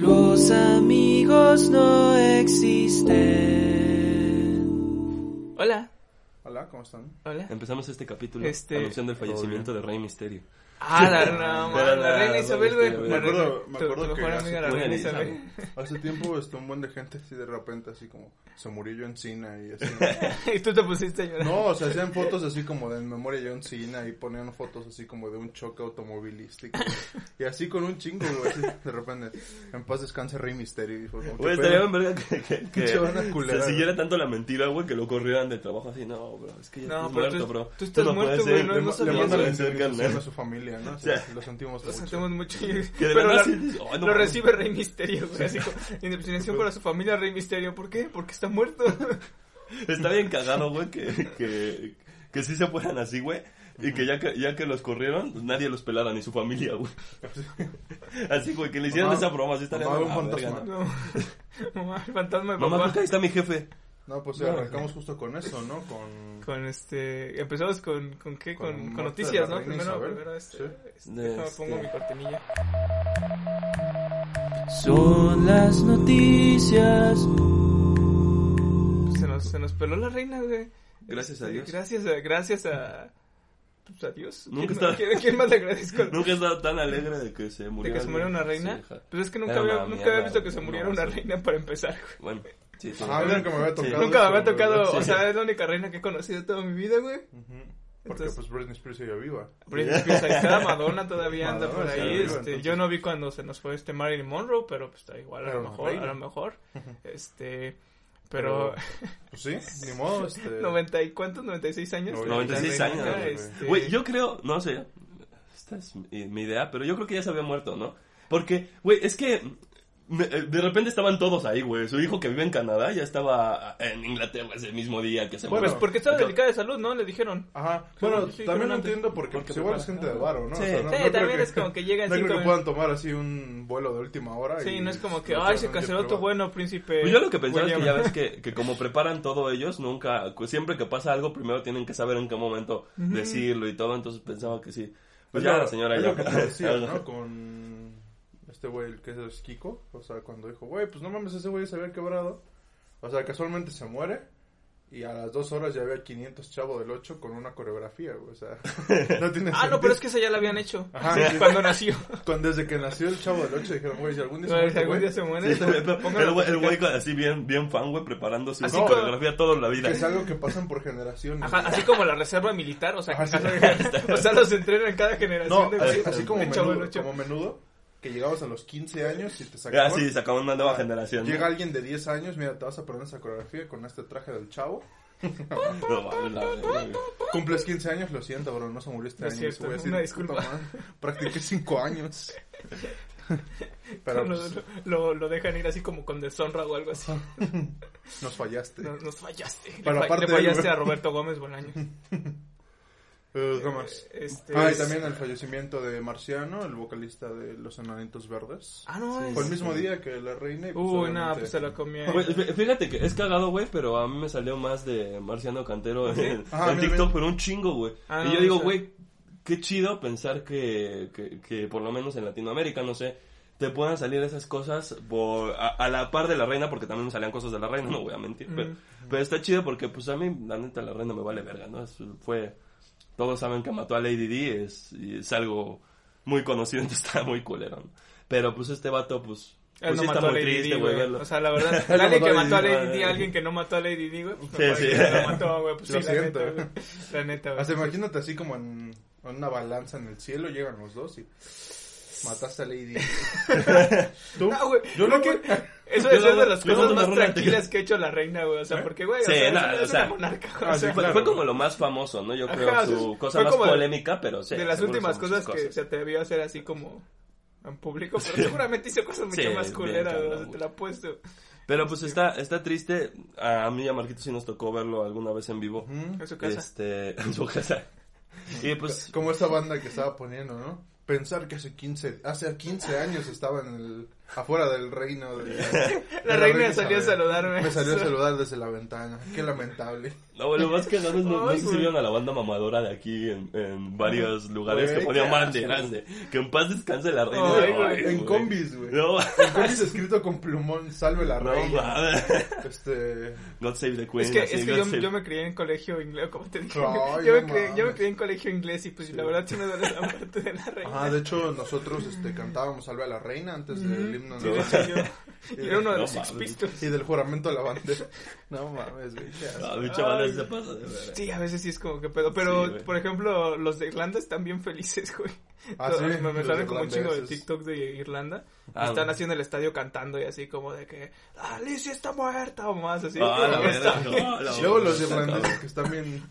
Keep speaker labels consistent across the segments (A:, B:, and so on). A: Los amigos no existen. Hola,
B: Hola, ¿cómo están?
A: hola.
C: Empezamos este capítulo
A: Este-
C: anunciando el fallecimiento de Rey Misterio.
A: Ah, la, no, man, la, reina Isabel, güey.
C: Me
B: Me
A: La reina-
B: acuerdo, me
A: tu-
B: acuerdo
A: tu
B: que
A: mejor
B: hace,
A: amiga, la
C: Muy
A: reina
C: bien,
A: Isabel.
B: hace tiempo este, un buen de gente así de repente, así como se murió John Cena y así.
A: y tú te pusiste a llorar.
B: No, se hacían fotos así como de en memoria de John Cena y ponían fotos así como de un choque automovilístico. y así con un chingo, güey, así de repente. En paz descanse Rey Misterio. Y fue como,
C: Güey,
B: ¿qué
C: estaría
B: pedo?
C: en verga que, que, que
B: Pinche banda culera,
C: se siguiera
B: güey.
C: tanto la mentira, güey, que lo corrieran de trabajo así. No, bro, es que ya
A: No,
C: estás
A: pero tú-
C: muerto, bro.
A: tú estás
C: no
A: muerto,
C: puede
A: güey,
C: ser.
A: no-
B: Le,
A: no
B: ma-
A: sabía
B: le manda
C: eso.
B: la indemnización
C: Carnal.
B: a su familia, ¿no? O
C: sea,
B: sea, lo sentimos
A: Lo
B: mucho.
A: sentimos mucho. y-
C: Que de
A: pero
C: la nada
A: la-
C: sí dices, "Ay, no
A: lo
C: mames".
A: recibe Rey Misterio, güey. Así como, indemnización para su familia, Rey Misterio. ¿Por qué? Porque está muerto.
C: Está bien cagado, güey, que, que, que sí se fueran así, güey. Y que ya, que ya que los corrieron, pues nadie los pelara, ni su familia, güey. Así, güey, que le hicieran
B: Mamá,
C: esa broma, así estaría
B: mamá,
C: de
B: un
C: la verga,
B: fantasma.
A: No. Mamá, el fantasma de
C: ¿no? Mamá,
A: papá.
C: acá está mi jefe.
B: No, pues
C: No.
B: arrancamos justo con eso, ¿no? Con...
A: Con este. Empezamos con. ¿Con qué? Con,
B: Con
A: con
B: muerte de la
A: noticias, ¿no?
B: reina
A: Primero,
B: Isabel.
A: primero este.
B: Sí.
A: este, déjame
C: Este.
A: pongo mi cortinilla.
D: Son las noticias.
A: Se nos, se nos peló la reina, güey.
C: Gracias a
A: Este,
C: Dios.
A: Gracias a. Gracias a. Pues a Dios.
C: Nunca
A: ¿Quién,
C: estaba-
A: quién- quién más le agradezco?
C: Nunca he estado tan alegre de que se
A: De
C: muriera.
A: que se muriera una
C: alguien.
A: reina.
C: Sí, ja.
A: Pues es que nunca,
C: Era
A: había,
C: una
A: nunca
C: mierda,
A: había visto que se
C: no,
A: muriera una
C: sí.
A: reina para empezar, güey.
C: Bueno, sí, sí.
B: Ah, nunca me había tocado.
A: Nunca me había
B: eso,
A: tocado,
B: güey.
A: o sea, es la única reina que he conocido toda mi vida, güey.
B: Ujú. Porque
A: Entonces,
B: pues Britney Spears sigue viva.
A: Britney Spears, ahí está, Madonna todavía anda
B: Madonna
A: por
B: está
A: ahí.
B: viva,
A: este,
B: entonces.
A: Yo no vi cuando se nos fue este Marilyn Monroe, pero pues está igual, a
B: Era
A: lo
B: una
A: mejor, a
B: reina.
A: lo mejor. Este, pero
B: Pues sí, ni modo, este...
C: eh,
A: 90 y cuántos, 96 años.
C: 96
A: La
C: años,
A: reina,
C: güey.
A: este,
C: Güey, yo creo, no sé, esta es mi, mi idea, pero yo creo que ya se había muerto, ¿no? Porque, güey, es que me- eh, de repente estaban todos ahí, güey. Su hijo que vive en Canadá ya estaba eh, en Inglaterra ese mismo día que se
B: Bueno,
A: Pues
C: murió.
A: porque estaba
C: Pero-
A: delicada de salud, ¿no? Le dijeron.
B: Ajá, bueno,
A: sí, sí,
B: también
A: no
B: lo
A: te-
B: entiendo porque, pues, igual es gente de varo, ¿no?
C: Sí.
B: no-
A: Sí,
B: no creo
A: también es como que llegan
B: No creo
A: cinco
B: que puedan tomar así un vuelo de última hora.
A: Sí,
B: y- pues,
A: no es como que,
B: no
A: ay,
B: tienen
A: se
B: un
A: canceló
B: jet
A: tu
B: privado".
A: bueno, príncipe.
C: Pues yo lo que pensaba es que ya
A: eh, William.
C: ves que, que como preparan todo ellos, nunca, cu- siempre que pasa algo, primero tienen que saber en qué momento decirlo y todo, entonces pensaba que sí. Pues
B: Es
C: ya
B: lo-
C: la señora
B: es
C: ya...
B: lo que te decía,
C: Ajá.
B: ¿no? Con este güey, el que es Kiko. O sea, cuando dijo, güey, pues no mames, ese güey se había quebrado. O sea, casualmente se muere. Y a las dos horas ya había 500 chavo del 8 con una coreografía, güey. O sea, no tiene
A: Ah, no,
B: sentido.
A: pero es que esa ya la habían hecho.
C: Ah,
B: Ajá,
A: Sí,
B: sí.
A: Cuando nació.
B: Cuando- desde que nació el chavo del 8 dijeron, güey, si algún día
A: No,
B: se muere, este
A: algún
B: güey,
A: día se muere.
C: Sí, pero
A: Póngalo
C: el güey- el
A: acá.
C: güey así bien, bien fan, güey, preparando su
A: Así
C: su
A: como-
C: coreografía toda la vida.
B: que es algo que pasan por generaciones.
A: Ajá,
B: güey.
A: así como la reserva militar, o sea,
B: Ajá, sí.
A: cada- o sea los entrenan cada generación
B: No,
A: de
B: así,
A: güeyes,
B: así como,
A: de chavo del
B: menudo,
A: ocho.
B: como menudo, que llegabas a los 15 años y te
C: Ah,
B: sacaban.
C: sí, se acabó una nueva generación. ¿no?
B: Llega alguien de 10 años, mira, te vas a aprender esa coreografía con este traje del chavo.
C: No, mames, la verga.
B: Cumples 15 años, lo siento, bro, no se murió este
A: No es
B: año.
A: cierto,
B: güey, así
A: una
B: de
A: disculpa.
B: puta madre, Practiqué 5 años. Pero
A: Lo-
B: pues,
A: lo, lo dejan ir así como con deshonra o algo así.
B: nos fallaste.
A: No- nos fallaste. Le
B: Pero
A: fa- le
B: aparte-
A: fallaste a Roberto Gómez Bolaños.
B: Eh, ¿qué más?
A: Este,
B: Ah, y
A: es-
B: también el fallecimiento de Marciano, el vocalista de Los Enanitos Verdes.
A: Ah, no, es...
B: Fue el mismo día que la reina. y, pues,
A: Uy,
B: obviamente-
A: nada, pues se la comía.
C: Güey, fí- Fíjate que es cagado, güey, pero a mí me salió más de Marciano Cantero en, en
B: Ajá, mira,
C: TikTok,
B: mira.
C: pero un chingo, güey.
A: Ah,
C: y
A: no,
C: yo digo,
A: o sea.
C: güey, qué chido pensar que, que, que por lo menos en Latinoamérica, no sé, te puedan salir esas cosas por, a, a la par de la reina, porque también me salían cosas de la reina, no voy a mentir. Pero, pero está chido porque, pues a mí, la neta, la reina me vale verga, ¿no? Es- fue. Todos saben que mató a Lady D, es, y es algo muy conocido, entonces está muy culero, ¿no? Pero pues este vato, pues.
A: Él
C: pues,
A: no
C: sí
A: mató a Lady Di, güey.
C: verlo.
A: O sea, la verdad,
C: no mató a
A: alguien que
C: Lady
A: mató a
C: Di,
A: Lady Di,
C: güey.
A: alguien que no mató a Lady Di, güey. pues,
C: Sí,
A: no,
C: sí.
A: que la mató, güey. Pues sí,
B: Lo
A: la neta,
B: siento.
A: güey. La neta, güey.
B: Hasta imagínate así como en en una balanza en el cielo, llegan los dos y... Mataste a Lady.
A: ¿Tú? No, güey.
B: Yo no
A: Creo
B: que.
A: que Eso
C: Yo
A: es una
C: daba-
A: de las
C: yo daba
A: cosas
C: una
A: más
C: ronda
A: tranquilas
C: anterior.
A: que ha hecho la reina, güey. O
B: ¿Eh?
A: sea, porque, güey, o
C: Sí,
A: sea,
C: nada,
A: es
C: o
A: una
C: sea,
A: monarca, güey,
B: ah,
A: o
B: sí,
A: sea,
C: Fue,
B: claro.
C: fue como lo más famoso, ¿no? Yo creo
A: Ajá,
C: su
A: sí,
C: cosa
A: fue
C: más
A: como de-
C: polémica, pero sí.
A: de las
C: seguro
A: últimas
C: hizo
A: cosas,
C: muchas
A: que se atrevió a hacer así como en público, pero seguramente hizo cosas mucho
C: Sí,
A: más
C: bien
A: culeras,
C: cabrón,
A: güey, o sea,
C: güey.
A: te la apuesto.
C: Pero pues está, está triste. A mí y a Marquito sí nos tocó verlo alguna vez en vivo.
A: En su casa.
C: Este, en su casa. Y pues,
B: Como esa banda que estaba poniendo, ¿no? Pensar que hace 15, hace 15 años estaba en el, afuera del reino. De, de
A: La reina
B: Isabel.
A: salió a saludarme.
B: Me salió a saludar desde la ventana. Qué lamentable.
C: no, lo más que no, no, no
A: Ay,
C: sé si
A: güey.
C: vieron a la banda mamadora de aquí en, en varios lugares
B: Güey,
C: que ponían
B: qué
C: banderas de que en paz descanse la reina.
A: Ay,
C: Ay,
A: güey,
B: en combis, güey.
C: No,
B: En combis escrito con plumón, salve la
C: no
B: reina.
C: mames.
B: Este,
C: God save the queen.
A: Es que,
C: así,
A: es que
C: God
A: yo,
C: save-
A: yo me crié en colegio inglés, como te dije.
B: Ay,
A: yo, me
B: no
A: crié, yo me
B: mames.
A: crié en colegio inglés y pues la verdad sí me duele la parte de la reina.
B: ah, de hecho nosotros este, cantábamos salve a la reina antes del himno
A: Sí, de
B: ¿no?
A: hecho, yo, yo era uno de
C: Ah, No
A: los Sex
C: mames.
A: Pistols.
B: y del juramento a la bandera. No mames, güey. qué asco.
C: Ah, mi chaval,
A: Ay,
C: se pasa de verga.
A: Sí, a veces sí es como que pedo. Pero,
C: Sí, güey.
A: por ejemplo, los de Irlanda están bien felices, güey.
B: Ah,
A: Todo-
B: sí,
A: me me
B: los
A: salen como un chingo de
B: irlandeses.
A: TikTok de Irlanda.
C: Ah,
A: están
C: güey.
A: así en el estadio cantando y así como de que Alicia está muerta o más así.
C: Ah,
A: como
C: la
A: que está
C: verga.
A: bien.
C: no, la
B: Luego
C: verga,
B: los
C: está
B: irlandeses
C: cabrón.
B: que están bien...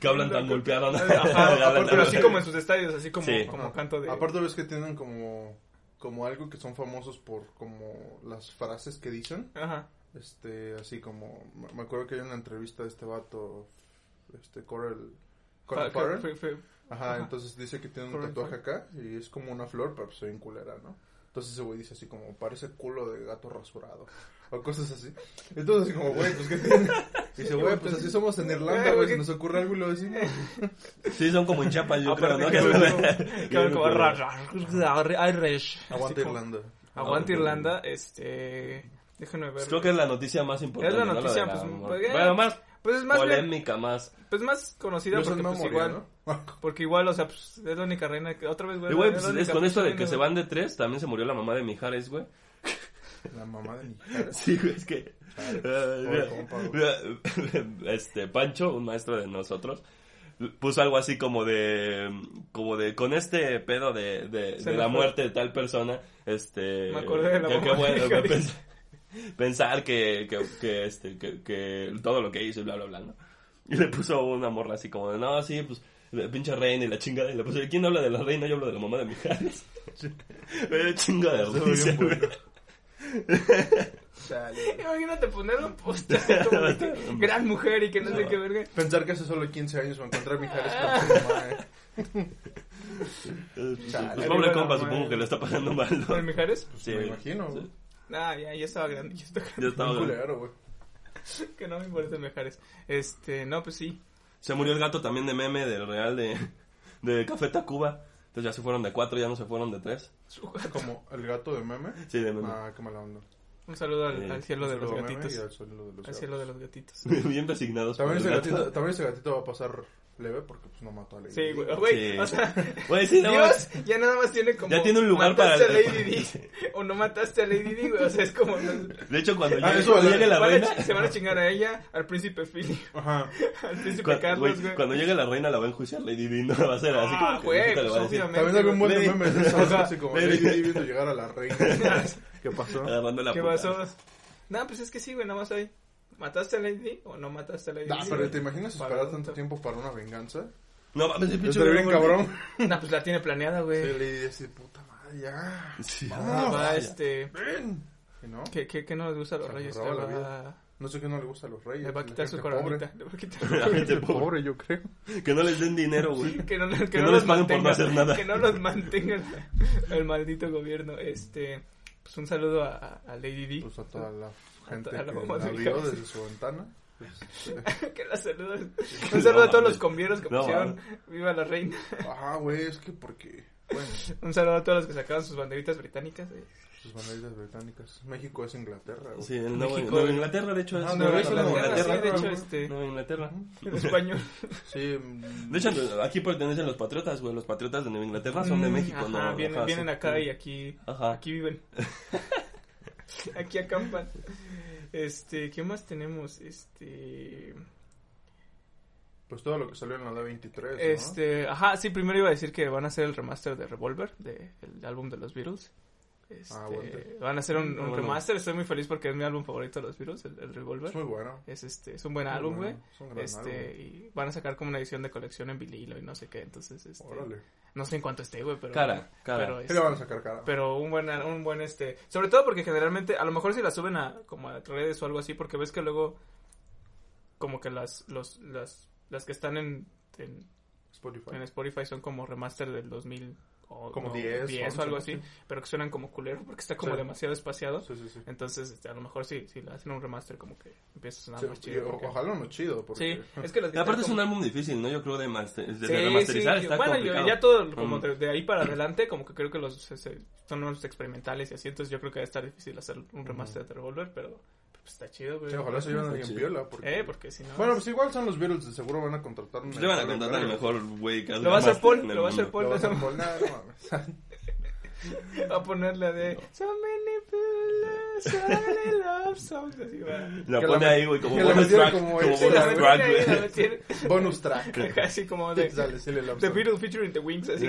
C: Que hablan tan golpeado. ¿no?
A: Ajá,
C: Hablan
A: aparte,
C: tan
A: pero así
C: golpeado.
A: como en sus estadios, así como,
C: Sí.
A: como
B: Ajá.
A: canto de...
B: ah, Aparte ves que tienen como como algo que son famosos por como las frases que dicen,
A: Ajá.
B: este así como me- me acuerdo que hay una entrevista de este vato este Corel Corel
A: Fa-
B: Farrell.
A: fe- fe-
B: Ajá,
A: ajá.
B: entonces dice que tiene un
A: Corel
B: tatuaje acá y es como una flor, pero pues, soy un culera, ¿no? Entonces ese güey dice así como parece culo de gato rasurado o cosas así. Entonces así como güey, pues qué tiene. Y dice, güey, pues así somos en Irlanda,
A: Güey,
B: güey,
A: ¿qué-
B: si nos ocurre algo y lo decimos.
C: Sí, son como en Chiapas, yo creo,
A: Aparte
C: ¿no?
A: que
C: Que-
A: que hablan como
C: que-
A: ra- ra- ra- Irish. Así
B: Aguanta
A: como-
B: Irlanda.
A: Aguante Irlanda, este... Déjenme ver.
C: Pues creo que es la noticia más importante.
A: Es la
C: ¿no? de
A: noticia,
C: la-
A: pues,
C: bueno,
A: pues, eh,
C: bueno, más
A: Pues es más,
C: polémica, más.
A: pues más conocida
B: Yo
A: porque
B: soy
A: pues igual...
B: memoria, ¿no?
A: Porque igual, o sea, pues, es la única reina que otra vez, güey.
C: Y, güey,
A: la-
C: pues,
A: la
C: es
A: única
C: con esto de
A: reina,
C: que se
A: güey.
C: van de tres, también se murió la mamá de Mijares, güey.
B: La mamá de mi hija.
C: Sí, güey, es que... eh,
B: pobre compa,
C: mira, este, Pancho, un maestro de nosotros, puso algo así como de... Como de, con este pedo de, de,
A: Se
C: de
A: me
C: la
A: fue.
C: muerte de tal persona, este...
A: Me acordé de la
C: que- que
A: mamá de
C: bueno,
A: Mijares.
C: pens- Pensar que, que, que, este, que, que todo lo que hizo y bla, bla, bla, ¿no? Y le puso una morra así como de, no, sí, pues, la pinche reina y la chingada. Y le puso, ¿quién habla de la reina? Yo hablo de la mamá de Mijares. Pero chingo de
B: Estuvo
C: risa,
B: bien
C: güey.
B: bueno. Chale.
A: Imagínate ponerle un póster así como de que gran mujer y que no sé qué verga.
B: Pensar que hace solo 15 años me encontré a Mijares con su mamá, eh.
C: Eh, Pues
B: Chale.
C: pues, pobre
A: Bueno,
C: compa,
A: bueno.
C: supongo que le está pasando mal,
A: ¿Con
C: ¿no?
A: Mijares?
C: Sí,
B: Pues, me
C: güey.
B: imagino,
C: Sí.
B: güey.
A: Nah, ya, ya estaba grande. Ya estaba grande.
C: Ya
B: Un
C: estaba. güey.
B: culero, güey.
A: Que no me importa Mijares. Este, no, pues sí.
C: Se murió el gato también de meme del Real de, de Café Tacuba. Entonces ya se fueron de cuatro, ya no se fueron de tres.
A: Su gato.
B: Como el gato de meme.
C: Sí, de meme.
B: Ah, qué mala onda. Pues,
A: Un saludo al,
C: Sí.
A: al cielo de los
B: Solo meme y
A: gatitos.
B: al solo de los
A: Al cielo de
B: gatos.
A: los gatitos.
C: Bien resignados. por
B: También
C: el
B: ese,
C: gato.
B: gatito, también ese gatito va a pasar leve porque pues no mató a Lady.
A: Sí, güey.
B: Di.
A: güey,
C: Sí.
A: O sea,
C: Güey, sí, no,
A: Dios ya nada más tiene como.
C: Ya tiene un lugar
A: mataste
C: para-
A: a Lady Di. O no mataste a Lady Di, güey. O sea, es como.
C: De hecho, cuando
B: Ah,
C: llegue,
B: eso,
C: cuando
B: la-
C: llegue la
A: Van a
C: reina...
A: chi- se van a chingar a ella, al príncipe Philip,
B: Ajá.
A: al príncipe
C: cua-
A: Carlos,
C: güey,
A: güey.
C: cuando llegue la reina la va a enjuiciar Lady Di, no la va a hacer así
A: Ah,
C: como que
A: güey,
C: nunca le
A: pues
C: va a decir,
A: obviamente.
B: También algún buen de
C: Lady.
B: memes de esas,
C: Ajá.
B: así como
C: Lady.
B: Lady Di viendo llegar a la reina. ¿Qué pasó?
C: agarrando la
A: ¿Qué
C: puta.
A: pasó? Nah, pues es que sí, güey, nada más hay. ¿Mataste a Lady Di o no mataste a Lady
B: Nah,
A: Di?
B: Ah, pero ¿te imaginas esperar
A: Vagabundo.
B: tanto tiempo para una venganza?
C: No, mames, el pinche
B: Estaría bien
C: gato, güey.
B: cabrón.
A: Nah, pues la tiene planeada,
B: Sí,
A: güey.
B: Lady Di así, puta madre, ya.
C: Sí,
A: Ah,
B: no,
A: va,
C: vaya.
A: este.
B: Ven. Y no.
A: ¿Qué, qué, qué no les gusta a los
B: Se
A: reyes?
B: roba
A: Le
B: la
A: va,
B: No sé qué no le gusta a los reyes.
A: le va a
B: la
A: quitar su
B: gente pobre.
A: coronita. Le va a quitar
C: La gente
B: Gente
C: pobre.
B: yo creo.
C: Que no les den dinero, güey.
A: Que no, que
C: no
A: no
C: les
A: los
C: paguen por no
A: mantenga-
C: hacer nada.
A: Que no los mantenga la- el maldito gobierno. Este, pues un saludo a, a Lady Di.
B: Pues a toda la gente
A: toda la
B: que
A: mamá
B: la
A: de
B: vio
A: James.
B: desde su ventana. Pues, eh,
A: que la saludo. Un saludo a todos
C: mames.
A: los convieros que
C: No
A: pusieron Viva la Reina.
B: ah, güey, es que porque... Bueno,
A: Un saludo a todos los que sacaban sus banderitas británicas. eh.
B: sus banderas británicas. México es Inglaterra, güey.
C: Sí, en Nueva,
A: México.
C: Nueva Inglaterra, de hecho, es
B: Ah,
C: Nueva,
B: Nueva
C: Nueva
B: Inglaterra,
C: Inglaterra.
A: Sí, de hecho, este,
C: Nueva Inglaterra.
A: en español.
B: Sí, mm,
C: De hecho, aquí pertenecen los patriotas, güey. Los patriotas de Nueva Inglaterra Ah, son de
A: Mm,
C: México,
A: ajá,
C: ¿no?
A: Vienen,
C: Ajá,
A: vienen
C: sí.
A: acá y aquí,
C: Ajá.
A: aquí viven. aquí acampan. Este, ¿qué más tenemos? Este.
B: Pues todo lo que salió en la D23. ¿no?
A: Este, ajá, sí, primero iba a decir que van a hacer el remaster de Revolver, del álbum de los Beatles. Este,
B: Ah, bueno.
A: van a hacer un, un
C: Bueno.
A: remaster, estoy muy feliz porque es mi álbum favorito de los Beatles, el, el Revolver.
B: Es muy bueno.
A: Es este, es un buen
B: Muy
A: álbum, güey.
B: bueno, es un gran
A: este, y van a sacar como una edición de colección en vinilo y no sé qué, entonces este,
B: Órale.
A: no sé en cuánto esté, güey, pero
C: Cara, cara.
A: pero,
B: ¿Qué
A: este,
B: le van a sacar cara?
A: pero un buen un buen este, sobre todo porque generalmente a lo mejor si la suben a como a redes o algo así, porque ves que luego como que las los las las que están en- en
B: Spotify.
A: en Spotify son como remaster del 2000 o
B: Como
A: no,
B: 10,
A: 10 o
B: 11,
A: algo así,
B: sí.
A: pero que suenan como culero porque está como
B: Sí.
A: demasiado espaciado.
B: Sí, sí, sí.
A: Entonces, este, a lo mejor sí, si le hacen un remaster como que empieza a sonar
B: Sí,
A: más
B: y
A: chido.
B: o-
A: porque-
B: Ojalá no chido, porque...
A: Sí, es que las
C: Y aparte
A: guitarras
C: es un
A: como-
C: álbum difícil, ¿no? Yo creo de, master- de
A: Sí,
C: remasterizar
A: sí,
C: está
A: bueno, yo-
C: complicado.
A: ya todo como
C: Mm.
A: de, de ahí para adelante, como que creo que los se- se- son unos experimentales y así, entonces yo creo que va a estar difícil hacer un remaster de Revolver, pero pues, está chido, güey.
B: Sí, ojalá se lleven a
C: Está
B: alguien
C: chido.
B: piola, porque...
A: Eh, porque si no
B: Bueno,
A: es-
B: pues igual son los Beatles, de seguro van a contratar un...
C: Pues le van a contratar el mejor güey que hace
A: Lo va a hacer
C: remaster
A: Paul,
C: en el
A: lo va a hacer
C: mundo.
A: Paul.
B: Lo van a poner, no mames.
A: Va a ponerla de So many people, so many love songs, así va.
C: La
B: Que
C: pone
B: la-
C: ahí, güey, como
B: que la
C: bonus
B: metieron
C: track.
B: como
C: Como
B: él.
C: bonus
B: Sí, la
C: track,
A: metieron ahí, la
C: güey.
A: metieron.
B: Bonus track.
A: Así como de
B: Sale, sí, le lanzó.
A: The Beatles featuring The Wings, así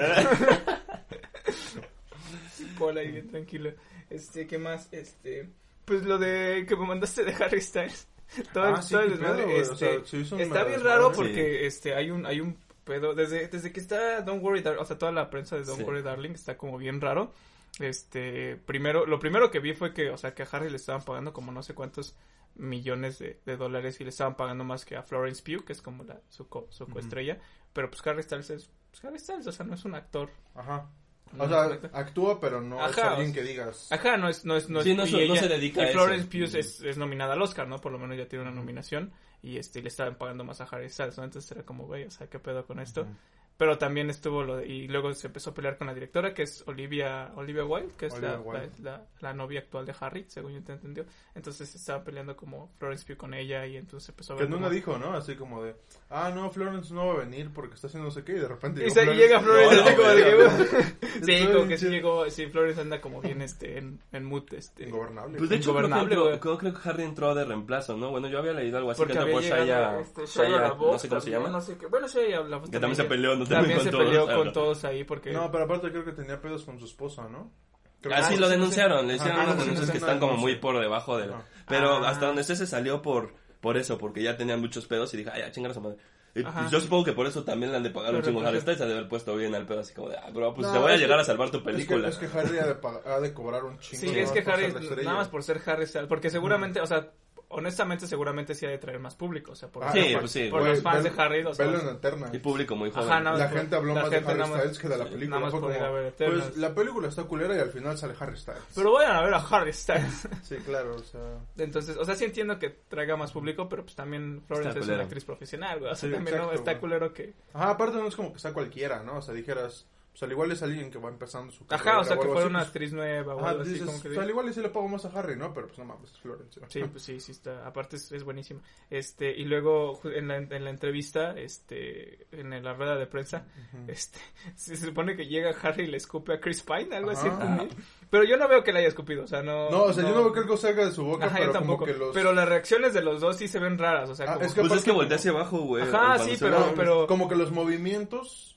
A: como Paul ahí bien tranquilo. Este, ¿qué más? Este, pues lo de que me mandaste de Harry Styles. Todo, el-
B: Ah, sí,
A: todo el
B: qué
A: desmadre,
B: pedo, güey, o
A: este,
B: sea, se hizo un
A: está bien
B: desmadre.
A: raro
B: Sí.
A: porque este hay un hay un pedo desde desde que está Don't Worry Darling, o sea, toda la prensa de Don't
C: Sí.
A: Worry Darling está como bien raro. Este, primero lo primero que vi fue que, o sea, que a Harry le estaban pagando como no sé cuántos millones de, de dólares y le estaban pagando más que a Florence Pugh, que es como la su co- su coestrella, pero pues Harry Styles es pues, Harry Styles, o sea, no es un actor.
B: Ajá.
A: No
B: O
A: es
B: sea,
A: un actor.
B: actúa, pero no es
A: Ajá,
B: alguien
A: o
B: que digas...
A: Ajá, no es, no es, no
C: Sí,
A: es-
C: no
A: y
C: se- no se dedica
A: y
C: a eso.
A: Florence Pugh es, es nominada al Oscar, ¿no? Por lo menos ya tiene una nominación y este le estaban pagando más a Harry Styles, ¿no? Entonces era como, güey, o sea, ¿qué pedo con esto? Pero también estuvo lo de- y luego se empezó a pelear con la directora que es Olivia Olivia Wilde, que es la,
B: Olivia Wilde.
A: la- la- la novia actual de Harry, según yo te entendió. Entonces se estaba peleando como Florence Pugh con ella y entonces empezó a
B: Que
A: ver
B: nunca
A: como-
B: dijo, ¿no? Así como de... Ah, no, Florence no va a venir porque está haciendo no sé qué. Y de repente...
A: Y se- y llega Florence
C: No,
A: así como de que-
B: Estoy
A: Sí, como que sí
B: bien
A: llegó, sí Florence anda como bien este en, en mood este
B: Ingobernable.
C: Pues de hecho, creo que,
A: Ingobernable,
C: entró-
A: güey.
C: creo, creo que Harry entró de reemplazo, ¿no? Bueno, yo había leído algo así
A: Porque
C: que
A: había
C: entró por
A: llegado
C: Shaya,
A: este, Shaya
C: Shaya,
A: la voz
C: no sé cómo se
A: también,
C: llama.
A: no sé qué. Bueno, Shaya la voz
C: Que también se peleó, ¿no?
A: También
C: También
A: se
C: con todos.
A: peleó
C: Ah,
A: con
C: no.
A: todos ahí porque...
B: No, pero aparte creo que tenía pedos con su esposa, ¿no? Creo
C: Así
B: que-
C: lo denunciaron, le hicieron
B: Ajá,
C: unas
B: sí,
C: denuncias
B: sí,
C: que
B: sí,
C: están
B: no,
C: como
B: no
C: muy
B: sé.
C: por debajo de
B: Ajá.
C: la... Pero
A: Ah.
C: hasta donde sé se salió por, por eso, porque ya tenían muchos pedos y dije, ay, ya chingar a su madre. Y
A: Ajá.
C: yo supongo que por eso también le han de pagar un
A: Pero
C: chingo a Harry
A: entonces-
C: Styles, se ha de haber puesto bien al pedo así como de, ah, bro, pues
B: No,
C: te voy a
B: es que-
C: llegar a salvar tu
B: Es que,
C: película.
B: es que Harry ha de, pa- ha de cobrar un chingo.
A: Sí,
B: nada
A: es
B: más
A: que
B: por ser
A: Harry, pues,
B: la estrella.
A: nada más por ser Harry Styles, porque seguramente, o sea, honestamente seguramente sí ha de traer más público, o sea, por,
B: Ah,
C: Sí,
B: no,
C: pues sí,
A: por
C: güey.
A: los fans
B: Güey,
A: de Harry, o sea,
B: Velo en Eterna.
C: Y público muy joven.
A: Ajá, nada
B: La
A: por-
B: gente habló
A: la
B: más de
A: gente
B: Harry
A: nada más-
B: Styles que de la película.
A: nada más
B: Fue
A: por ir
B: como,
A: a ver Eternas.
B: pues la película está culera y al final sale Harry Styles.
A: pero vayan a ver a Harry Styles.
B: Sí, claro, o sea...
A: Entonces, o sea, sí entiendo que traiga más público, pero pues también Florence
C: Está
A: es
C: culero.
A: una actriz profesional, güey, o sea,
B: Sí,
A: también no
B: exacto,
A: está
B: güey.
A: culero que...
B: Ajá, aparte no es como que sea cualquiera, ¿no? O sea, dijeras... Pues al igual es alguien que va empezando su carrera.
A: Ajá, o sea, que
B: algo
A: fuera
B: así,
A: una
B: pues,
A: actriz nueva o
B: Ajá,
A: algo así,
B: dices,
A: como que...
B: pues, al igual y sí le pago más a Harry, ¿no? Pero pues no mames, Florence. ¿no?
A: Sí, pues sí, sí está. Aparte es, es buenísima. Este, y luego ju- en la, en la entrevista, este, en la rueda de prensa, este, se supone que llega Harry y le escupe a Chris Pine, algo así.
B: Ajá.
A: entendí. Pero yo no veo que le haya escupido, o sea, no.
B: No, o sea, yo no creo que salga de su boca,
A: Ajá,
B: pero
A: yo
B: como
A: tampoco.
B: que los...
A: Pero las reacciones de los dos sí se ven raras, o sea,
B: Ah,
A: como-
B: es que
C: Pues es que
B: aparte-
C: voltea hacia abajo, güey.
A: Ajá,
C: cuando
A: sí,
C: se
A: pero-
C: ve.
B: como que los movimientos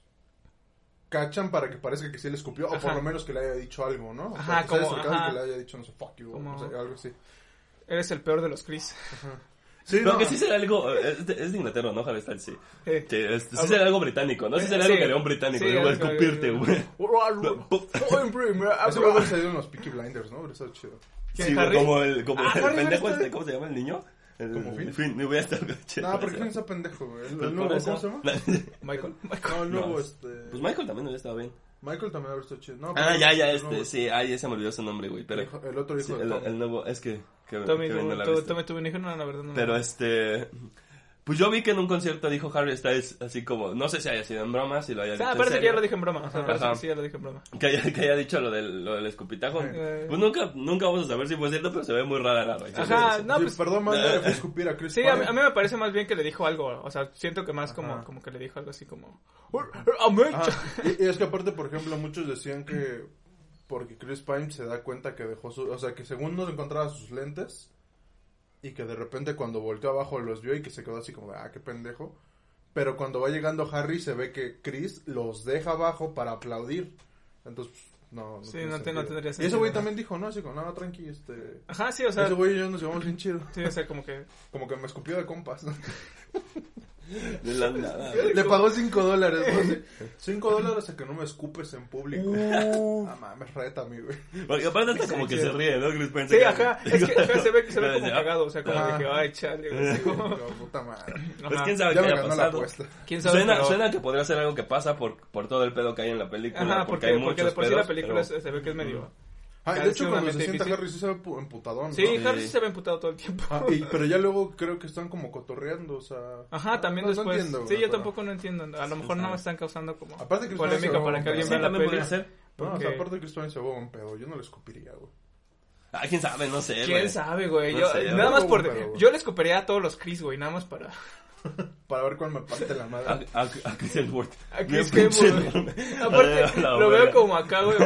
B: cachan para que parezca que sí le escupió o
A: Ajá.
B: por lo menos que le haya dicho algo, ¿no? O
A: Ajá,
B: que se haya
A: como-
B: acercado y
A: ajá.
B: que le haya dicho no sé fuck you
A: Como-
B: o no sé, algo así.
A: eres el peor de los Chris.
B: Sí,
C: Pero
B: no,
C: que sí será algo... eh, Es de, es de Inglaterra, ¿no? Harry Styles, sí.
A: Eh.
C: Que
B: Ah,
C: es- sí será algo británico,
B: Eh,
C: ¿no? Sí será
A: Sí.
C: algo que león británico.
A: Sí,
C: le voy a
A: algo-
C: escupirte, güey.
B: Ese güey salido en los Peaky Blinders, ¿no? Pero está chido.
A: ¿Quién,
C: Sí, güey,
A: Harry?
C: como el, como
A: Ah,
C: el
A: Harry
C: pendejo
A: Styles.
C: este, ¿cómo se llama el niño? El,
B: ¿Como Finn?
C: Finn, no voy a estar
B: No, porque no está pendejo, güey. El,
C: Pues
B: el
C: por
B: nuevo,
C: eso.
B: ¿cómo se llama?
A: Michael, Michael.
B: No, el nuevo,
C: No, es-
B: este...
C: Pues Michael también hubiera estado bien.
B: Michael también ahora está chido. No,
C: Ah,
B: pero-
C: ya, ya,
B: el
C: este,
B: nuevo-
C: sí, ay, ya se me olvidó su nombre, güey, pero...
B: hijo- El otro hijo
C: Sí,
B: de
C: el,
B: Tom.
C: el nuevo, es que... que,
A: Tommy,
C: que bien no la
A: tuvo-
C: viste.
A: Tommy tuvo un hijo, no, la verdad no.
C: Pero este... Pues yo vi que en un concierto dijo Harry Styles así como... No sé si haya sido en broma, si lo haya
A: O
C: dicho
A: sea,
C: en
A: parece Ah, que
C: serio.
A: ya lo dije en broma, o sea, parece
C: Ajá.
A: que sí ya lo dije en broma.
C: Que haya, que haya dicho lo del, lo del escupitajo.
A: Eh.
C: Pues nunca, nunca vamos a saber si fue cierto, pero se ve muy rara la reacción.
A: Ajá,
C: Sí,
A: no,
B: Sí,
A: pues
B: Perdón, man,
C: Ah.
B: le fui a escupir a Chris
A: Sí, a mí,
B: Pine.
A: a mí me parece más bien que le dijo algo, o sea, siento que más como,
B: Ajá.
A: como que le dijo algo así como... "Amén".
B: Ah, y, y es que aparte, por ejemplo, muchos decían que porque Chris Pine se da cuenta que dejó su, o sea, que según no encontraba sus lentes y que de repente cuando volteó abajo los vio y que se quedó así como, de, ah, qué pendejo. Pero cuando va llegando Harry se ve que Chris los deja abajo para aplaudir. Entonces, pues, no.
A: Sí,
B: tiene
A: no te- no tendría
B: Y ese
A: sentido.
B: güey también dijo, no, así como, no, tranqui, este...
A: Ajá, sí, o sea.
B: ese güey y yo nos llevamos bien chido.
A: Sí, o sea, como que.
B: Como que me escupió de compas. ¿no?
C: De la nada.
B: Le pagó 5 dólares. 5 dólares a que no me escupes en público. Ah, mames, reta a mí, güey.
C: Porque aparte hasta como que se ríe, ¿no? Chris Pine se
A: Sí,
C: queda-
A: ajá. Es que ajá, se ve que se ve como
C: Ya.
A: cagado. O sea, como de que, ay, chale, güey. así como-
B: No, puta madre.
C: Pues
A: Ajá.
C: quién sabe
B: Ya
C: qué
B: me
C: haya
B: ganó la
C: pasado.
B: apuesta.
A: ¿Quién sabe?
C: Suena,
A: pero-
C: suena que podría ser algo que pasa por, por todo el pedo que hay en la película.
A: Ajá,
C: porque,
A: porque,
C: hay
A: porque,
C: muchos
A: de por sí
C: pedos,
A: la película
C: pero-
A: se, se ve que es medio.
B: Ah, y
A: Ah,
B: de
A: es
B: hecho, cuando se
A: sumamente
B: sienta
A: difícil.
B: Harry sí se ve pu- emputadón. ¿no?
A: Sí, Harry sí se ve emputado todo el tiempo.
B: Ah, y- pero ya luego creo que están como cotorreando, o sea...
A: Ajá, también
B: no- no
A: después.
B: entiendo,
A: sí,
B: güey,
A: yo
B: pero-
A: tampoco no entiendo. A lo mejor no me están causando como
B: Aparte que
A: polémica
B: Cristiano se
A: para que
B: va a
A: alguien
C: Sí,
A: vea la
C: también
A: peli.
C: podría
B: No,
C: ser.
B: o
A: Porque-
B: sea, aparte que Cristian se va un pedo, yo no le escupiría, güey.
C: Ah, quién sabe, no sé,
A: ¿Quién
C: güey.
A: sabe, güey?
C: No
A: Yo,
C: sé,
A: nada
B: güey.
A: más por...
B: Pero-
A: yo le escupiría a todos los Chris, güey, nada más para...
B: Para ver cuál me parte la
C: A,
B: madre.
C: a, a Chris Hemsworth.
A: A
C: Bien
A: Chris
C: pinche
A: Hemsworth.
C: enorme.
A: Aparte,
C: A la
A: lo veo
C: verga.
A: como acá, güey.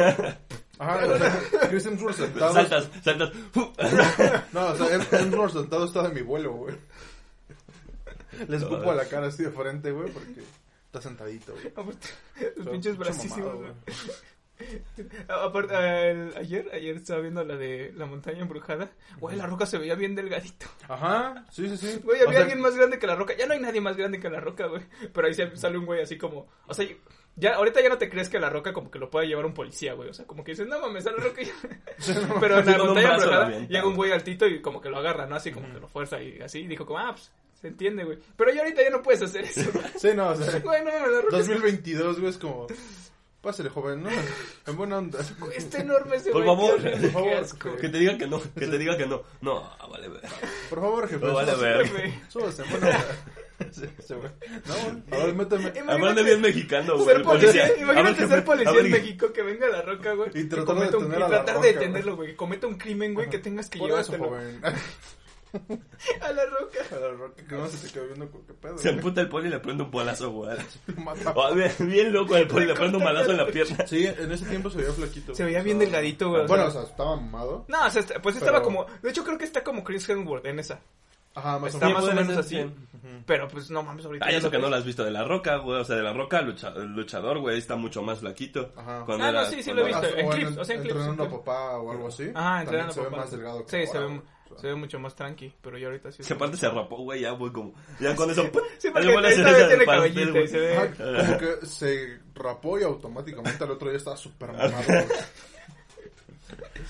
B: Ajá, o sea, Chris Hemsworth sentado...
C: Pues, Saltas, saltas. ¡Fu!
B: No, o sea, Hem- Hemsworth sentado está de mi vuelo, güey. Le escupo a la cara así de frente, güey, porque está sentadito, güey.
A: Aparte, Los
B: Está
A: pinches
B: pinche
A: bracísimos,
B: mamado,
A: güey. A- Aparte, el- ayer, ayer estaba viendo la de la montaña embrujada. Güey, la roca se veía bien delgadito.
B: Ajá, sí, sí, sí.
A: Güey,
B: O
A: había
B: sea,
A: alguien más grande que la roca. Ya no hay nadie más grande que la roca, güey. Pero ahí se- sale un güey así como. O sea, ya, ahorita ya no te crees que la roca como que lo pueda llevar un policía, güey. O sea, como que dices, no mames, a la roca. ya-". Pero en
C: Sí,
A: la
C: con un
A: montaña
C: brazo lo
A: embrujada
C: avienta,
A: llega un güey altito y como que lo agarra, ¿no? Así como que lo fuerza y así. Y dijo, como, ah, pues, se entiende, güey. Pero ya ahorita ya no puedes hacer eso.
B: Sí, no, o sea,
A: Güey, no mames, la roca.
B: 2022, güey, es como... Pásale, joven, ¿no? En buena onda.
A: Este enorme ese
C: Por
A: güey.
C: favor,
A: qué
C: por
B: favor.
A: asco.
C: Que te diga que no, que te diga que no. No, ah, vale, güey.
B: Por favor, jefe.
C: No, vale,
B: súbase,
C: verga.
A: Güey.
B: Súbase, en buena onda. Sí, sí, güey. No, a ver,
A: Em,
B: méteme.
C: Hablando bien mexicano, güey.
A: Ser
C: el
A: policía,
C: A ver,
A: imagínate
C: jefe,
A: ser policía
C: a ver,
A: en México, que venga la roca, güey.
B: Y
A: que
B: tratar de
A: cometa un-
B: detener
A: y
B: a la
A: tratar
B: Roca,
A: de
B: güey.
A: detenerlo, güey. que Cometa un crimen, güey, que tengas que
B: Por eso,
A: llevártelo
B: joven.
A: a la roca.
B: A la roca que no se te quedó viendo con qué pedo.
C: Se
B: güey.
C: emputa el poli y le prende un bolazo, güey.
B: Mata.
C: Ah, bien, bien loco el poli, le prende un balazo en la pierna.
B: Sí, en ese tiempo se veía flaquito.
A: Se
B: güey.
A: veía bien
B: O sea,
A: delgadito, güey. o
B: Bueno, o
A: sea.
B: sea, estaba mamado.
A: No, o sea, est- pues estaba
B: Pero-
A: como. De hecho, creo que está como Chris Hemsworth en esa.
B: Ajá, más
A: Está
B: o menos.
A: más o
C: puede
A: menos
C: ser,
A: así.
C: sí.
A: Pero pues no mames, ahorita.
C: Ah, y
A: ya
C: eso
A: lo
C: que no
A: ves.
C: lo has visto de la roca, güey. O sea, de la roca, lucha- luchador, güey. Está mucho más flaquito.
B: Ajá.
C: Cuando
A: Ah, no,
C: era-
A: sí, sí
C: cuando
A: lo he
C: era-
A: visto.
B: Ah,
A: en
B: o
A: clips, o sea, en clips,
B: Entrenando
A: en
B: a
A: clips.
B: papá o algo así.
A: Ah,
B: también
A: entrenando
B: se ve
A: papá.
B: más delgado que
A: Sí, se
B: ahora,
A: ve,
B: güey. O sea,
A: se ve mucho más tranqui. Pero ya ahorita sí.
C: Que aparte se arropó, güey, ya, güey, como... Ya con eso...
A: Sí,
C: le
A: porque
C: vuelve a hacer
A: esta vez
C: esa
A: tiene
C: pastel,
A: cabellito
C: güey.
A: y se ve.
B: Ajá, Como que se rapó y automáticamente al otro día estaba súper mamado. güey.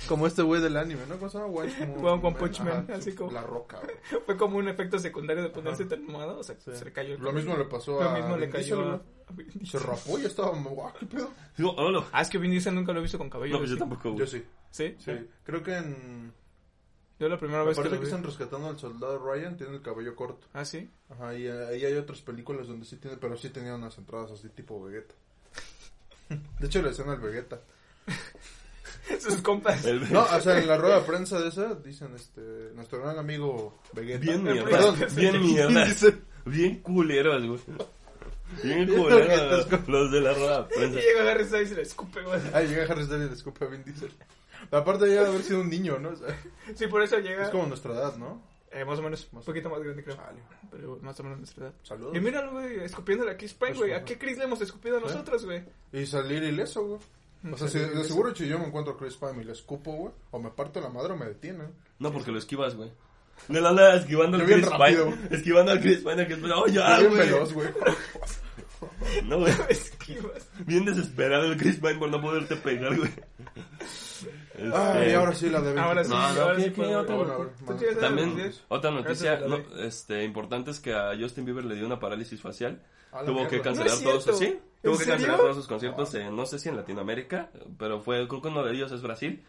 B: Como este güey del anime, ¿no? ¿Cómo se llama? One
A: One- One Punch Man,
B: Ajá,
A: así como-
B: La roca, güey.
A: Fue como un efecto secundario de ponerse tan mamado. O sea, se le cayó el
B: Lo mismo le pasó a.
A: Lo mismo le
B: Vin Diesel,
A: cayó a.
B: güey. Se rapó y estaba mamado. Guau, ¿Qué pedo?
C: Digo, oh, no.
A: Ah, es que Vin Diesel nunca lo he visto con cabello.
C: No, pues yo
A: ¿sí?
C: tampoco,
B: Yo
C: güey.
B: sí.
A: ¿Sí?
B: Sí. Creo que en.
A: Yo la primera
B: Me
A: vez que
B: parece
A: lo
B: que
A: vi.
B: están rescatando al soldado Ryan, tiene el cabello corto.
A: Ah, sí.
B: Ajá, y eh, ahí hay otras películas donde sí tiene, pero sí tenía unas entradas así tipo Vegeta. De hecho, le decían al Vegeta.
A: Sus compas.
C: El-
B: No, o sea, en la rueda de prensa de esa dicen, este, nuestro gran amigo Vegeta.
C: Bien
B: Eh,
C: mierda.
B: perdón,
C: Bien mierda. Bien culeros, güey. Bien culeros los de la pues. rueda de
A: Y
C: prensa.
A: llega Harry Styles y le escupe, güey.
B: Ahí llega Harry Styles y le escupe a Vin Diesel. Aparte ya de haber sido un niño, ¿no? O sea,
A: Sí, por eso llega.
B: es como nuestra edad, ¿no?
A: eh, más o menos. Un
B: Más-
A: poquito más grande, creo.
B: Chale.
A: Pero más o menos de nuestra edad.
B: Saludos. Pues, ¿Eh?
A: Y míralo, güey, escupiéndole a Chris Pine, güey. ¿A qué Chris le hemos escupido a nosotros, güey?
B: Y salir ileso, güey. O sea, si de seguro si yo me encuentro a Chris Pine y le escupo, güey, o me parto la madre o me detienen.
C: No, porque lo esquivas, güey. De la nada esquivando al
B: Yo bien
C: Chris
B: rápido,
C: Pine.
B: güey.
C: Esquivando al Chris Pine. al Chris Pine. Oh, ya,
B: Ah, bien
C: güey.
B: veloz, güey.
C: No, güey.
A: Esquivas.
C: Bien desesperado el Chris Pine por no poderte pegar, güey.
B: Ah, y
C: Este,
B: ahora sí la de Vin
A: Ahora sí,
B: Diesel.
C: No, no,
A: ahora
C: ¿qué-
A: sí.
C: qué
A: puedo,
C: otra
A: güey.
B: Ahora, ahora,
A: ¿Tú
B: más-
A: tienes algo que
C: También,
A: decir?
C: otra noticia
A: Ahorita te la
C: no,
A: doy.
C: este, importante es que a Justin Bieber le dio una parálisis facial.
B: A la
C: Tuvo que
B: mierda.
C: cancelar
A: No es
C: todos sus,
A: cierto.
C: sí, tuvo
A: ¿En
C: que
A: serio?
C: cancelar todos sus conciertos, en, no sé si en Latinoamérica, pero fue, creo que uno de ellos es Brasil.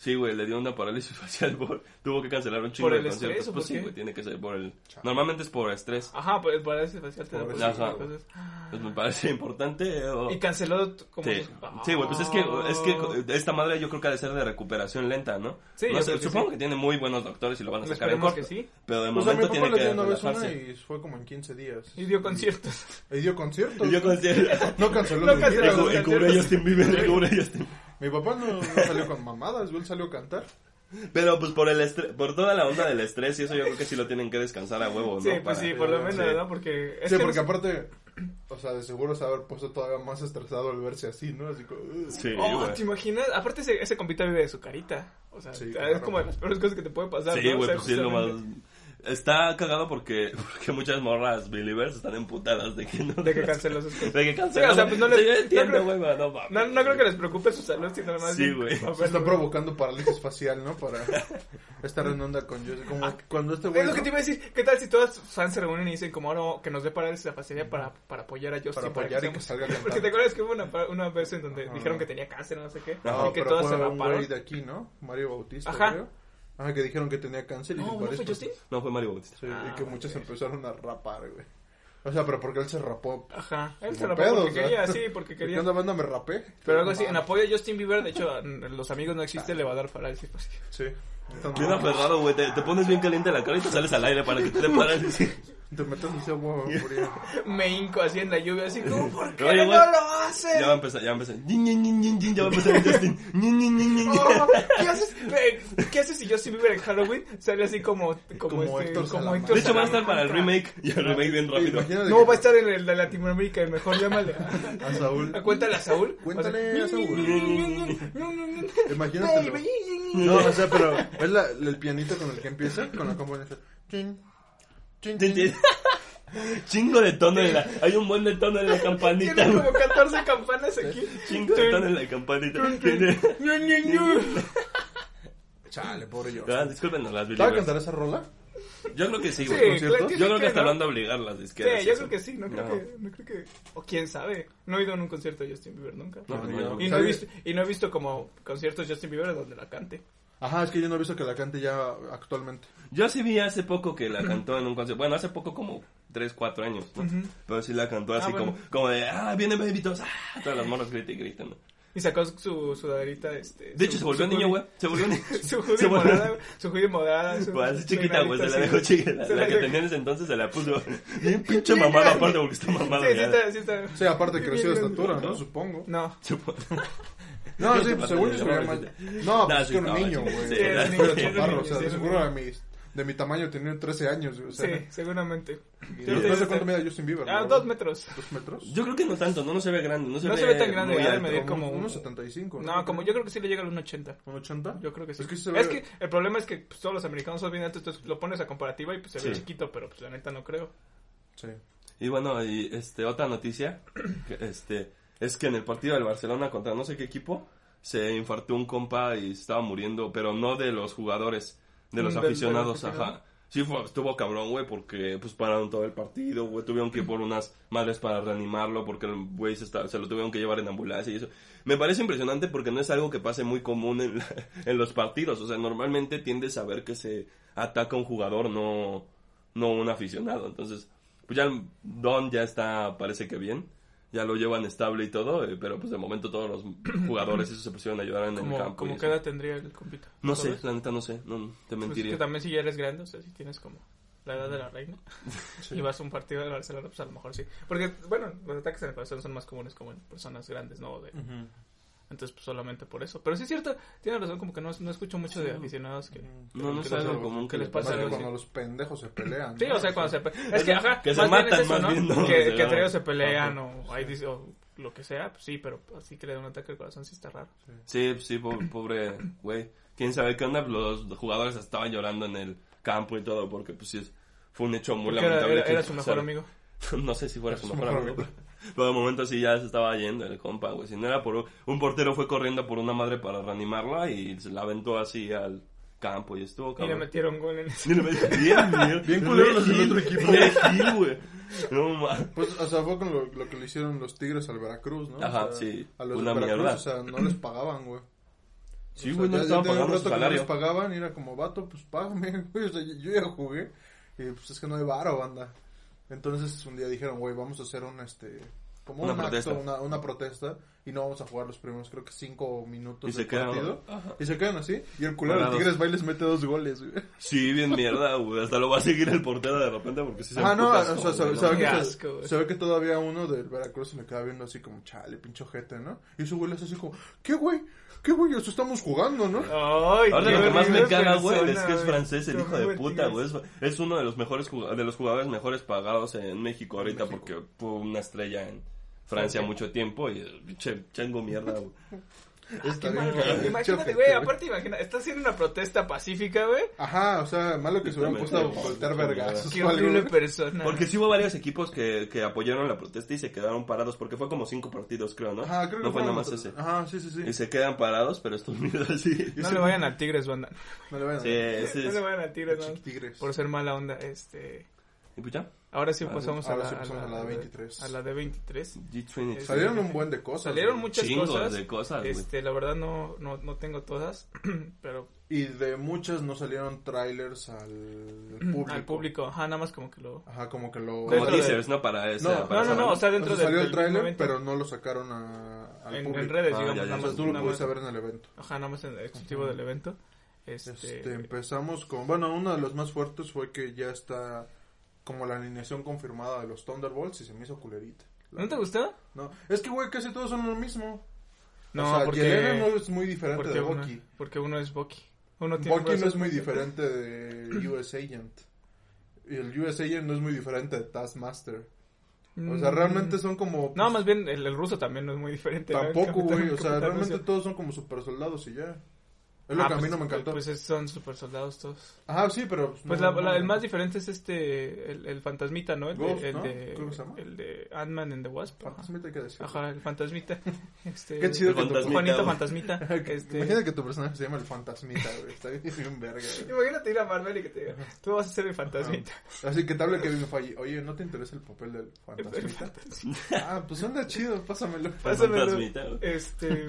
C: Sí, güey, le dio una parálisis facial, por- tuvo que cancelar un chingo
A: ¿Por
C: de
A: el
C: conciertos.
A: estrés o
C: Pues
A: por
C: sí,
A: qué?
C: güey, tiene que ser por el... Normalmente es por estrés,
A: Ajá, pues para ese facial te da
B: Por
A: por
B: eso,
A: esas
C: güey.
A: cosas.
C: pues me parece importante. eh, o-
A: Y canceló t- como. Ah.
C: Sí, sí, güey, pues es que, es que esta madre yo creo que ha de ser de recuperación lenta, ¿no?
A: Sí,
C: No
A: yo
C: sé,
A: creo que
C: supongo
A: sí. Pues
C: que tiene muy buenos doctores y lo van a sacar en
A: Esperemos
C: corto.
A: que sí.
C: Pero de
B: O sea, Pues mi
C: momento
B: papá
C: tiene
B: le dio
C: que
B: una vez una
C: relajarse.
B: y fue como en 15 días.
A: Y dio conciertos.
B: Y dio conciertos.
C: Y yo considero...
B: No canceló
A: No
B: ni gira,
A: canceló.
C: Y cu-
B: güey.
C: y cubrió a Justin Bieber, y cubrió a Justin
B: Mi papá no, no salió con mamadas, güey, él salió a cantar.
C: Pero pues por el estre- por toda la onda del estrés y eso yo creo que sí lo tienen que descansar a huevo, ¿no?
A: Sí, pues
C: Para-
A: sí, por lo menos,
C: sí.
A: ¿verdad? Porque. es
B: sí,
A: que
B: porque
A: no-
B: aparte, o sea, de seguro se haber puesto todavía más estresado al verse así, ¿no? Así como, "Ugh".
C: Sí,
A: Oh,
C: güey.
A: ¿te imaginas? Aparte, ese, ese compita vive de su carita. O sea,
B: Sí,
A: es
B: claro.
A: como de las peores cosas que te puede pasar.
C: Sí,
A: ¿no? O
C: güey,
A: sea,
C: pues sí es lo más...
A: justamente.
C: Está cagado porque, porque muchas morras believers están emputadas de que no...
A: De que canceló sus cosas.
C: De que canceló.
A: Sí, o sea, pues no les-
C: Sí, yo
A: no
C: entiendo,
A: creo-
C: güey, pero no mames.
A: No, no creo que les preocupe su salud, sino nada más.
C: Sí,
A: bien-
C: güey.
A: a ver,
B: Se está
A: güey.
B: provocando parálisis facial, ¿no? Para estar en onda con yo. Como cuando este güey.
A: Ah. Es lo que
B: ¿no?
A: te iba a decir. ¿Qué tal si todas sus fans se reúnen y dicen como ahora que nos dé parálisis la facilidad para, para apoyar a Justin?
B: Para apoyar y que
A: seamos-
B: salga cantando.
A: Porque te acuerdas que hubo una, una vez en donde
B: Ajá.
A: dijeron que tenía cáncer, no sé qué.
B: No,
A: y que
B: "Ah, pero
A: todas
B: fue
A: se
B: un güey
A: raparon.
B: de aquí, ¿no? Mario Bautista,
A: Ajá.
B: creo. Ajá, que dijeron que tenía cáncer y, que
A: No, ¿no
B: por
A: fue
B: eso-
A: Justin?
C: No, fue Mario Bautista.
B: Sí,
A: Ah,
B: y que muchos empezaron a rapar, güey. O sea, pero porque él se rapó.
A: Ajá. Él se
B: Como
A: rapó
B: pedo,
A: porque
B: o sea.
A: quería, sí, porque
B: ¿Qué
A: quería.
B: onda, banda? Me rapé.
A: Pero algo así,
B: Ah,
A: en apoyo a Justin Bieber, de hecho, a los amigos no existe, le va a dar parálisis. pues.
B: Sí. Entonces,
C: Bien aferrado, güey. Te, te pones bien caliente la cara y te sales al aire para que te parálisis.
B: te metes y se agua fría.
A: Me hinco así en la lluvia, así como, ¿por qué
C: Oye,
A: no
C: güey.
A: lo haces?
C: Ya va a empezar, ya va a empezar. Ñin, ñin, ñin, ñin, ñin, Ya va a empezar el Justin. Ñin, ñin, ñin, ñin, ñin.
A: Oh, ¿Qué haces? Ve, ¿Qué haces si Justin Bieber en Halloween sale así como, como,
B: Como
A: este,
B: Héctor
A: como
B: Salamanca.
A: Héctor
C: De hecho, va a estar para el
A: Salamanca?
C: remake. Y el remake bien rápido.
B: Imagínate
A: No,
B: que-
A: va a estar en el de Latinoamérica, el mejor llámale. a-
B: A Saúl.
A: a- Cuéntale a Saúl.
B: Cuéntale a Saúl.
A: Saúl.
B: Imagínatelo. No, o sea, pero es la, el pianito con el que empieza, con la componente. Chin, chin,
C: Tin, tin.
B: chin.
C: Chingo de tono en la. Hay un buen de tono en la campanita.
A: Tiene
C: güey.
A: como 14 campanas aquí. Este,
C: Chingo de tono en la campanita. Tin,
A: Ñu, Ñu, Ñu.
B: Chale, pobre yo.
C: tin. Ah, Discúlpenos las
B: ¿Te va a
C: believers.
B: cantar esa rola?
C: Yo creo que sí,
A: Sí,
C: güey.
A: claro que
C: Yo creo que hasta
A: ¿no?
C: lo han de obligar las
A: Sí,
C: disqueras.
A: yo
C: eso.
A: creo que sí, no creo,
C: No.
A: Que, no creo que... O quién sabe, no he ido a un concierto de Justin Bieber nunca.
C: No, pues, no,
A: Y
C: güey.
A: no, he
B: ¿Sabe?
A: visto, y no he visto como conciertos de Justin Bieber donde la cante.
B: Ajá, es que yo no he visto que la cante ya actualmente.
C: Yo sí vi hace poco que la cantó en un concierto. Bueno, hace poco como 3, 4 años. ¿no? Pero sí la cantó así
A: Ah, bueno.
C: como, como de, ah, vienen bebitos, ah, todas las morras gritan y gritan. ¿no?
A: Y sacó su sudaderita, este...
C: De
A: su-
C: hecho, se volvió
A: su
C: niño,
A: hoodie.
C: güey. Se volvió niño.
A: Su hoodie
C: se volvió-
A: morada, güey, su hoodie morada. su-
C: Pues así
A: su
C: chiquita, güey, se
A: enanito
C: la
A: así.
C: dejó chiquita. La,
A: Se
C: la que
A: dejó-
C: tenía en ese entonces se la puso bien pinche mamada aparte porque está mamada.
A: Sí, sí
C: ya.
A: está, sí está.
B: Sí, aparte creció de
A: Bien grande.
B: estatura, ¿no? Supongo.
A: No.
B: No, sí, pues, según yo se veía más. No,
C: No,
B: pues es
C: sí,
B: que era
C: no,
B: un niño,
C: sí,
B: güey.
C: sí,
B: Era
A: sí,
B: súper
A: sí, era un
B: chaparro,
A: niño,
B: o sea,
A: sí,
B: de
A: era un
B: seguro
A: niño.
B: a mis, de mi tamaño tenía 13 años, güey, o sea.
A: Sí, seguramente.
B: Y
A: Yo
B: no
A: creo que
B: sé cuánto
A: está-
B: mide Justin Bieber.
A: Ah,
B: ¿no?
A: dos metros.
B: ¿Dos metros?
C: Yo creo que no tanto, no, no se ve grande. No se,
A: No
C: ve,
A: se ve tan grande,
C: muy
A: ha de
C: alto.
A: medir como un-
B: unos 75.
A: No, como yo creo que sí le llega a un 80.
B: ¿Un 80?
A: Yo creo que sí.
B: Es que se ve.
A: el problema es que pues, todos los americanos son bien altos, entonces lo pones a comparativa y pues se ve
C: Sí.
A: chiquito, pero pues la neta no creo.
B: Sí.
C: Y bueno, y este, otra noticia que, este, es que en el partido del Barcelona contra no sé qué equipo se infartó un compa y estaba muriendo, pero no de los jugadores, de los
B: Del- del
C: aficionados,
B: aficionado.
C: ajá. Sí, fue- estuvo cabrón, güey, porque pues pararon todo el partido, güey, tuvieron que ir por unas madres para reanimarlo porque el güey se, está- se lo tuvieron que llevar en ambulancia y eso. Me parece impresionante porque no es algo que pase muy común en, la- en los partidos, o sea, normalmente tiendes a ver que se ataca un jugador, no, no un aficionado, entonces, pues ya el Don ya está, parece que bien, ya lo llevan estable y todo, eh, pero pues de momento todos los jugadores eso se pusieron a ayudar en el
A: Como,
C: campo. y
A: como
C: eso.
A: qué edad tendría el compito.
C: No sé,
A: ¿Sabes?
C: la neta no sé, no, te
A: Pues es
C: mentiría.
A: que también si ya eres grande, o sea, si tienes como la edad de la reina y vas a un partido de Barcelona, pues a lo mejor sí. Porque, bueno, los ataques en el corazón son más comunes como en personas grandes, ¿no? De- Entonces, pues solamente por eso. Pero sí es cierto, tiene razón, como que no, no escucho mucho de aficionados que...
C: No, no es algo común que les
A: Más
C: pasa.
B: Más
A: algo
B: que
A: así.
B: cuando los pendejos se pelean.
A: Sí,
B: ¿no?
A: o sea, cuando se pe- Es que, ajá,
C: que se
A: más bien es
C: matan,
A: eso,
C: más
A: ¿no?
C: bien, ¿no?
A: Que,
C: Se
A: que entre
C: agarran.
A: ellos se pelean o, ahí dice- o lo que sea, pues sí, pero así que le da un ataque al corazón sí está raro.
C: Sí, sí, po- pobre güey. Quién sabe qué onda, los jugadores estaban llorando en el campo y todo, porque pues sí, es- fue un hecho muy
A: Porque era,
C: lamentable.
A: era-
C: que
A: era su mejor
C: pasara.
A: amigo.
C: No sé si fuera su
B: Su
C: mejor
B: mejor
C: amigo,
B: amigo.
C: pero- pero de momento sí ya se estaba yendo el compa, güey. Si no era por un- un portero fue corriendo por una madre para reanimarla y se la aventó así al campo y estuvo
A: Y le
C: cabrón.
A: metieron gol en ese.
C: Y le metió- Bien, bien,
B: Bien culeros los del
C: Gil,
B: otro equipo.
C: bien Gil, güey. No mames.
B: Pues, o sea, fue con lo, lo que le hicieron los Tigres al Veracruz, ¿no?
C: Ajá,
B: O sea,
C: sí.
B: A los
C: Una
B: de Veracruz,
C: mierda.
B: o sea, no les pagaban, güey.
C: Sí,
B: O sea,
C: güey, no
B: ya- ya
C: estaban
B: tenía un
C: pagando su
B: rato que no les
C: salario.
B: pagaban y era como, vato, pues págame, güey. O sea, yo- yo ya jugué y pues es que no hay varo, banda. Entonces un día dijeron, güey, vamos a hacer un, este, como
C: Una
B: un acto,
C: protesta.
B: una, una protesta, y no vamos a jugar los primeros, creo que cinco minutos
C: Y
B: del
C: se quedan- Ah.
B: partido. Y se quedan así, y el culero de
C: Parados.
B: Tigres Bailes mete dos goles, güey.
C: Sí, bien mierda, güey. Hasta lo va a seguir el portero de repente porque sí se
B: Ah, no,
C: emputa
B: o sea,
C: solo,
B: se,
C: güey,
B: se
C: no
B: ve que,
A: Qué
C: mames.
A: asco, güey.
B: se ve que todavía uno del Veracruz se le queda viendo así como, chale, pincho jete, ¿no? Y su güey le hace así como, ¿qué güey? ¿Qué güey? Eso estamos jugando,
A: Ah,
B: ¿no?
A: Ay,
C: Ahora
A: qué
C: lo que más me
A: horrible
C: caga, güey, es
A: persona,
C: que es
A: güey.
C: francés, el
A: Qué
C: hijo de
A: horrible,
C: puta,
A: tío.
C: güey. Es, es uno de los mejores jug- de los jugadores mejores pagados en México ahorita
B: México.
C: porque fue una estrella en Francia mucho tiempo y eh, pinche chango mierda, güey.
B: Está
A: Qué
B: bien
A: mal,
B: cagado,
A: güey.
B: pincho
A: Imagínate,
B: jete,
A: güey, aparte imagina, está haciendo una protesta pacífica, güey.
B: Ajá, o sea, malo que se hubieran puesto a
C: Exactamente.
B: voltear vergazos.
A: Qué
B: o algo,
A: horrible
B: Pues, güey.
A: persona.
C: Porque sí hubo varios equipos que, que apoyaron la protesta y se quedaron parados porque fue como cinco partidos, creo, ¿no?
B: Ajá, creo que
C: no fue nada más
B: fueron-
C: ese.
B: Ajá, sí, sí, sí.
C: Y se quedan parados, pero estos mierda así.
A: No le vayan al Tigres, banda.
B: No le vayan a-
C: Sí, sí,
A: No
C: sí.
A: le vayan al Tigres,
B: Pinche
A: banda.
B: Tigres.
A: Por ser mala onda, este...
C: ¿Y pues ya?
A: Ahora sí
C: Ahora
A: pasamos a
B: Ah, ahora
A: la...
B: sí pasamos a la 23.
A: A la de 23.
C: G-Trinity.
A: Es-
B: Salieron un buen de cosas.
A: Salieron
B: güey.
A: muchas
C: Chingos
A: cosas.
C: de cosas, güey.
A: Este, la verdad no, no, no tengo todas, pero
B: Y de muchas no salieron trailers al público.
A: al público, ajá, nada más como que lo...
B: Ajá, como que lo...
C: Como
A: Dentro de-
C: teasers, ¿no? Para ese.
B: No,
C: para
A: No, no,
C: esa
A: no, o
C: banda.
A: sea, dentro
B: O sea, salió
A: del
B: el trailer,
A: evento.
B: pero no lo sacaron a, al
A: en, en
B: público.
A: redes,
C: Ah,
A: digamos,
C: ya, ya,
A: nada
B: O sea,
A: más,
B: tú lo
A: nada
B: pudiste
A: más-
B: ver en el evento.
A: ajá, nada más en el exclusivo del evento. Este,
B: Este, empezamos con... Bueno, uno de los más fuertes fue que ya está como la alineación confirmada de los Thunderbolts y se me hizo culerita. La-
A: ¿No te gustó?
B: No, es que, güey, casi todos son lo mismo.
A: No,
B: o sea,
A: porque...
B: Yelena no es muy diferente
A: porque
B: de
A: uno-
B: Bucky.
A: porque uno es Bucky. Uno tiene
B: Bucky no
A: brazos-
B: es muy diferente de US Agent. Y el US Agent no es muy diferente de Taskmaster. O sea,
A: Mm.
B: realmente son como...
A: No, más bien el, el ruso también no es muy diferente. ¿no? El
B: Tampoco,
A: capitán-
B: güey.
A: el
B: O sea,
A: capitán
B: realmente
A: ruso.
B: todos son como super soldados y ya. Es lo
A: Ah,
B: que a mí
A: pues,
B: no me encantó.
A: Pues es- son super soldados todos.
B: Ajá, sí, pero...
A: Pues
B: no,
A: la- la-
B: no,
A: el más
B: no.
A: diferente es este, el, el fantasmita, ¿no? El, de-
B: Ghost,
A: el
B: ¿no?
A: de,
B: Creo que se llama.
A: el de Ant-Man and the Wasp. ajá.
B: Fantasmita hay que decir.
A: Ajá, el fantasmita. Este,
B: Qué chido que tu...
C: Fantasmita.
A: Juanito
C: güey.
A: Fantasmita. este,
B: Imagina que tu personaje se llama el fantasmita, güey. Está bien, bien verga, güey.
A: Imagínate ir a Marvel y que te diga, tú vas a ser el fantasmita.
B: Así que te hable que me falle. Oye, ¿no te interesa el papel del fantasmita? ah, pues anda chido, pásamelo.
C: Fantasmita,
A: Pásamelo.
C: güey.
A: Este.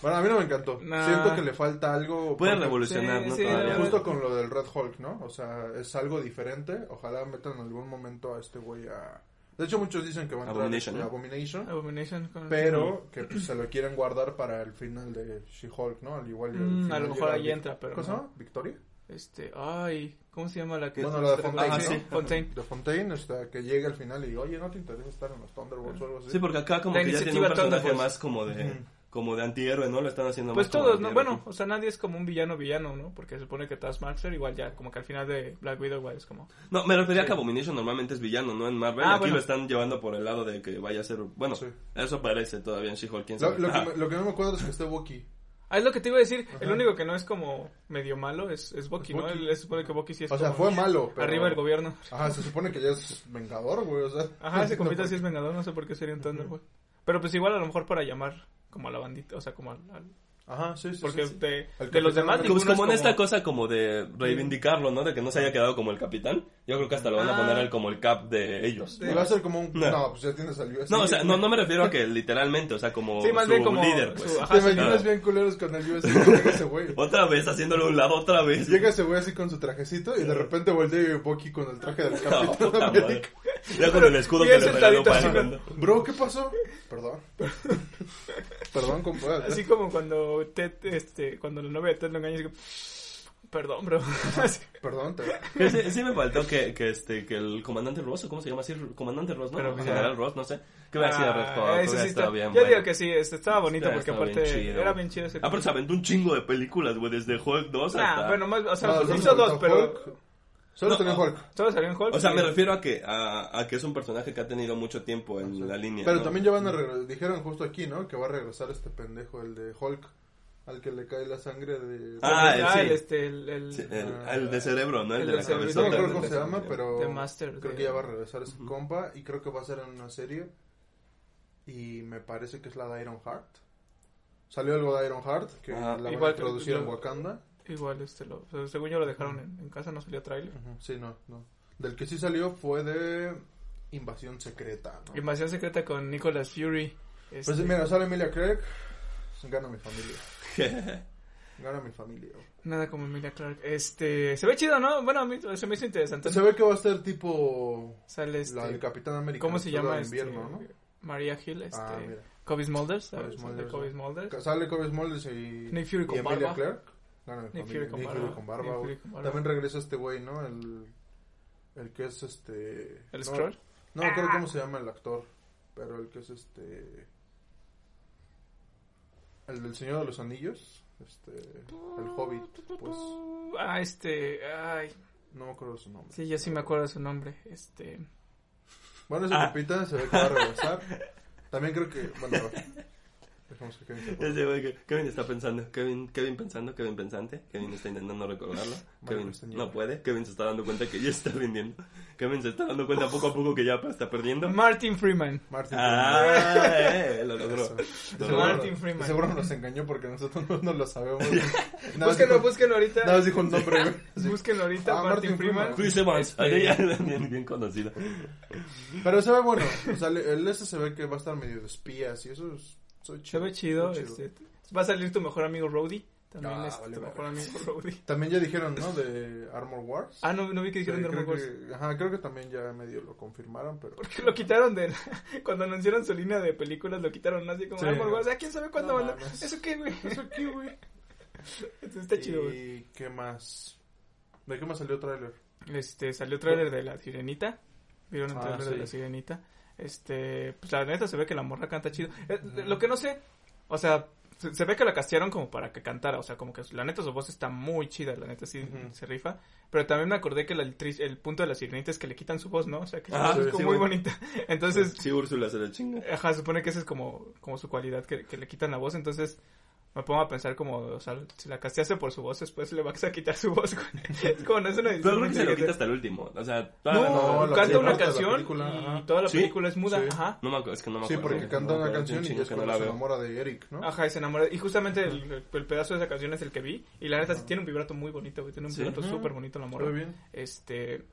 B: Bueno, a mí no me encantó.
A: Nah.
B: Siento que le falta algo.
C: Puede
B: porque-
C: revolucionar,
A: Sí,
C: ¿no?
A: sí,
C: Todavía.
A: no,
B: Justo con lo del Red Hulk, ¿no? O sea, es algo diferente. Ojalá metan en algún momento a este güey a... De hecho, muchos dicen que va a entrar
C: Abomination,
B: este
C: ¿no?
B: Abomination,
A: Abomination con.
B: pero que pues, se lo quieren guardar para el final de She-Hulk, ¿no? Al igual y al
A: Mm,
B: final
A: a lo mejor
B: llega
A: ahí
B: Vic-
A: entra, pero
B: ¿Cómo se
A: no.
B: llama? ¿Victoria?
A: Este, ay, ¿cómo se llama la que
B: Bueno, la de Fontaine,
A: Ah,
C: ¿no?
A: sí, Fontaine.
B: De Fontaine, hasta que llega al final y oye, ¿no te interesa estar en los Thunderbolts o algo así?
C: Sí, porque acá como
A: La
C: que ya tiene un
A: iniciativa
C: personaje
A: Thunderbolts.
C: más como de, como de antihéroe, ¿no? Lo están haciendo
A: Pues
C: más como
A: todos, ¿no?
C: antihéroe.
A: Bueno, o sea, nadie es como un villano villano, ¿no? Porque se supone que Taskmaster igual ya, como que al final de Black Widow igual es como...
C: No, me refería a que Abomination normalmente es villano, ¿no? En Marvel.
A: Ah,
C: Aquí
A: bueno.
C: lo están llevando por el lado de que vaya a ser... Bueno,
B: Sí.
C: eso parece todavía en She-Hulk, quién
B: Lo,
C: sabe.
B: lo que
C: Ah,
B: me- lo que no me acuerdo es que esté Bucky.
A: Ah, es lo que te iba a decir, el único que no es como medio malo es, es Bucky,
B: Es
A: ¿no?
B: Bucky.
A: Él- se supone que Bucky sí es
B: O sea,
A: como
B: fue malo, pero...
A: arriba del gobierno.
B: Ajá, se supone que ya es Vengador, güey, o sea...
A: Ajá, ese compita sí es vengador, no sé por qué sería un Thunderbolt. Pero pues igual a lo mejor para llamar como a la bandita, o sea, como al... al-
B: Ajá, sí, sí,
A: porque
B: sí, sí.
A: de,
B: Al
A: de los
B: Capitán
A: demás
B: América.
C: Pues como,
A: ninguno
C: es como en
A: es
C: esta cosa como de reivindicarlo, ¿no? De que no se haya quedado como el capitán. Yo creo que hasta lo van a
A: Ah.
C: poner al- como el cap de ellos.
B: Y va a ser como un...
C: No.
B: No, pues ya tienes al US.
C: No, o sea, no, no me refiero a que literalmente, o sea, como
A: Sí, más
C: su
A: bien como
C: líder, pues.
A: su- ajá.
B: Te imaginas
C: sí.
B: bien culeros con el US. Llega ese güey.
C: Otra vez, haciéndolo a un lado, otra vez.
B: Llega ese güey así con su trajecito y de repente voltea y Bucky con el traje del
C: No,
B: Capitán
C: puta madre.
B: América.
C: Ya con el escudo
A: Y
C: que
A: él
C: le regaló
A: sentadito
C: para
A: así
C: el
A: con-
C: mundo.
B: Bro, ¿qué pasó? Perdón. Perdón, compadre.
C: Ah,
A: Así como cuando Ted, este, cuando la novia de Ted lo engaña, es como, perdón, bro. Así.
B: Perdón, te...
C: Que Sí, sí me faltó que, que, este, que el comandante Ross, ¿o ¿cómo se llama así? Comandante Ross, ¿no?
A: Pero, pues,
C: General
A: ya.
C: Ross, no sé. ¿Qué me decía Red Hawk?
A: Ah,
C: Eso
A: ese sí
C: estaba
A: está-
C: bien
A: Yo
C: bueno.
A: digo que sí, este, estaba bonito
C: Estaba-
A: porque
C: estaba
A: aparte
C: bien chido.
A: era bien chido ese.
C: Ah, pero se aventó un chingo de películas, güey, desde Hulk 2
A: Ah,
C: hasta...
A: bueno, más, o sea,
B: No,
A: pues,
B: solo
A: hizo
B: salió
A: dos, pero
B: Hulk. Solo tenía Hulk.
A: todos salieron Hulk.
C: O sea,
A: y-
C: me refiero a que, a, a que es un personaje que ha tenido mucho tiempo en la línea.
B: Pero
C: ¿no?
B: también ya van a regresar. Dijeron justo aquí, ¿no? Que va a regresar este pendejo, el de Hulk. Al que le cae la sangre de.
C: Ah,
A: Ah, el,
C: sí.
A: este, el, el-
C: Sí, eh. el, el de cerebro, ¿no? El,
A: El
C: de
A: de
C: la
A: cerebro.
C: cabeza.
B: No me acuerdo cómo se llama, pero.
A: The Master
B: creo
A: de-
B: que ya va a regresar ese compa. Y creo que va a ser en una serie. Y me parece que es la de Iron Heart. Salió algo de Iron Heart. Que
C: Ah,
B: la van
A: igual
B: a
A: que-
B: introducir en
A: yo-
B: Wakanda.
A: igual, este, lo, o sea, según yo lo dejaron en, en casa, no salió trailer.
B: Ujú, Sí, no, no. Del que sí salió fue de. Invasión secreta. ¿no?
A: Invasión secreta con Nicolas Fury. este,
B: Pues mira, sale Emilia Craig. Gana mi familia. Gana mi familia.
A: Nada como Emilia Clark. Este, se ve chido, ¿no? Bueno, a mí se me hizo interesante.
B: Se ve que va a ser tipo
A: Sale este,
B: la del Capitán América.
A: ¿Cómo se
B: Soldado
A: llama
B: de
A: este?
B: invierno, ¿no?
A: María Hill, este,
B: Ah, mira.
A: Kobe Smulders, ¿sabes?
B: Kobe
A: de
B: Smulders,
A: Kobe
B: ¿no?
A: Smulders.
B: Sale Kobe Smulders y.
A: Nick Fury con
B: y Emilia
A: barba.
B: Clarke. No, no,
A: Nick Fury con
B: Nick
A: barba.
B: con barba,
A: Nick Fury
B: güey.
A: con barba.
B: También regresa este güey, ¿no? El, el que es este.
A: El
B: no,
A: Skrull.
B: No, creo cómo se llama el actor. Pero el que es este. El del Señor de los Anillos. Este. El Hobbit. Pues.
A: Ah, este, ay,
B: No me acuerdo su nombre.
A: sí, ya sí me acuerdo de su nombre, este,
B: Bueno,
A: Ah.
B: ese Lupita se ve que va a regresar. También creo que. Bueno, dejamos que Kevin se acuerde.
C: Ese güey que Kevin está pensando, Kevin, Kevin pensando, Kevin pensante, Kevin está intentando recordarlo, Kevin
B: Castañeda.
C: no puede, Kevin se está dando cuenta que ya está rindiendo, Kevin se está dando cuenta poco a poco que ya está perdiendo.
A: Martin Freeman.
B: Martin.
C: Ah, eh, lo logró.
B: Eso. De
C: Lo
B: seguro-
C: logró.
A: Martin Freeman.
B: de Seguro nos engañó porque nosotros no, no lo sabemos. Nada más
A: Búsquenlo,
B: dijo-
A: búsquenlo ahorita.
B: Nada más dijo un nombre, güey. Así.
A: Búsquenlo ahorita,
B: Ah,
A: Martin,
B: Martin
A: Freeman.
B: Freeman.
C: Chris Evans,
A: Este,
C: ahí ya, bien, bien conocido.
B: Pero se ve bueno. O sea, le- el este se ve que va a estar medio de espías y eso es. Soy
A: Se
B: chido,
A: ve chido,
B: soy
A: este, va a salir tu mejor amigo Rody, también
B: Ah,
A: es
B: vale,
A: tu
B: vale.
A: mejor amigo Rody.
B: También ya dijeron, ¿no? De Armor Wars.
A: Ah, no, no vi
B: Sí,
A: que dijeron de
B: creo
A: Armor Wars.
B: que, ajá, creo que también ya medio lo confirmaron, pero.
A: Porque lo quitaron de la- cuando anunciaron su línea de películas lo quitaron así como
B: Sí.
A: Armor Wars, ah, quién sabe cuándo
B: No
A: van a-
B: mames.
A: Eso qué, güey. Eso qué, güey. Está chido, güey.
B: ¿Y qué más? ¿De qué más salió tráiler?
A: Este, salió tráiler de La Sirenita. ¿Vieron el
B: Ah,
A: tráiler de
B: sí.
A: La Sirenita? Este, pues la neta se ve que la morra canta chido. Eh, Lo que no sé, o sea, se, se ve que la castearon como para que cantara, o sea, como que la neta su voz está muy chida, la neta sí
B: Ujú.
A: se rifa. Pero también me acordé que la actriz- el punto de La Sirenita es que le quitan su voz, ¿no? O sea, que su
C: Ah,
A: voz es
C: sí,
A: como
C: sí,
A: muy
C: güey.
A: bonita. Entonces, eh,
C: Sí, Úrsula se la chinga.
A: Ajá, supone que esa es como, como su cualidad, que, que le quitan la voz, entonces me pongo a pensar como, o sea, si la casteaste por su voz, después le vas a quitar su voz, güey. Es como, no es una
C: Pero
A: decisión
C: creo
A: muy
C: que se lo quita
A: inteligente.
C: hasta el último, o sea, toda la
A: No,
C: novela.
B: No, la
A: canta
B: película,
A: una
B: hasta la
A: canción
B: película,
A: y
B: ajá.
A: toda la
C: Sí,
A: película es muda,
B: sí.
A: ajá.
C: No me acuerdo, es que no me
B: Sí,
C: acuerdo.
B: porque
C: no
B: canta
C: me
B: una
C: acuerdo,
B: canción
C: es un
B: y
C: chingo
B: es
C: que no
B: cuando
C: la
B: se
C: veo.
B: enamora de Eric, ¿no?
A: Ajá, y se enamora. Y justamente el, el pedazo de esa canción es el que vi. Y la neta sí tiene un vibrato muy bonito, güey. Tiene un
C: Sí.
A: vibrato
B: Ujú.
A: súper bonito la morra.
B: Muy bien.
A: Este.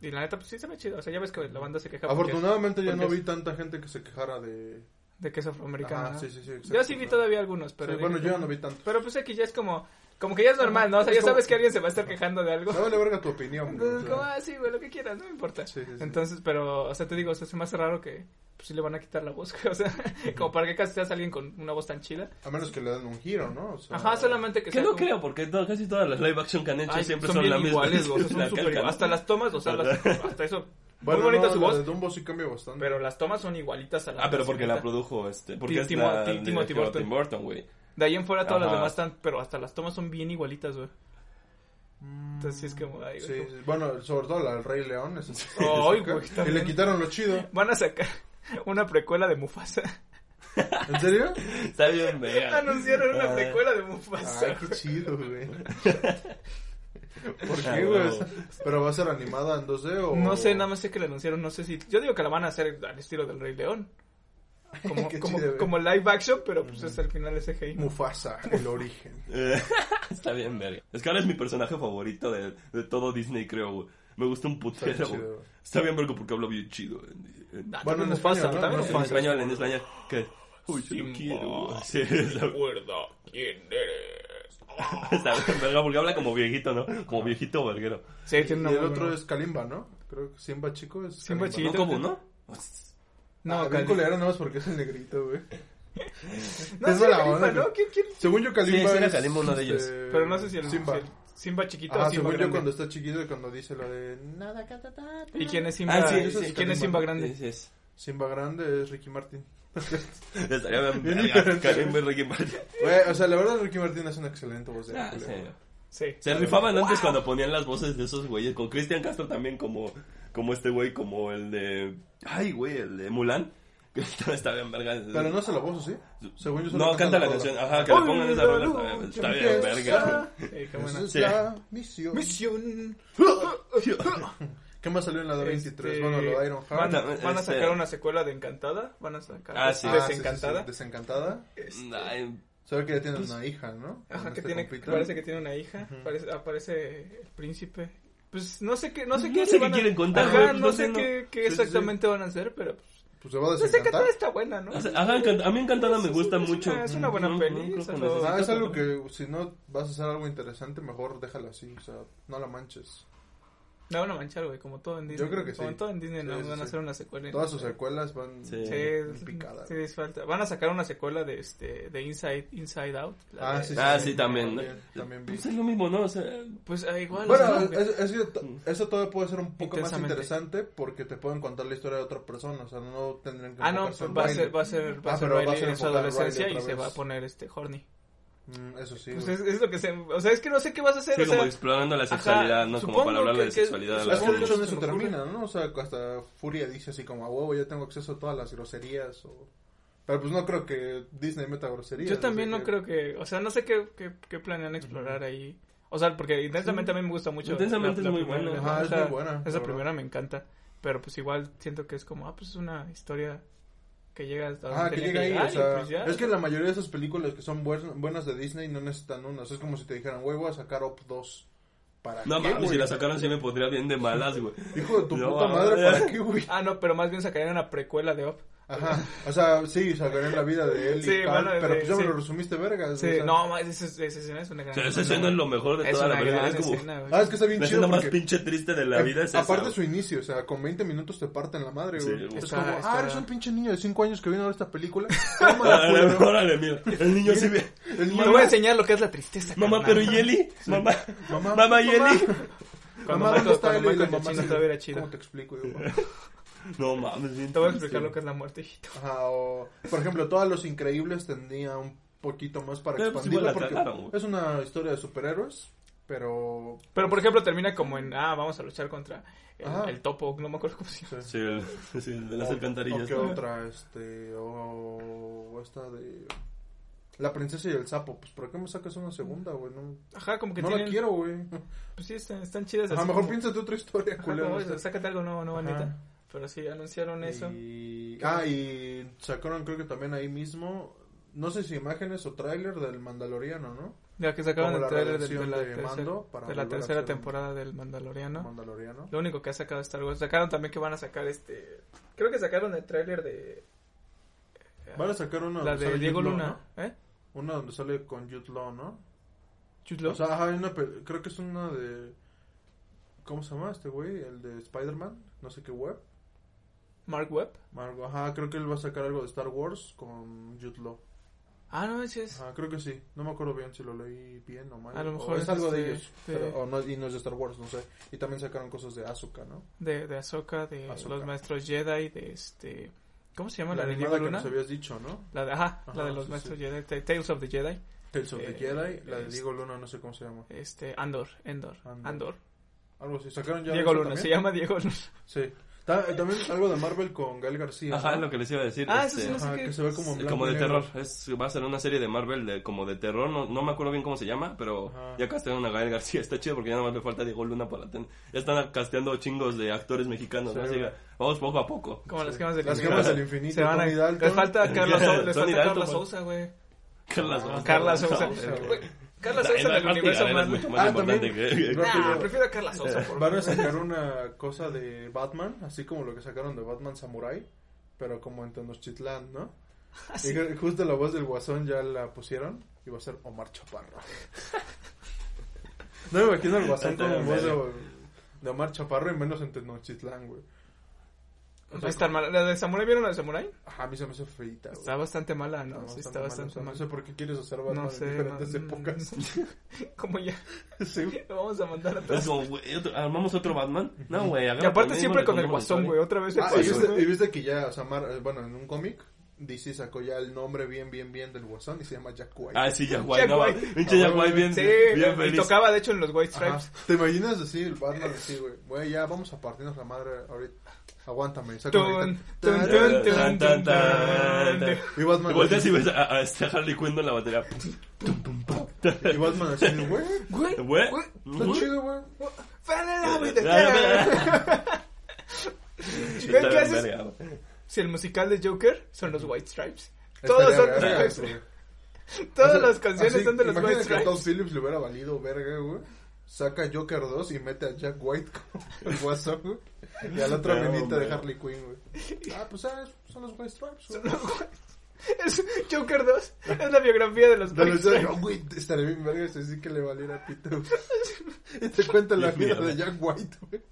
A: Y la neta, pues sí se ve chido. O sea, ya ves que la banda se queja. porque-
B: Afortunadamente ya
A: porque
B: no
A: es-
B: vi tanta gente que se quejara de...
A: De que es afroamericana.
B: Ajá,
A: ¿no?
B: sí, sí, sí. exacto.
A: Yo sí vi todavía algunos, pero.
B: Sí, bueno,
A: dije
B: yo ya
A: como-
B: no vi tanto.
A: Pero pues aquí ya es como, como que ya es normal, ¿no? O sea,
B: Es
A: ya
B: como-
A: sabes que alguien se va a estar quejando de algo.
B: Me vale verga tu opinión. güey,
A: Entonces,
B: o
A: como,
B: sea.
A: ah, sí, güey, lo que quieras, no me importa.
B: Sí, sí, sí.
A: Entonces, pero, o sea, te digo, o sea, se me hace raro que, pues sí le van a quitar la voz, güey, o sea, como para que casteas a alguien con una voz tan chida.
B: A menos que le den un giro, ¿no? O sea,
A: Ajá, solamente que
C: Que
A: sea
C: no
A: como-
C: creo, porque to- casi todas las live action que han hecho
A: Ay,
C: siempre
A: son,
C: son,
A: bien
C: la misma.
A: iguales, güey, o sea, son
C: La
A: súper
C: calca, ¿no?
A: iguales. Hasta las tomas, o sea, las- hasta eso.
B: Bueno,
A: muy bonita
B: no,
A: su
B: la
A: voz,
B: de Dumbo sí cambia bastante.
A: pero las tomas son igualitas a la
C: Ah, pero
A: de
C: porque
A: Sirenita.
C: la produjo este. Porque
A: Tim-
C: es
A: Timo-
C: la
A: Tim-
C: directora
A: Timothy Burton.
C: Tim Burton, güey.
A: De ahí en fuera todas las
C: Ajá.
A: demás están, pero hasta las tomas son bien igualitas, güey. Entonces sí es como, ay,
B: Mm. Sí,
A: güey, como-
B: sí, bueno, sobre todo la del Rey León. esa sí
A: Ay,
B: le saca.
A: güey,
B: y
A: también.
B: le quitaron lo chido.
A: Van a sacar una precuela de Mufasa.
B: ¿En serio?
C: Está bien, vea.
A: Anunciaron una
C: Ah.
A: precuela de Mufasa.
B: Ay, qué chido, güey. ¿Por
C: Ah,
B: qué, güey?
C: huevo.
B: ¿Pero va a ser animada en 2D o...?
A: No sé, nada más sé que la anunciaron, no sé si... Yo digo que la van a hacer al estilo del Rey León. Como,
B: Qué
A: como,
B: chido, güey.
A: como live action, pero pues es al final es CGI.
B: Mufasa, el origen.
C: Eh, Está bien, verga. Es que ahora es mi personaje favorito de, de todo Disney, creo, güey. Me gusta un
B: Está
C: putero,
B: chido.
C: güey. Está bien, verga, porque hablo bien chido. En, en-
A: Ah,
B: Bueno,
A: también
B: en
A: Mufasa,
B: español, ¿no?
A: también
B: No
C: en
A: es-
B: Mufasa.
C: español, en español. Que. Uy, yo lo quiero. Sí, está,
A: Recuerda quién eres.
C: está bien, verga, porque habla como viejito, ¿no? Como viejito verguero.
A: Sí,
B: Y
A: tiene una
B: el
A: muy
B: otro
A: buena-
B: es Kalimba, ¿no? Creo que Simba chico es
A: Simba
B: Kalimba,
A: chico.
C: No como, ¿no?
A: No,
B: No,
A: Cali-
B: Kalimba. culero nada más porque es el negrito, güey.
A: No,
B: Es
A: sí,
B: mala
A: Kalimba,
B: onda,
A: ¿no?
B: güey.
A: ¿Quién- quién?
B: Según yo, Kalimba
C: Sí, sí era
B: es,
C: Kalimba uno de ellos.
B: este,
A: Pero no sé si el
B: Simba.
A: si el Simba chiquito
B: Ah,
A: o Simba
B: según yo,
A: grande.
B: cuando está chiquito y cuando dice lo de nada, ta, ta, ta, ta.
A: ¿Y quién es Simba?
C: Ah, sí,
A: ¿Y
C: eso es
A: quién es
B: Kalimba.
A: Simba
C: Sí,
A: grande?
C: sí, es.
B: Simba grande es Ricky Martin.
C: Estaría bien,
B: Bien
C: verga.
B: diferente.
C: Karim Ricky Martin.
B: Güey, o sea, la verdad, Ricky Martin es un excelente voz de
C: Ah,
B: culero.
C: sí.
A: Sí.
C: Se rifaban antes cuando ponían las voces de esos güeyes. Con Cristian Castro también como, como este güey, como el de... Ay, güey, el de Mulan. Que está, está bien verga.
B: Pero no se la voz, ¿o ¿sí? Según yo, solo
C: No, canta la
B: rola.
C: canción. Ajá, que le pongan esa rola. Está bien, está bien verga.
A: Sí, qué
B: Esa
A: buena.
B: es
C: Sí.
B: la misión.
A: Misión.
B: ¿Qué más salió en la de 23? Bueno, lo de Iron
A: Este, van,
B: Heart. Ah,
A: a-
C: Heart.
A: van a
C: Este-
A: sacar una secuela de Encantada. Van a sacar
C: Ah, sí.
A: Desencantada.
B: Desencantada. Pues
C: Ay,
B: Se ve que ya tiene una hija, ¿no?
A: Ajá,
B: Con
A: que
B: este
A: tiene,
B: compita.
A: parece que tiene una hija. parece, aparece el príncipe. Pues no sé qué, no sé
C: No
A: qué,
C: sé
A: le
C: qué
A: van a-
C: quieren contar,
A: Ajá,
C: güey, pues,
A: no,
C: no
A: sé
C: sé, no.
A: qué, qué
C: Sí, sí, sí.
A: exactamente van a hacer, pero pues,
B: Pues se va a desencantar.
A: Desencantada está buena, ¿no?
C: o sea, Ajá, encant- a mí me encantada me gusta
A: es una-
C: mucho.
A: es una buena
C: No, no
A: peli,
C: creo que
A: solo-
C: necesite-
B: Ah, es algo que si no vas a hacer algo interesante, mejor déjala así. O sea, no la manches.
A: La van a manchar, güey, como todo en Disney.
B: Yo creo que
A: Como
B: sí.
A: todo en Disney,
B: Sí,
A: no
B: sí,
A: van
B: sí.
A: a hacer una secuela.
B: Todas sus secuelas van
C: Sí.
A: Sí,
B: en
A: es-
B: picada.
A: sí, es falta. Van a sacar una secuela de este de Inside Inside Out. la de-
C: Ah, sí, también. ¿no?
B: También vi.
C: Pues es lo mismo, ¿no? O sea,
A: Pues ah, igual. o sea,
B: Bueno,
A: güey.
B: eso, eso- eso todavía puede ser un poco más
A: mm. Intensamente.
B: interesante porque te pueden contar la historia de otra persona, o sea, no tendrían que
A: ah, no,
B: enfocarse
A: pues
B: en
A: va a
B: Riley.
A: ser, va a ser, va
B: Ah,
A: a ser
B: pero va a
A: Riley
B: ser
A: en su
B: enfocada a Riley
A: adolescencia y
B: otra
A: se
B: vez.
A: va a poner este horny.
B: Mm, eso sí.
A: Pues
B: güey.
A: es, es lo que se. O sea, es que no sé qué vas a hacer.
C: sí,
A: o sea,
C: como explorando la sexualidad, ¿no? Como
A: supongo
C: para hablar
A: que-
C: de
A: que-
C: sexualidad. de
B: Es
C: las
B: que de
A: Ojo,
B: hecho
C: series.
B: en
A: se
B: eso
A: me ocurre.
B: termina, ¿no? O sea, hasta Furia dice así como, a huevo, ya tengo acceso a todas las groserías. O... Pero pues no creo que Disney meta groserías.
A: Yo también
B: así
A: no creo que, o sea, no sé qué, qué, qué planean explorar ahí. O sea, porque intensamente a mí me gusta mucho.
C: Intensamente es muy
A: primera,
C: buena.
A: la-
B: Ajá, Ah, es
A: esa-
B: muy buena, la
A: Esa
B: verdad.
A: primera me encanta, pero pues igual siento que es como, ah, pues es una historia que llega hasta donde
B: Ah, que
A: tenía
B: llega ahí,
A: llegar
B: o
A: y
B: sea,
A: pues ya.
B: es que la mayoría de esas películas que son buen- buenas de Disney no necesitan una, o sea, es como si te dijeran, güey, voy a sacar Op 2, ¿para
C: No
B: qué,
C: mames, si
B: güey?
C: la sacaron sí me pondría bien de malas, güey.
B: Hijo de tu
C: No,
B: puta
C: mames.
B: madre, ¿para qué, güey?
A: Ah, no, pero más bien sacarían una precuela de Up.
B: Ajá, o sea, sí, sacarían la vida de él y
A: Sí,
B: tal,
A: bueno,
B: pero
A: sí,
B: pues ya me
A: sí.
B: lo resumiste, vergas.
A: Sí,
B: o sea.
A: no, ma, esa, esa escena es una gran
C: O sea, esa
A: escena.
C: escena es lo mejor de
A: Es
C: toda la
A: una
C: película.
A: gran
C: Es como
A: escena, güey.
B: Ah, es que está bien
C: la
B: chido
C: escena más
B: porque... eh,
C: pinche triste de la vida. Es esa,
B: Aparte
C: güey.
B: su inicio, o sea, con 20 minutos te parten la madre,
C: Sí,
B: güey.
C: güey.
B: es
A: Está-
B: como, ah,
A: está-
B: eres un pinche niño de 5 años que vino a ver esta película.
C: Órale, Ah, órale, mira. El niño sí ve.
B: El niño
A: Te voy a enseñar lo que es la tristeza.
C: Mamá, pero
A: carnal.
C: ¿y Eli? Mamá,
B: Mamá,
C: mamá,
B: mamá.
C: Yeli.
A: Cuando
B: mamá, ¿dónde
A: Michael,
B: está
A: cuando
B: él? Y la
A: Michael
B: mamá
A: Jackson
B: así,
A: todavía era chido.
B: ¿Cómo te explico? Yo,
C: No mames, bien
A: Te voy a
C: triste,
A: explicar lo
C: güey.
A: que es la muerte, hijito.
B: Ajá, o, por ejemplo, todas los increíbles tendría un poquito más para
C: Pero, pues,
B: expandirlo
C: igual la
B: porque
C: cagaron, güey.
B: es una historia de superhéroes, pero
A: Pero por ejemplo termina como en, ah, vamos a luchar contra
B: Ajá.
A: el, el topo, no me acuerdo cómo se llama.
C: Sí, el- sí, el de las
B: o-
C: alcantarillas.
B: o qué
C: ¿no?
B: otra este o esta de la princesa y el sapo, pues ¿por qué me sacas una segunda, güey? No,
A: Ajá, como que
B: no
A: tienen...
B: la quiero, güey.
A: Pues sí, están, están chidas.
B: A lo
A: así
B: mejor
A: como-
B: piénsate otra historia,
A: Ajá,
B: culero.
A: como
B: o
A: eso,
B: sea.
A: sácate algo nuevo, nueva
B: Ajá.
A: neta. Pero sí, anunciaron eso.
B: Y- ah, y sacaron creo que también ahí mismo, no sé si imágenes o tráiler del Mandaloriano, ¿no?
A: Ya que sacaron
B: como
A: el
B: la
A: trailer de,
B: redención
A: la,
B: de
A: tercera-
B: Mando para
A: de la
B: volver a
A: tercera
B: ser un-
A: temporada del Mandaloriano.
B: Mandaloriano.
A: Lo único que ha sacado Star Wars. Sacaron también que van a sacar este... Creo que sacaron el tráiler de...
B: Van a sacar una donde
A: la de
B: pues sale
A: Diego
B: Jude Law,
A: Luna. ¿Eh?
B: ¿no? Una donde sale con Jude Law, ¿no?
A: Jude Law.
B: O sea, ajá, hay una pel- creo que es una de... ¿Cómo se llama este güey? El de Spider-Man, no sé qué web.
A: Mark Webb.
B: Margo, ajá, creo que él va a sacar algo de Star Wars con Jude Law.
A: Ah, no, ese es...
B: Ajá, creo que sí. No me acuerdo bien si lo leí bien o mal.
A: A lo
B: o
A: mejor
B: es
A: es
B: algo de
A: este-
B: ellos.
A: de-
B: pero- o no, y no es de Star Wars, no sé. Y también sacaron cosas de Azuka, ¿no?
A: De, de Ahsoka, de
B: Ahsoka.
A: los maestros Jedi, de este... ¿Cómo se llama? La, de Diego
B: animada que
A: Luna.
B: nos habías dicho, ¿no?
A: La de, ajá,
B: Ajá,
A: la de los
B: sí,
A: maestros
B: sí.
A: Jedi, Ta- Tales of the Jedi,
B: Tales of the
A: Eh,
B: Jedi, la de
A: es-
B: Diego Luna, no sé cómo se llama.
A: este, Andor, Endor,
B: Andor.
A: Andor.
B: Algo así. ¿Sacaron ya
A: Diego
B: eso
A: Luna, se
B: también?
A: llama Diego Luna.
B: Sí. Ta- eh, También algo de Marvel con Gael García.
C: Ajá,
B: ¿no?
C: es lo que les iba a decir.
A: Ah, eso
C: este,
A: sí, no sé
B: Ajá,
A: qué-
B: que se ve como en blanco
C: como
B: y
C: de
B: negro.
C: terror. Es, va a ser una serie de Marvel de, como de terror. No, no me acuerdo bien cómo se llama, pero
B: Ajá.
C: ya castearon a Gael García. Está chido porque ya nada más le falta Diego Luna para tener. Ya están casteando chingos de actores mexicanos.
B: Sí,
C: ¿no? Así
B: güey.
C: que vamos poco a poco.
A: Como las gemas del
B: Las
A: infinito.
B: gemas del infinito,
A: Se van a,
B: Tony Dalton.
A: les falta Carla, Sou- les
C: Tony
A: falta
C: Dalton,
A: Carla
C: güey.
A: Sousa, güey.
C: Carla Sosa.
A: Carla Sousa.
B: güey.
A: Güey, Carla
C: Carla
A: Sousa en el universo
C: es mucho
A: humano.
C: más
B: Ah,
C: importante
B: también.
C: que, que-
B: No,
A: Nah, prefiero a Carla Sousa, por
B: Van a
A: favor.
B: sacar una cosa de Batman, así como lo que sacaron de Batman Samurai, pero como en Tenochtitlán, ¿no?
A: Ah,
B: Y ju- justo la voz del guasón ya la pusieron y va a ser Omar Chaparro. no me imagino al guasón
C: Está
B: con
C: bien,
B: voz de, de Omar Chaparro y menos en Tenochtitlán, güey.
A: No es tan mala. ¿La de Samurai vieron la de Samurai?
B: Ajá, a mí se me hace feita, güey.
A: Está bastante mala, ¿no? sí, está
B: malo,
A: bastante
B: o sea, No sé
A: mala.
B: por qué quieres hacer Batman
A: No sé.
B: en diferentes
A: no-
B: épocas.
A: Como ya.
B: Sí, güey.
A: Lo vamos a mandar
C: Es
A: atrás.
C: como, güey, otro- armamos otro Batman. No, güey,
A: Y aparte siempre con el guasón, güey. Otra vez el
B: Ah, y
A: guasón,
B: viste,
A: güey.
B: y viste que ya, o sea, Mar- eh, bueno, en un cómic, DC sacó ya el nombre bien, bien, bien del guasón y se llama Jack White.
C: Ah, sí, Jack White,
A: Jack
C: no,
A: White.
C: mames. pinche Jack White bien,
A: Sí,
C: bien
A: y
C: feliz.
A: tocaba de hecho en los White
B: Ajá.
A: Stripes.
B: ¿Te imaginas así el Batman así, güey? Güey, ya vamos a partirnos la madre ahorita. Aguántame. saca una
A: Tun,
B: guitarra.
A: tun,
B: Tan,
A: tun,
B: tan,
A: tun,
C: Tan, tan, tan, tan.
B: Y Batman
C: Y volteas
B: así,
C: y ves a, a este Harley Quinn en la batería.
B: y Batman así, güey,
A: Güey,
C: Güey.
A: güey,
B: está chido, güey.
A: ¡Fan el agua de
C: Está
A: ¿Qué haces?
C: verga, güey.
A: Si el musical de Joker son los White Stripes.
B: Estaría
A: Todos son
B: verga,
A: White
B: güey.
A: Stripes. Todas
B: Así-
A: las canciones
B: así,
A: son de los
B: imagina
A: White
B: que a Tom
A: Stripes.
B: Phillips le hubiera valido verga, güey. Saca Joker 2 y mete a Jack White como el guasón, güey. Y a la otra
C: No,
B: minita de
C: man.
B: Harley Quinn, güey. Ah, pues ah, es- son los White Stripes, güey.
A: Es Joker 2. Es la biografía de los
B: De
A: White
B: los
A: Stripes.
B: Jack White, estaría bien verga si sí que le valiera pito. güey. Y te cuenta la
C: Dios
B: vida
C: mío.
B: de Jack White, güey.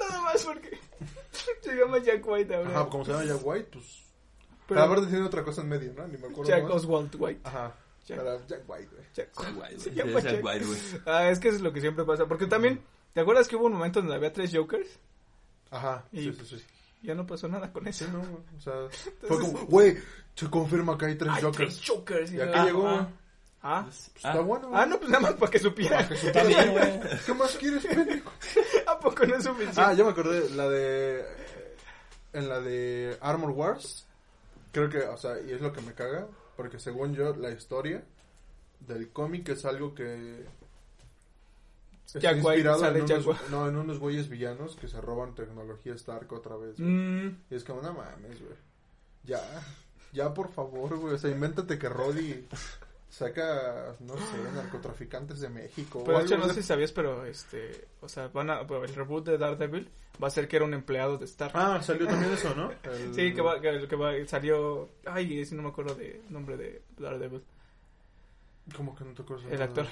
A: Nada más porque se llama Jack White ahora.
B: Ajá, como se llama Jack White, pues.
A: Pero-
B: Pero aparte tiene otra cosa en medio, ¿no? Ni me acuerdo.
A: Jack
B: más.
A: Oswald White.
B: Ajá.
A: Jack.
B: Pero Ah, Jack White, güey.
A: Jack
C: Jack White,
A: Se
C: güey.
A: llama
C: Es Jack
A: Jack.
C: White, güey.
A: Ah, es que es lo que siempre pasa. Porque también, ¿te acuerdas que hubo un momento donde había tres Jokers?
B: Ajá.
A: Y-
B: Sí, sí, sí.
A: Ya no pasó nada con eso.
B: Sí, no, o sea, fue como, güey, se confirma que hay tres
A: Hay
B: Jokers.
A: tres Jokers.
B: Y
A: no-
B: aquí
A: ah,
B: llegó,
A: Ah, ah.
B: pues,
C: Ah.
B: está bueno.
A: Ah, no, pues nada más para que supiera.
E: También, güey.
B: ¿Qué más quieres, pendejo?
A: ¿A poco no es suficiente?
B: Ah, yo me acordé, la de. eh, En la de Armor Wars. Creo que, o sea, y es lo que me caga. Porque según yo, la historia del cómic es algo que. Está
A: Jack White, sale
B: en
A: Jack
B: unos, no, en unos güeyes villanos que se roban tecnología Stark otra vez. güey.
A: Mm,
B: Y es como, no mames, güey. Ya, ya, por favor, güey. O sea, invéntate que Roddy saca, no sé, narcotraficantes de México. o
A: pero de
B: algo,
A: hecho, pues no
B: o
A: sé si
B: sea.
A: sabías, pero este. O sea, van a, bueno, el reboot de Daredevil va a ser que era un empleado de Star.
B: Ah, salió también eso, ¿no? El-
A: Sí, que va, que, que va, salió. Ay, ese no me acuerdo de nombre de Daredevil.
B: ¿Cómo que no te acuerdas?
A: El actor.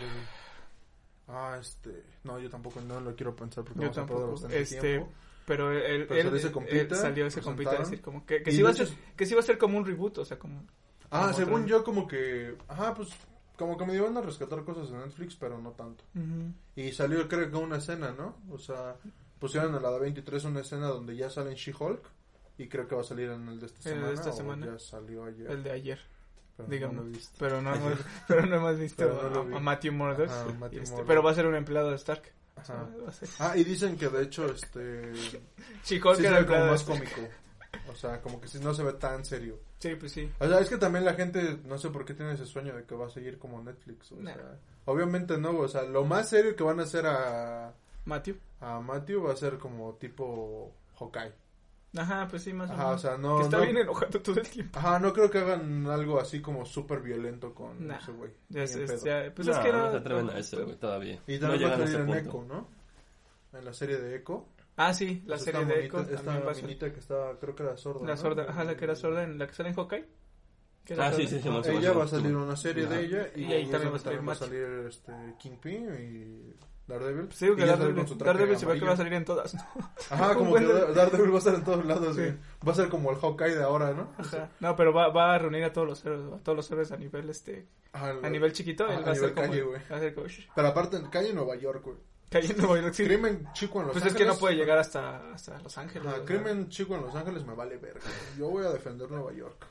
B: Ah, este. No, yo tampoco, no lo quiero pensar porque
A: Yo
B: vamos a perder
A: tampoco.
B: bastante
A: Este,
B: tiempo.
A: pero él,
B: Pero
A: él-
B: salió ese compita,
A: él salió ese compita a
B: presentaron.
A: decir como que, que
B: Y
A: sí
B: de
A: iba a
B: hecho-
A: ser, que sí iba a ser como un reboot, o sea, como
B: Ah,
A: como
B: según
A: otra-
B: yo, como que. Ajá, pues. Como que me iban a rescatar cosas de Netflix, pero no tanto.
A: ujú,
B: Y salió, creo que una escena, ¿no? O sea, pusieron en la de 23 una escena donde ya sale en She-Hulk. Y creo que va a salir en el de esta
A: En el
B: semana.
A: de esta
B: o
A: semana.
B: Ya salió ayer.
A: el de ayer,
B: pero no
A: digamos.
B: lo he visto.
A: pero no hemos, pero no hemos visto
B: Pero no lo
A: a-
B: vi.
A: a, Matthew Murders.
B: Ajá,
A: y
B: Matthew
A: este,
B: Murdock.
A: pero va a ser un empleado de Stark. O sea,
B: Ajá.
A: va a ser-
B: Ah, y dicen que de hecho, este.
A: She-Hulk
B: sí se
A: era
B: ve como
A: empleado de
B: más
A: Stark.
B: cómico. O sea, como que sí, no se ve tan serio.
A: Sí, pues sí.
B: O sea, es que también la gente, no sé por qué tiene ese sueño de que va a seguir como Netflix. O
A: Nah.
B: sea, obviamente no, o sea, lo más serio que van a hacer a,
A: Matthew.
B: a Matthew va a ser como tipo Hawkeye.
A: Ajá, pues sí, más o
B: Ajá, o
A: menos.
B: sea, no.
A: que está
B: no-
A: bien enojado todo el tiempo.
B: Ajá, no creo que hagan algo así como súper violento con
A: Nah.
B: ese güey.
A: Ya
B: Ni
A: es-
B: en
A: es-
B: pedo.
A: ya- pues
C: no,
A: es que
C: no
A: era-
C: se atreven a eso, güey, todavía.
B: Y
C: no
B: también va
C: llegan
B: a
C: a ese
B: salir en
C: punto.
B: Echo, ¿no? En la serie de Echo.
A: Ah, sí, la
B: Pues
A: serie
B: esta
A: de Echo
B: monita-
A: también va a
B: Esta
A: ser-
B: niñita que estaba, creo que era sorda.
A: La
B: ¿no?
A: sorda, ajá, la que era sorda en la que sale en Hawkeye. Que era
C: Ah, sí,
A: sorda.
C: sí, sí, no, se
B: Ella va a
C: hacer
B: salir
C: un-
B: una serie
C: Ajá.
B: de ella y,
A: Y ahí
B: ahí
A: también
B: también va a salir,
A: Macho.
B: este Kingpin y Daredevil.
A: Pues digo que
B: Y ya sale
A: Daredevil,
B: con su traje
A: Daredevil se ve que
B: amarillo.
A: va a salir en todas, ¿no?
B: Ajá, como que
A: Bueno.
B: Da- Daredevil va a estar en todos lados,
A: Sí.
B: güey. Va a ser como el Hawkeye de ahora, ¿no?
A: Ajá. No, pero va, va a reunir a todos los héroes, a todos los héroes a nivel este,
B: Ajá,
A: a nivel chiquito,
B: Ajá,
A: él
B: a
A: va a ser
B: nivel
A: como,
B: calle, güey.
A: va a ser como, "Shh",
B: Pero aparte, en calle Nueva York, güey.
A: cayendo güey, sí.
B: Crimen chico en Los
A: Pues es
B: Ángeles.
A: que no puede llegar hasta, hasta Los Ángeles.
B: Ajá,
A: o sea.
B: crimen chico en Los Ángeles me vale verga. Yo voy a defender Nueva York.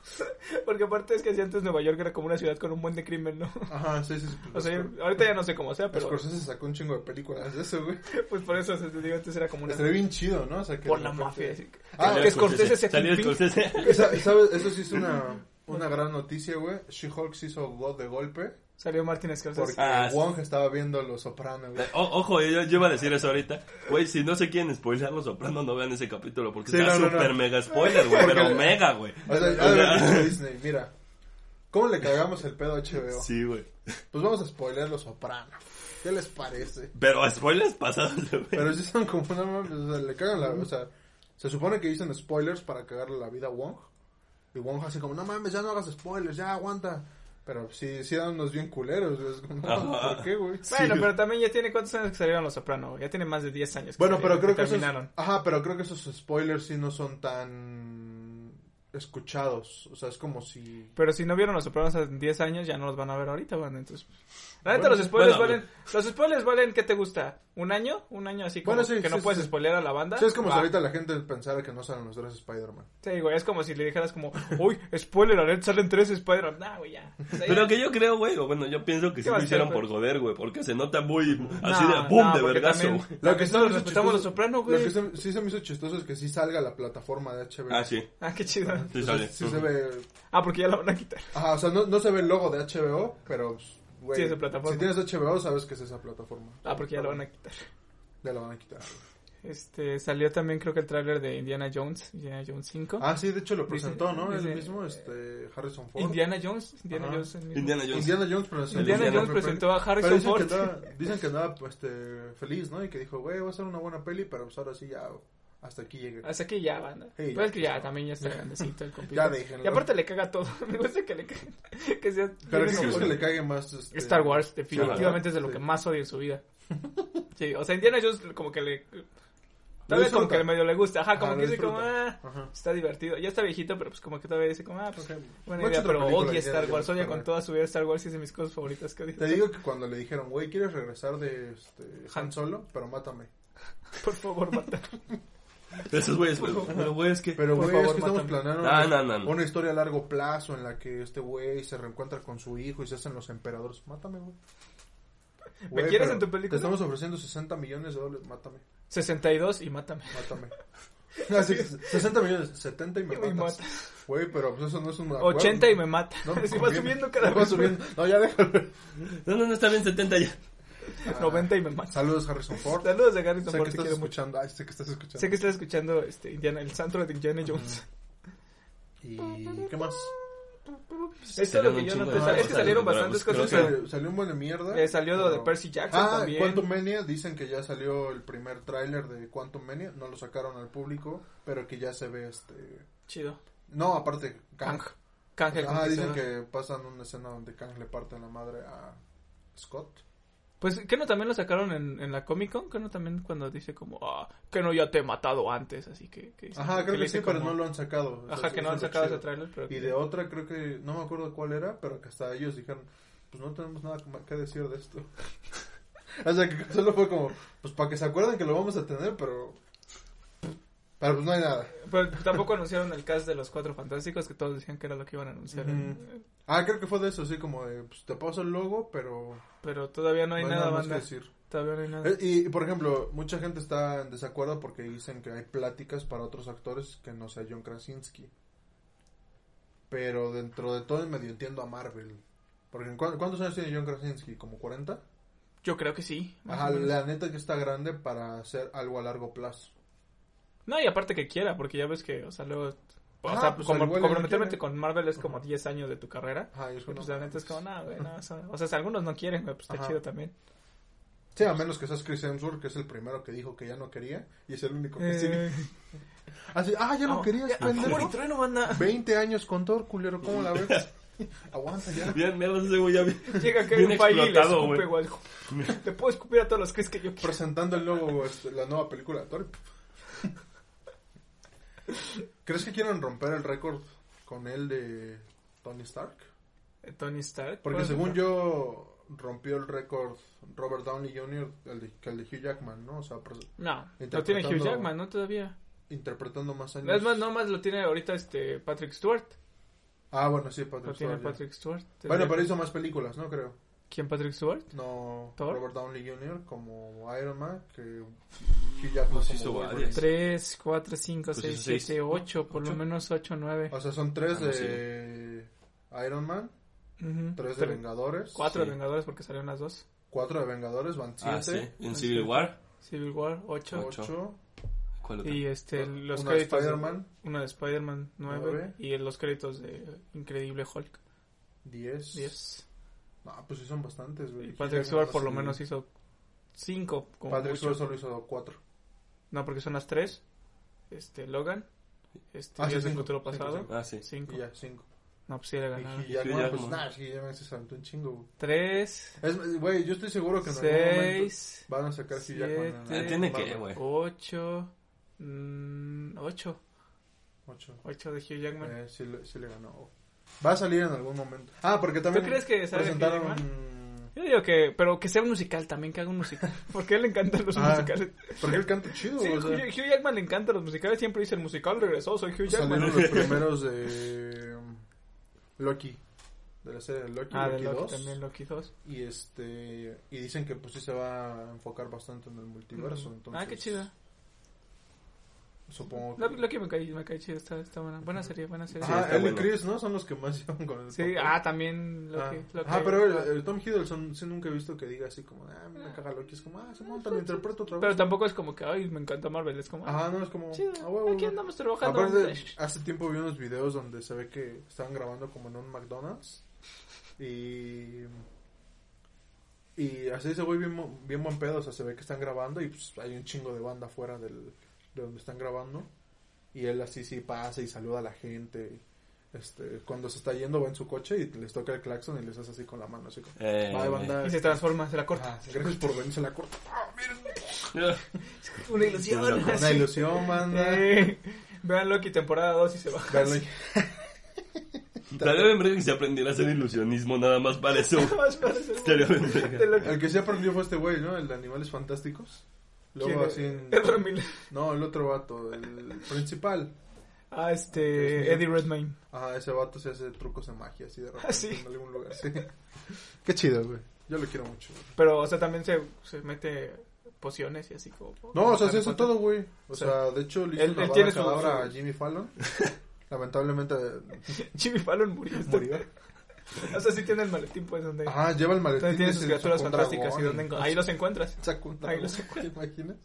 A: Porque aparte es que si antes Nueva York era como una ciudad con un buen de crimen, ¿no?
B: Ajá, sí, sí. sí
A: O
B: pues,
A: sea,
B: Scor-
A: yo- ahorita ya no sé cómo sea, pero
B: Scorsese sacó un chingo de películas de eso, güey.
A: pues por eso se te digo, antes era como una
B: Estaría bien chido, ¿no? O sea, Este, que
A: por
B: de
A: la
B: repente-
A: mafia. así que-
B: Ah,
A: que Scorsese sea
C: Salió
A: Kingpin.
C: Scorsese.
B: Esa- ¿Sabes? Eso sí es una, una gran noticia, güey. She-Hulk se hizo God de golpe
A: Salió Martin
B: porque
A: Scorsese.
C: Ah, sí.
B: Wong estaba viendo Los Soprano, güey.
C: O- ojo, yo, yo iba a decir eso ahorita. Güey, si no se quieren spoilear los soprano, no vean ese capítulo porque
B: Sí,
C: está
B: no, no,
C: super
B: no.
C: mega spoiler, güey.
B: Porque-
C: Pero mega, güey.
B: O sea, ya le había dicho a Disney, mira, ¿cómo le cagamos el pedo a HBO?
C: Sí, güey.
B: Pues vamos a spoiler Los Soprano. ¿Qué les parece?
C: Pero spoilers pasados, güey.
B: Pero sí son como una mames, o sea, le cagan la... O sea, se supone que dicen spoilers para cagarle la vida a Wong. Y Wong hace como, no mames, ya no hagas spoilers, ya aguanta. Pero sí, sí dan unos bien culeros, güey. Es como, no,
C: Ajá.
B: ¿por qué, güey?
A: Bueno,
C: Sí.
A: pero también ya tiene cuántos años que salieron Los Soprano, güey? ya tiene más de 10 años.
B: Bueno,
A: salieron,
B: pero creo que esos,
A: Eh, terminaron.
B: ajá, pero creo que esos spoilers sí no son tan escuchados, o sea, es como si
A: Pero si no vieron los Sopranos hace 10 años, ya no los van a ver ahorita, bueno, entonces... pues, La neta,
B: Bueno,
A: los spoilers
C: bueno,
A: valen... Los spoilers valen, ¿qué te gusta? ¿Un año? ¿Un año así como
B: Bueno, sí,
A: que
B: sí,
A: no
B: sí,
A: puedes
B: sí.
A: spoilear a la banda?
B: sí, es como
A: Va.
B: si ahorita la gente pensara que no salen los tres Spider-Man.
A: Sí, güey, es como si le dijeras como... Uy, spoiler, ahorita salen tres Spider-Man. Nah, güey, ya. O sea, ya.
C: Pero que yo creo, güey, o bueno, yo pienso que sí
A: va a
C: lo
A: ser,
C: hicieron
A: güey?
C: por joder, güey, porque se nota muy así
A: No,
C: de boom,
A: no,
C: de
A: porque
C: vergazo,
A: también-
C: güey.
A: Lo que sí
B: se me
A: nos
B: hizo
A: respetamos
B: chistoso-
A: los Soprano, güey.
B: Lo que se- sí se me hizo chistoso es que sí salga la plataforma de HBO.
C: Ah, sí,
A: Ah, qué chido.
C: sí
B: O sea,
C: sale.
B: sí se ve,
A: Ah, porque ya la van a quitar.
B: ajá, o sea, no, no se ve el logo de HBO, pero pues, güey,
A: Sí, es de plataforma.
B: Si tienes HBO, sabes que es esa plataforma.
A: Ah, porque ya la van a quitar.
B: Ya la van a quitar.
A: Este, salió también creo que el tráiler de Indiana Jones, Indiana Jones 5.
B: Ah, sí, de hecho lo presentó, ¿no?
A: dice-
B: el mismo este Harrison Ford.
A: Indiana Jones, Indiana
B: Ajá.
A: Jones. el mismo.
C: Indiana Jones.
B: Indiana Jones presentó,
A: Indiana
C: Indiana
A: Jones presentó a
B: Pero
A: Harrison
B: dicen que,
A: Ford.
B: andaba, dicen que andaba pues, este, feliz, ¿no? Y que dijo, güey, va a ser una buena peli, pero pues ahora sí ya hasta aquí llegué.
A: Hasta que ya, banda.
B: Sí,
A: pues
B: ya.
A: que ya, también ya está grandecito el compita.
B: Ya déjenlo.
A: Y aparte le caga todo. Me gusta que le caga. Que sea.
B: Pero
A: tiene
B: que,
A: como-
B: que le caiga más... este,
A: Star Wars, definitivamente
B: Star Wars,
A: es de lo
B: sí.
A: que más odio en su vida. Sí, o sea, Indiana Jones como que le. Todavía
B: disfruta.
A: como que medio le gusta. Ajá, como
B: Ajá,
A: que
B: lo
A: dice como, ah,
B: disfruta. Ajá.
A: está divertido. Ya está viejito, pero pues como que todavía dice como, ah, pues
B: Ok.
A: buena
B: Mucha
A: idea.
B: otra
A: Pero
B: película que
A: odia Star
B: ya-
A: Wars,
B: ya-
A: odia con toda su vida Star Wars y es de mis cosas favoritas que odio.
B: Te digo que cuando le dijeron, güey, ¿quieres regresar de este, Han Solo? Pero mátame.
A: Por favor, mata.
C: Esos güeyes, pero, pero, güey, es que...
B: Pero,
A: Por
B: güey, es
A: favor,
B: que estamos
A: mátame.
B: planeando
C: No,
B: una,
C: no, no.
B: una historia a largo plazo en la que este güey se reencuentra con su hijo y se hacen los emperadores. Mátame, güey. Güey,
A: quieres
B: pero
A: en tu película?
B: Te estamos ofreciendo 60 millones de dólares. Mátame,
A: 62 y mátame.
B: mátame. Así que 60 millones, 70 y me
A: Y me
B: matas. Güey, pero pues eso no es un acuerdo.
A: 80 y me mata.
B: No,
A: Así va
B: conviene.
A: subiendo cada
B: Va
A: vez.
B: subiendo. No, ya déjalo.
C: No, no, no, está bien 70 ya.
A: güey. 90 y me mata.
B: Saludos, Harrison Ford.
A: Saludos a Garrison
B: Sé que
A: Ford, te
B: estás
A: quiero mucho.
B: escuchando. Ay, sé que estás escuchando.
A: Sé que estás escuchando este, Indiana, el santo de Indiana Jones.
B: ¿Y qué más?
A: Esto es lo que
C: Salieron Pues un chingo
A: yo no te
C: de cosas
A: sab- Es que
C: de
A: salieron
C: los dragones,
A: bastantes cosas.
C: creo
A: pero-
B: Salió, salió un buen de mierda.
A: Eh, salió lo de
B: pero-
A: Percy Jackson
B: Ah,
A: también.
B: Quantum Mania. Dicen que ya salió el primer tráiler de Quantum Mania. No lo sacaron al público, pero que ya se ve este...
A: Chido.
B: No, aparte, Kang.
A: Kang. Kang el
B: Ah, dicen
A: conquistador.
B: que pasan una escena donde Kang le parte la madre a Scott.
A: Pues, ¿qué no también lo sacaron en, en la Comic Con? ¿Qué no también cuando dice como, ah, que no ya te he matado antes? Así que. que dice-
B: Ajá, creo
A: le
B: que sí,
A: dice
B: pero
A: como-
B: no lo han sacado. O sea,
A: Ajá,
B: sí,
A: que no
B: eso
A: han
B: es lo
A: sacado
B: chido.
A: ese trailer, pero.
B: Y
A: que-
B: de otra creo que, no me acuerdo cuál era, pero que hasta ellos dijeron, pues no tenemos nada que- que decir de esto. o sea, que solo fue como, pues para que se acuerden que lo vamos a tener, pero... Pero pues no hay nada.
A: Pero tampoco anunciaron el cast de los Cuatro Fantásticos, que todos decían que era lo que iban a anunciar. en-
B: Ah, creo que fue de eso, sí, como de, pues te paso el logo, pero
A: Pero todavía no hay nada,
B: más
A: banda.
B: que decir.
A: Todavía no hay nada.
B: Eh, Y, por ejemplo, mucha gente está en desacuerdo porque dicen que hay pláticas para otros actores que no sea John Krasinski. Pero dentro de todo medio entiendo a Marvel. Porque ¿cu- ¿cuántos años tiene John Krasinski? ¿Como 40?
A: Yo creo que sí. más
B: Ajá,
A: o menos.
B: la neta que está grande para hacer algo a largo plazo.
A: No, y aparte que quiera, porque ya ves que, o sea, luego. O
B: Ah,
A: sea,
B: pues,
A: como,
B: al igual y no
A: comprometerte
B: quiere.
A: con Marvel es como 10 años de tu carrera.
B: Ajá, y es
A: Y,
B: como-
A: pues la neta es como, nada, güey, no, o sea, o sea, si algunos no quieren, güey, pues está
B: Ajá.
A: chido también.
B: Sí, a menos que seas Chris Hemsworth, que es el primero que dijo que ya no quería y es el único que sí.
A: Eh,
B: Así, ah, ya no
A: vamos,
B: querías,
A: ya, Amor y
B: pendejo.
A: trueno, banda.
B: 20 años con Thor, culero, ¿cómo la ves? Aguanta ya.
C: Bien, mierda, ese güey ya bien.
A: Llega que
C: bien
A: un país y le
C: explotado,
A: escupe,
C: güey.
A: güey. Te puedo escupir a todos los Chris que yo quiero.
B: presentando el nuevo, este, la nueva película de Thor. ¿Crees que quieran romper el récord con el de Tony Stark?
A: Eh, Tony Stark.
B: Porque
A: pues,
B: según
A: no.
B: yo rompió el récord Robert Downey Jr. El de, que el de Hugh Jackman, ¿no? O sea, pres-
A: No, lo tiene
B: Interpretando-
A: Hugh Jackman, ¿no? Todavía.
B: interpretando más años.
A: Es más, no más lo tiene ahorita este Patrick Stewart.
B: Ah, bueno, sí,
A: Lo
B: Patrick
A: tiene
B: Stewart. ya.
A: Patrick Stewart.
B: Bueno, pero hizo más películas, ¿no? Creo.
A: ¿Quién Patrick Stewart?
B: No,
A: ¿Thor?
B: Robert Downey Jr. como Iron Man, que Hugh Jackman
C: Pues
B: como
C: hizo
B: Wolverine.
C: varias.
A: 3, 4, 5,
C: Pues
A: 6,
C: hizo seis.
A: 7, 8, por lo
C: ¿Ocho?
A: menos 8, 9.
B: O sea, son tres
C: Ah, no, sí.
B: de Iron Man, tres de Vengadores.
A: 4
C: Sí.
A: de Vengadores porque salieron las dos.
B: Cuatro de Vengadores van
C: Ah, sí.
B: siete.
C: En Civil War.
A: Civil War, 8.
C: Ocho.
B: Ocho.
C: ¿Cuál otro?
A: Y este, los
B: Una de
A: créditos.
B: Spider-Man.
A: Una de Spider-Man 9.
B: Nueve.
A: Y los créditos de Increíble Hulk
B: Diez.
A: 10.
B: No, pues sí son bastantes, güey.
A: Y Patrick
B: Hugh
A: Stewart
B: Jackman
A: por lo
B: hace-
A: menos hizo 5.
B: Patrick Stewart solo hizo cuatro.
A: No, porque son las 3. Este, Logan. Este,
B: Ah, sí,
A: Días del
B: cinco.
A: futuro
B: Cinco,
A: pasado.
B: cinco.
C: Ah, sí.
A: 5.
B: Y ya, cinco.
A: No, pues sí, le
B: Y
A: ganaron.
B: Hugh Jackman, pues
C: Jackman.
B: nada, Hugh Jackman se saltó un chingo, güey.
A: 3,
B: Es, güey, yo estoy seguro que en algún momento
A: 6,
B: van a sacar Hugh Jackman.
A: siete.
B: en-
C: Ah, tiene
B: Marvel.
C: que, güey.
A: 8, 8.
B: Ocho.
A: 8 mm, de Hugh Jackman.
B: Eh, sí, le- sí le ganó. Va a salir en algún momento. Ah, porque también
A: crees que sale Hugh
B: presentaron...
A: Yo digo que, pero que sea un musical también, que haga un musical. Porque a él le encantan los
B: Ah,
A: musicales.
B: Porque él canta chido,
A: Sí,
B: o
A: Hugh,
B: sea.
A: Hugh Jackman le encantan los musicales. Siempre dice el musical regresó, soy Hugh Jackman.
B: Salieron los primeros de um, Loki, de la serie de Loki,
A: Ah, de
B: Loki
A: Loki
B: 2,
A: también, Loki 2.
B: y este y dicen que pues sí se va a enfocar bastante en el multiverso, entonces
A: Ah, qué chida.
B: Supongo que
A: Lo- Loki me caí, me caí chida, está, está buena. Buena serie, buena serie.
B: Ajá,
C: está
B: él y
C: bueno.
B: Chris, ¿no? Son los que más llevan con Ah, el
A: Sí,
B: papel.
A: ah, también Loki.
B: Ah.
A: Loki.
B: Ah, pero el, el Tom Hiddleston sí nunca he visto que diga así como, ah, me caga Loki, es como, ah, se monta, lo interpreto otra vez.
A: Pero tampoco es como que, ay, me encanta Marvel. Es como,
B: Ajá, no, es como,
A: chido.
B: ah, huevo,
A: aquí
B: huevo.
A: andamos trabajando.
B: Aparte, hace tiempo vi unos videos donde se ve que estaban grabando como en un McDonald's. Y. Y así se güey bien, mo- bien buen pedo. O sea, se ve que están grabando y pues hay un chingo de banda afuera del, de donde están grabando. Y él así sí pasa y saluda a la gente. este, cuando se está yendo va en su coche y les toca el claxon y les hace así con la mano, así como,
C: Eh,
B: "Bye, banda".
A: Y se transforma, se la corta.
B: Ah, gracias por venirse a la corta. Ah, miren,
A: Una ilusión.
B: una ilusión, banda.
A: Eh, vean Loki temporada 2 y se baja.
B: Dale.
C: Estaría bien verga que se aprendiera a hacer ilusionismo nada más para eso. güey.
A: Más para hacer-
C: Estaría bien
A: de
C: verga.
A: Loki.
B: El que sí aprendió fue este güey, ¿no? El de Animales Fantásticos. Luego
A: ¿Quién?
B: así en...
A: El Ramil.
B: No, el otro vato, el principal.
A: Ah, este. Eddie Redmayne.
B: Ajá, ese vato se hace trucos de magia así de repente
A: Ah, sí.
B: en algún lugar. sí. Qué chido, güey. Yo lo quiero mucho. güey.
A: Pero, o sea, también se, se mete pociones y así como.
B: No, o sea, se
A: Harry
B: hace
A: Potter.
B: todo, güey. O
A: sea,
B: sea, de hecho, le hizo
A: él-
B: una
A: él
B: bala
A: tiene su-
B: cadabra
A: su-
B: a Jimmy Fallon. Lamentablemente eh,
A: Jimmy Fallon murió.
B: murió.
A: O sea, sí tiene el maletín, pues, donde.
B: Ajá, lleva el maletín.
A: donde tiene
B: y
A: sus
B: se
A: criaturas
B: sacó un
A: fantásticas.
B: dragón
A: y donde
B: y-
A: enco- ahí los encuentras.
B: Sacó un
A: Ahí
B: dragón,
A: lo
B: ¿Te imaginas?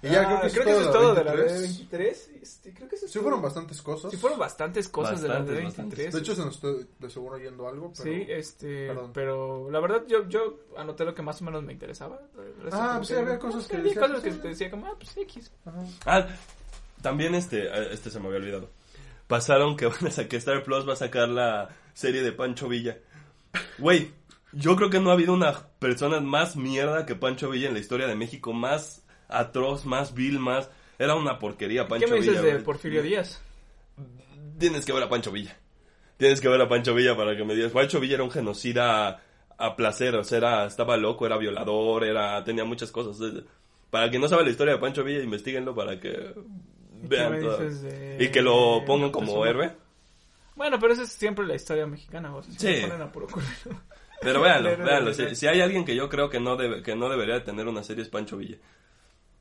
B: Y
A: Ah,
B: ya, creo que, es todo
A: de la
B: vez.
A: D23. Este, creo que eso es
B: Sí
A: todo.
B: fueron bastantes cosas.
A: Sí fueron bastantes cosas de la D23.
C: Bastantes, bastantes.
B: De hecho, se nos está de seguro yendo algo, pero...
A: sí, este,
B: Perdón.
A: pero la verdad yo, yo anoté lo que más o menos me interesaba. El resto
B: Ah,
A: como
B: pues sí,
A: que-
B: había cosas que
A: había
B: decía,
A: cosas que
B: pues, sí.
A: te decía como, ah, pues X.
B: Ajá.
C: Ah, también este, eh, este se me había olvidado. Pasaron que van a sacar Star Plus va a sacar la serie de Pancho Villa. Güey, yo creo que no ha habido una persona más mierda que Pancho Villa en la historia de México, más atroz, más vil, más era una porquería Pancho
A: ¿Qué me dices
C: Villa,
A: de
C: güey.
A: Porfirio Díaz?
C: Tienes que ver a Pancho Villa. Tienes que ver a Pancho Villa para que me digas. Pancho Villa era un genocida a, a placer, o sea, era- estaba loco, era violador, era tenía muchas cosas. O sea, Para quien no sabe la historia de Pancho Villa, investiguenlo para que
A: me
C: vean todo.
A: dices de-
C: Y que lo pongan como
A: Moctezuma?
C: héroe.
A: Bueno, pero esa es siempre la historia mexicana, vos.
C: Sí.
A: ponen a puro culo.
C: Pero véanlo,
A: Pero-
C: véanlo. Si, si hay alguien que yo creo que no, debe- que no debería de tener una serie es Pancho Villa.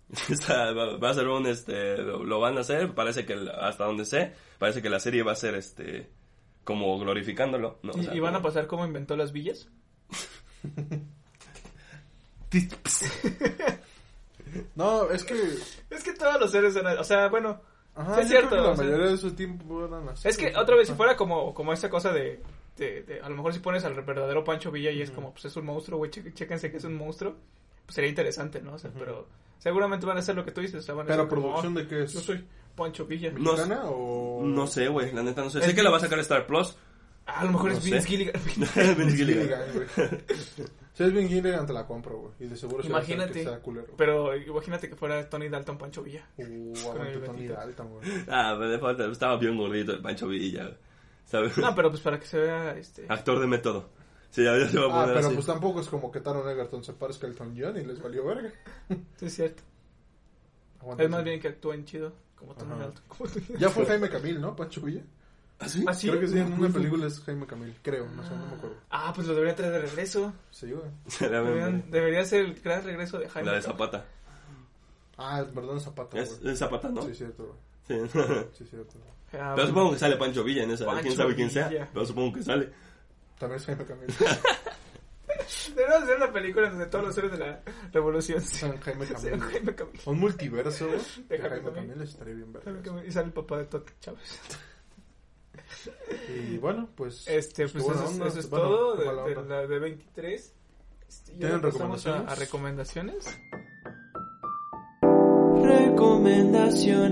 C: Está- va, va a ser un, este, lo, lo van a hacer, parece que el- hasta donde sé, parece que la serie va a ser, este, como glorificándolo. ¿no? O
A: Y-
C: sea,
A: y van a
C: como-
A: pasar cómo inventó las villas.
B: No, es que...
A: Es que todos los seres eran, o sea, bueno,
B: Ajá,
A: Sí,
B: yo creo
A: es cierto,
B: que
A: o
B: la
A: sea-
B: mayoría de su tiempo eran así.
A: Es que otra vez, si fuera como, como esa cosa de, de- de- A lo mejor si pones al verdadero Pancho Villa y es como, pues es un monstruo, güey, che- chéquense que es un monstruo. Pues sería interesante, ¿no? O sea, pero seguramente van a hacer lo que tú dices. O sea, van a
B: Pero
A: hacer como,
B: producción
A: "Oh,
B: de qué es?
A: Yo soy Pancho Villa.
C: No sé.
B: ¿Mexicana o...?
C: No sé, güey, la neta no sé.
A: Es
C: Sé que la va a sacar Star Plus.
A: Ah, a lo mejor
C: No
A: es Vince
C: sé.
A: Gilligan.
C: Vince Gilligan.
B: Gilligan, güey. si es bien Gilligan, te la compro, güey. Y de seguro se va a hacer
A: Imagínate.
B: que sea culero.
A: Pero imagínate que fuera Tony Dalton Pancho Villa.
B: Uh,
A: Con el
B: aguante Tony
A: gatito.
B: Dalton, güey.
C: Ah, me de falta, estaba bien gordito el Pancho Villa. ¿sabes?
A: No, pero pues para que se vea este.
C: Actor de método. Sí, ya, ya se va a
B: Ah,
C: poner
B: pero
C: así.
B: pues tampoco es como que Taron Egerton se parezca a Elton John y les valió verga.
A: Sí, es cierto.
B: Aguanta
A: Es más
B: Tony.
A: bien que actúen chido. Como Tony
B: Ajá.
A: Dalton. Como Tony Dalton.
B: Ya fue Jaime Camil, ¿no? Pancho Villa.
C: ¿Ah, sí?
A: ¿Ah, sí?
B: Creo que sí, en una película es Jaime Camil. Creo, no sé, no me acuerdo.
A: Ah, pues lo debería traer de regreso.
B: Sí, güey.
C: Será bien,
A: Deberían- Debería ser el gran regreso de
C: güey.
A: Jaime.
C: La de Zapata.
B: Ah, es verdad, Zapata, güey.
C: Es, es Zapata, ¿no?
B: Sí, cierto, güey.
C: Sí.
A: Eh.
B: Sí, cierto. güey.
A: Ah,
C: Pero
A: bueno.
C: supongo que sale Pancho Villa en esa.
A: Pancho
C: quién sabe quién
A: Villa.
C: sea. Pero supongo que sale.
B: También es Jaime Camil.
A: Deberíamos hacer una película donde todos los héroes de la revolución sean
B: San Jaime
A: sean
B: Camil. güey.
A: Jaime Camil.
B: Un multiverso, güey. De
A: Jaime
B: Jaime
A: Camil.
B: Camil estaría bien
A: Jaime
B: verga.
A: Camil. Y sale el papá de Toque Chávez.
B: Y bueno, pues.
A: Este,
B: qué
A: pues
B: buena
A: eso, es-
B: onda,
A: eso es
B: bueno,
A: todo
B: qué
A: de,
B: mala
A: de
B: onda.
A: la de 23. Este, y
B: ¿Tienen
A: ahora pasamos a-
B: recomendaciones?
A: A, recomendaciones.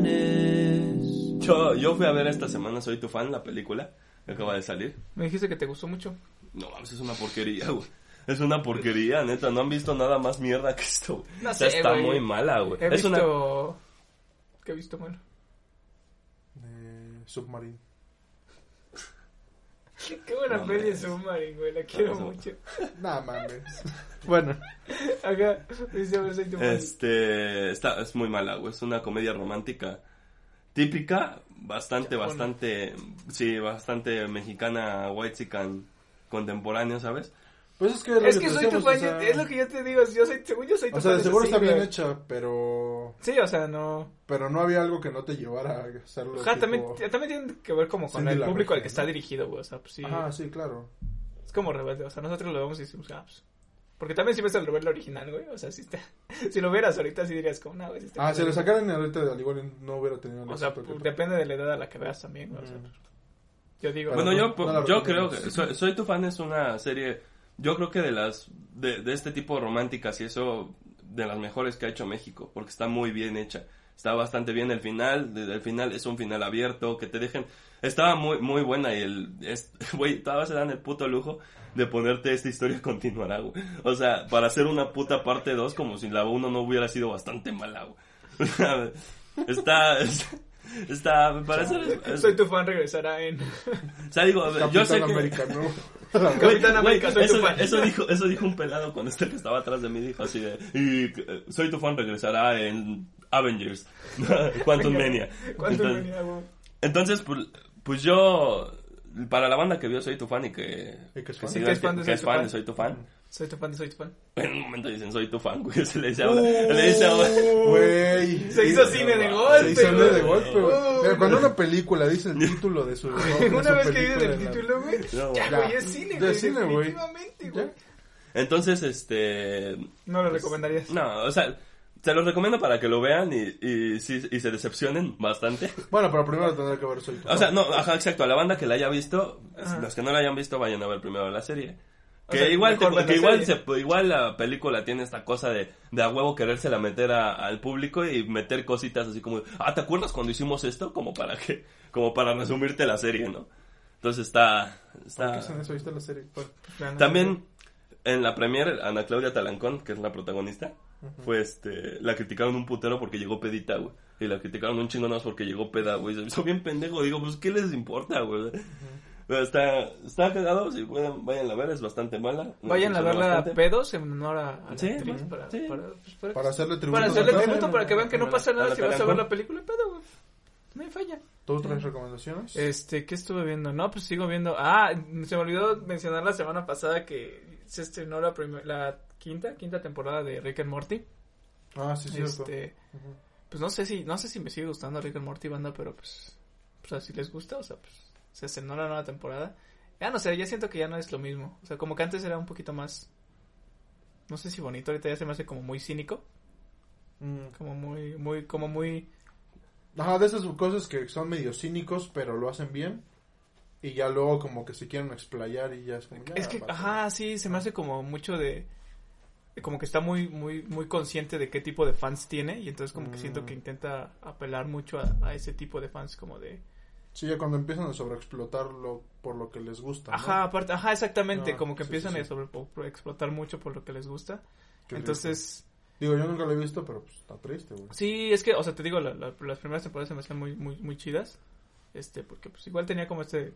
D: Recomendaciones.
C: Yo, yo fui a ver esta semana Soy tu fan, la película que acaba de salir.
A: Me dijiste que te gustó mucho.
C: No, mames, es una porquería, güey. Es una porquería, neta. No han visto nada más mierda que esto. güey.
A: No
C: O sea,
A: sé,
C: está
A: güey.
C: muy mala, güey.
A: He
C: Es
A: visto...
C: una
A: ¿Qué he visto, bueno?
B: Eh, Submarine.
A: Qué buena
C: No,
A: peli
C: mames.
A: es Submarine, güey. La quiero
C: no.
A: mucho.
B: Nah, mames. bueno.
A: Acá dice, "Yo soy tu fan".
C: Este, está, es muy mala, güey. Es una comedia romántica típica, bastante,
A: Chafona.
C: bastante, sí, bastante mexicana, whitezican contemporánea, ¿sabes?
B: Pues es que. lo
A: Es
B: te
A: que soy tu
B: decíamos,
A: fan.
B: o sea,
A: Es lo que yo te digo. Yo soy, según yo soy tu
B: O sea, de
A: fan, es
B: seguro
A: así,
B: está bien
A: güey.
B: hecha, pero.
A: Sí, o sea, no...
B: Pero no había algo que no te llevara a hacerlo.
A: Ajá,
B: tipo-
A: también, también tiene que ver como con
B: Cindy
A: el
B: la
A: público al que
B: Regia,
A: está
B: ¿no?
A: dirigido, güey. O sea, pues sí.
B: Ajá, sí, claro.
A: Es como rebelde. O sea, nosotros lo vemos y decimos, ah, pues. Porque también si ves el rebelde original, güey. O sea, si, está, si lo vieras ahorita, sí dirías, como, no, güey. sí está
B: Ah, si
A: culero".
B: lo sacaran ahorita de igual no hubiera tenido el
A: O sea,
B: éxito que
A: pues,
B: tuvo.
A: depende de la edad a la que veas también, güey. O sea, pues,
B: Mm.
A: yo digo,
B: Pero
C: Bueno,
B: no-
C: yo,
B: no la
C: yo
B: recomiendo.
C: creo que soy, Soy tu fan es una serie, yo creo que de las, de, de este tipo románticas y eso, de las mejores que ha hecho México, porque está muy bien hecha. Está bastante bien el final, desde el final es un final abierto, que te dejen, Estaba muy, muy buena y el, es- güey, todavía se dan el puto lujo de ponerte esta historia continuará, güey. O sea, para hacer una puta parte 2 como si la 1 no hubiera sido bastante mala, güey. O sea, está, es- está, me parece... es-
A: Soy tu fan regresará en...
C: o sea, digo, yo sé que...
B: América, ¿no?
C: Güey,
A: Capitán
C: güey,
A: América, soy
C: eso,
A: tu fan.
C: eso dijo, eso dijo un pelado cuando este que estaba atrás de mí dijo así de, "Y, eh, soy tu fan, regresará en Avengers, Quantum Mania.
A: ¿Cuánto
C: Entonces-
A: venía, güey?
C: entonces, pues, pues yo, para la banda que vio Soy tu fan y que,
B: Y que es fan.
C: siga-
A: Y que es fan de
C: que es
A: Soy tu
C: fan
A: fan. Mm.
C: de Soy tu fan,
A: Soy tu fan de Soy tu fan.
C: en un momento dicen Soy tu fan, güey, se le dice a una- le dice
A: Oh.
C: a una-
B: Güey.
A: Se hizo cine de
B: Se
A: golpe,
B: hizo
A: güey.
B: de golpe, güey.
A: Oh,
B: Mira, cuando una película dice el título de su. de
A: Una
B: su
A: vez que viene
B: película,
A: el
B: la-
A: título, güey.
C: No,
A: Ya,
B: ya.
A: güey, es cine,
B: Ya
A: güey.
B: es cine, güey.
A: Definitivamente, güey.
C: Entonces, este,
A: No lo recomendarías.
C: no, o sea, se los recomiendo para que lo vean y, y, sí- y se decepcionen bastante.
B: Bueno, pero primero tendrá que ver Soy tu
C: O sea, no, ajá, exacto. A la banda que la haya visto,
A: Ajá.
C: los que no la hayan visto, vayan a ver primero la serie.
A: O
C: Que
A: sea,
C: igual, te-
A: mejor ver la
C: que igual,
A: serie.
C: se- igual la película tiene esta cosa de, de a huevo querérsela meter a- al público y meter cositas así como, ah, ¿te acuerdas cuando hicimos esto? Como para que, como para resumirte la serie, ¿no? Entonces está, está.
B: fan. ¿Qué en eso viste la serie? Bueno,
A: Ya, no,
C: También en la premier Ana Claudia Talancón, que es la protagonista, fue este, la criticaron un putero porque llegó pedita, güey. Y la criticaron un chingo más porque llegó peda, güey. Se hizo bien pendejo. Digo, pues, ¿qué les importa, güey? Pero está, está cagado, si pueden, vayan a ver, es bastante mala. Me
A: Vayan a
C: funcionó
A: verla a
C: pues, bastante.
A: pedos en honor a, a la
C: Sí,
A: actriz
C: bueno,
A: para,
C: sí.
A: para, pues, para-
B: Para hacerle tributo.
A: para hacerle
B: ¿no?
A: tributo, para que vean que no pasa
C: a
A: nada
C: la
A: si vas a ver
C: Talancón.
A: la película en pedo, güey. No hay falla.
B: ¿Tú traes
A: Mm.
B: recomendaciones?
A: Este, ¿qué estuve viendo? No, pues sigo viendo. Ah, se me olvidó mencionar la semana pasada que se estrenó la, prim- la quinta, quinta temporada de Rick and Morty.
B: ah, sí, cierto.
A: este,
B: Ujú.
A: pues no sé si, no sé si me sigue gustando Rick and Morty banda, pero pues, pues así les gusta, o sea, pues se estrenó la nueva temporada. Ya no sé, ya siento que ya no es lo mismo. O sea, como que antes era un poquito más, no sé si bonito, ahorita ya se me hace como muy cínico,
B: Mm.
A: como muy, muy, como muy,
B: Ajá, de esas cosas que son medio cínicos, pero lo hacen bien. Y ya luego como que se quieren explayar y ya es como... ya, Ah.
A: es que,
B: basta.
A: ajá, sí, se me hace como mucho de, de como que está muy, muy, muy consciente de qué tipo de fans tiene y entonces como que siento
B: Mm.
A: que intenta apelar mucho a, a ese tipo de fans como de,
B: Sí, ya cuando empiezan a sobreexplotarlo por lo que les gusta, ¿no?
A: Ajá, aparte, ajá, exactamente,
B: Ah,
A: como que
B: sí,
A: empiezan
B: sí,
A: a
B: sí.
A: sobre- por explotar mucho por lo que les gusta.
B: Qué
A: Entonces,
B: Digo, yo nunca lo he visto, pero pues, está triste, güey.
A: sí, es que, o sea, te digo, la- la- las primeras temporadas se me hacían muy, muy, muy chidas, este, porque pues igual tenía como este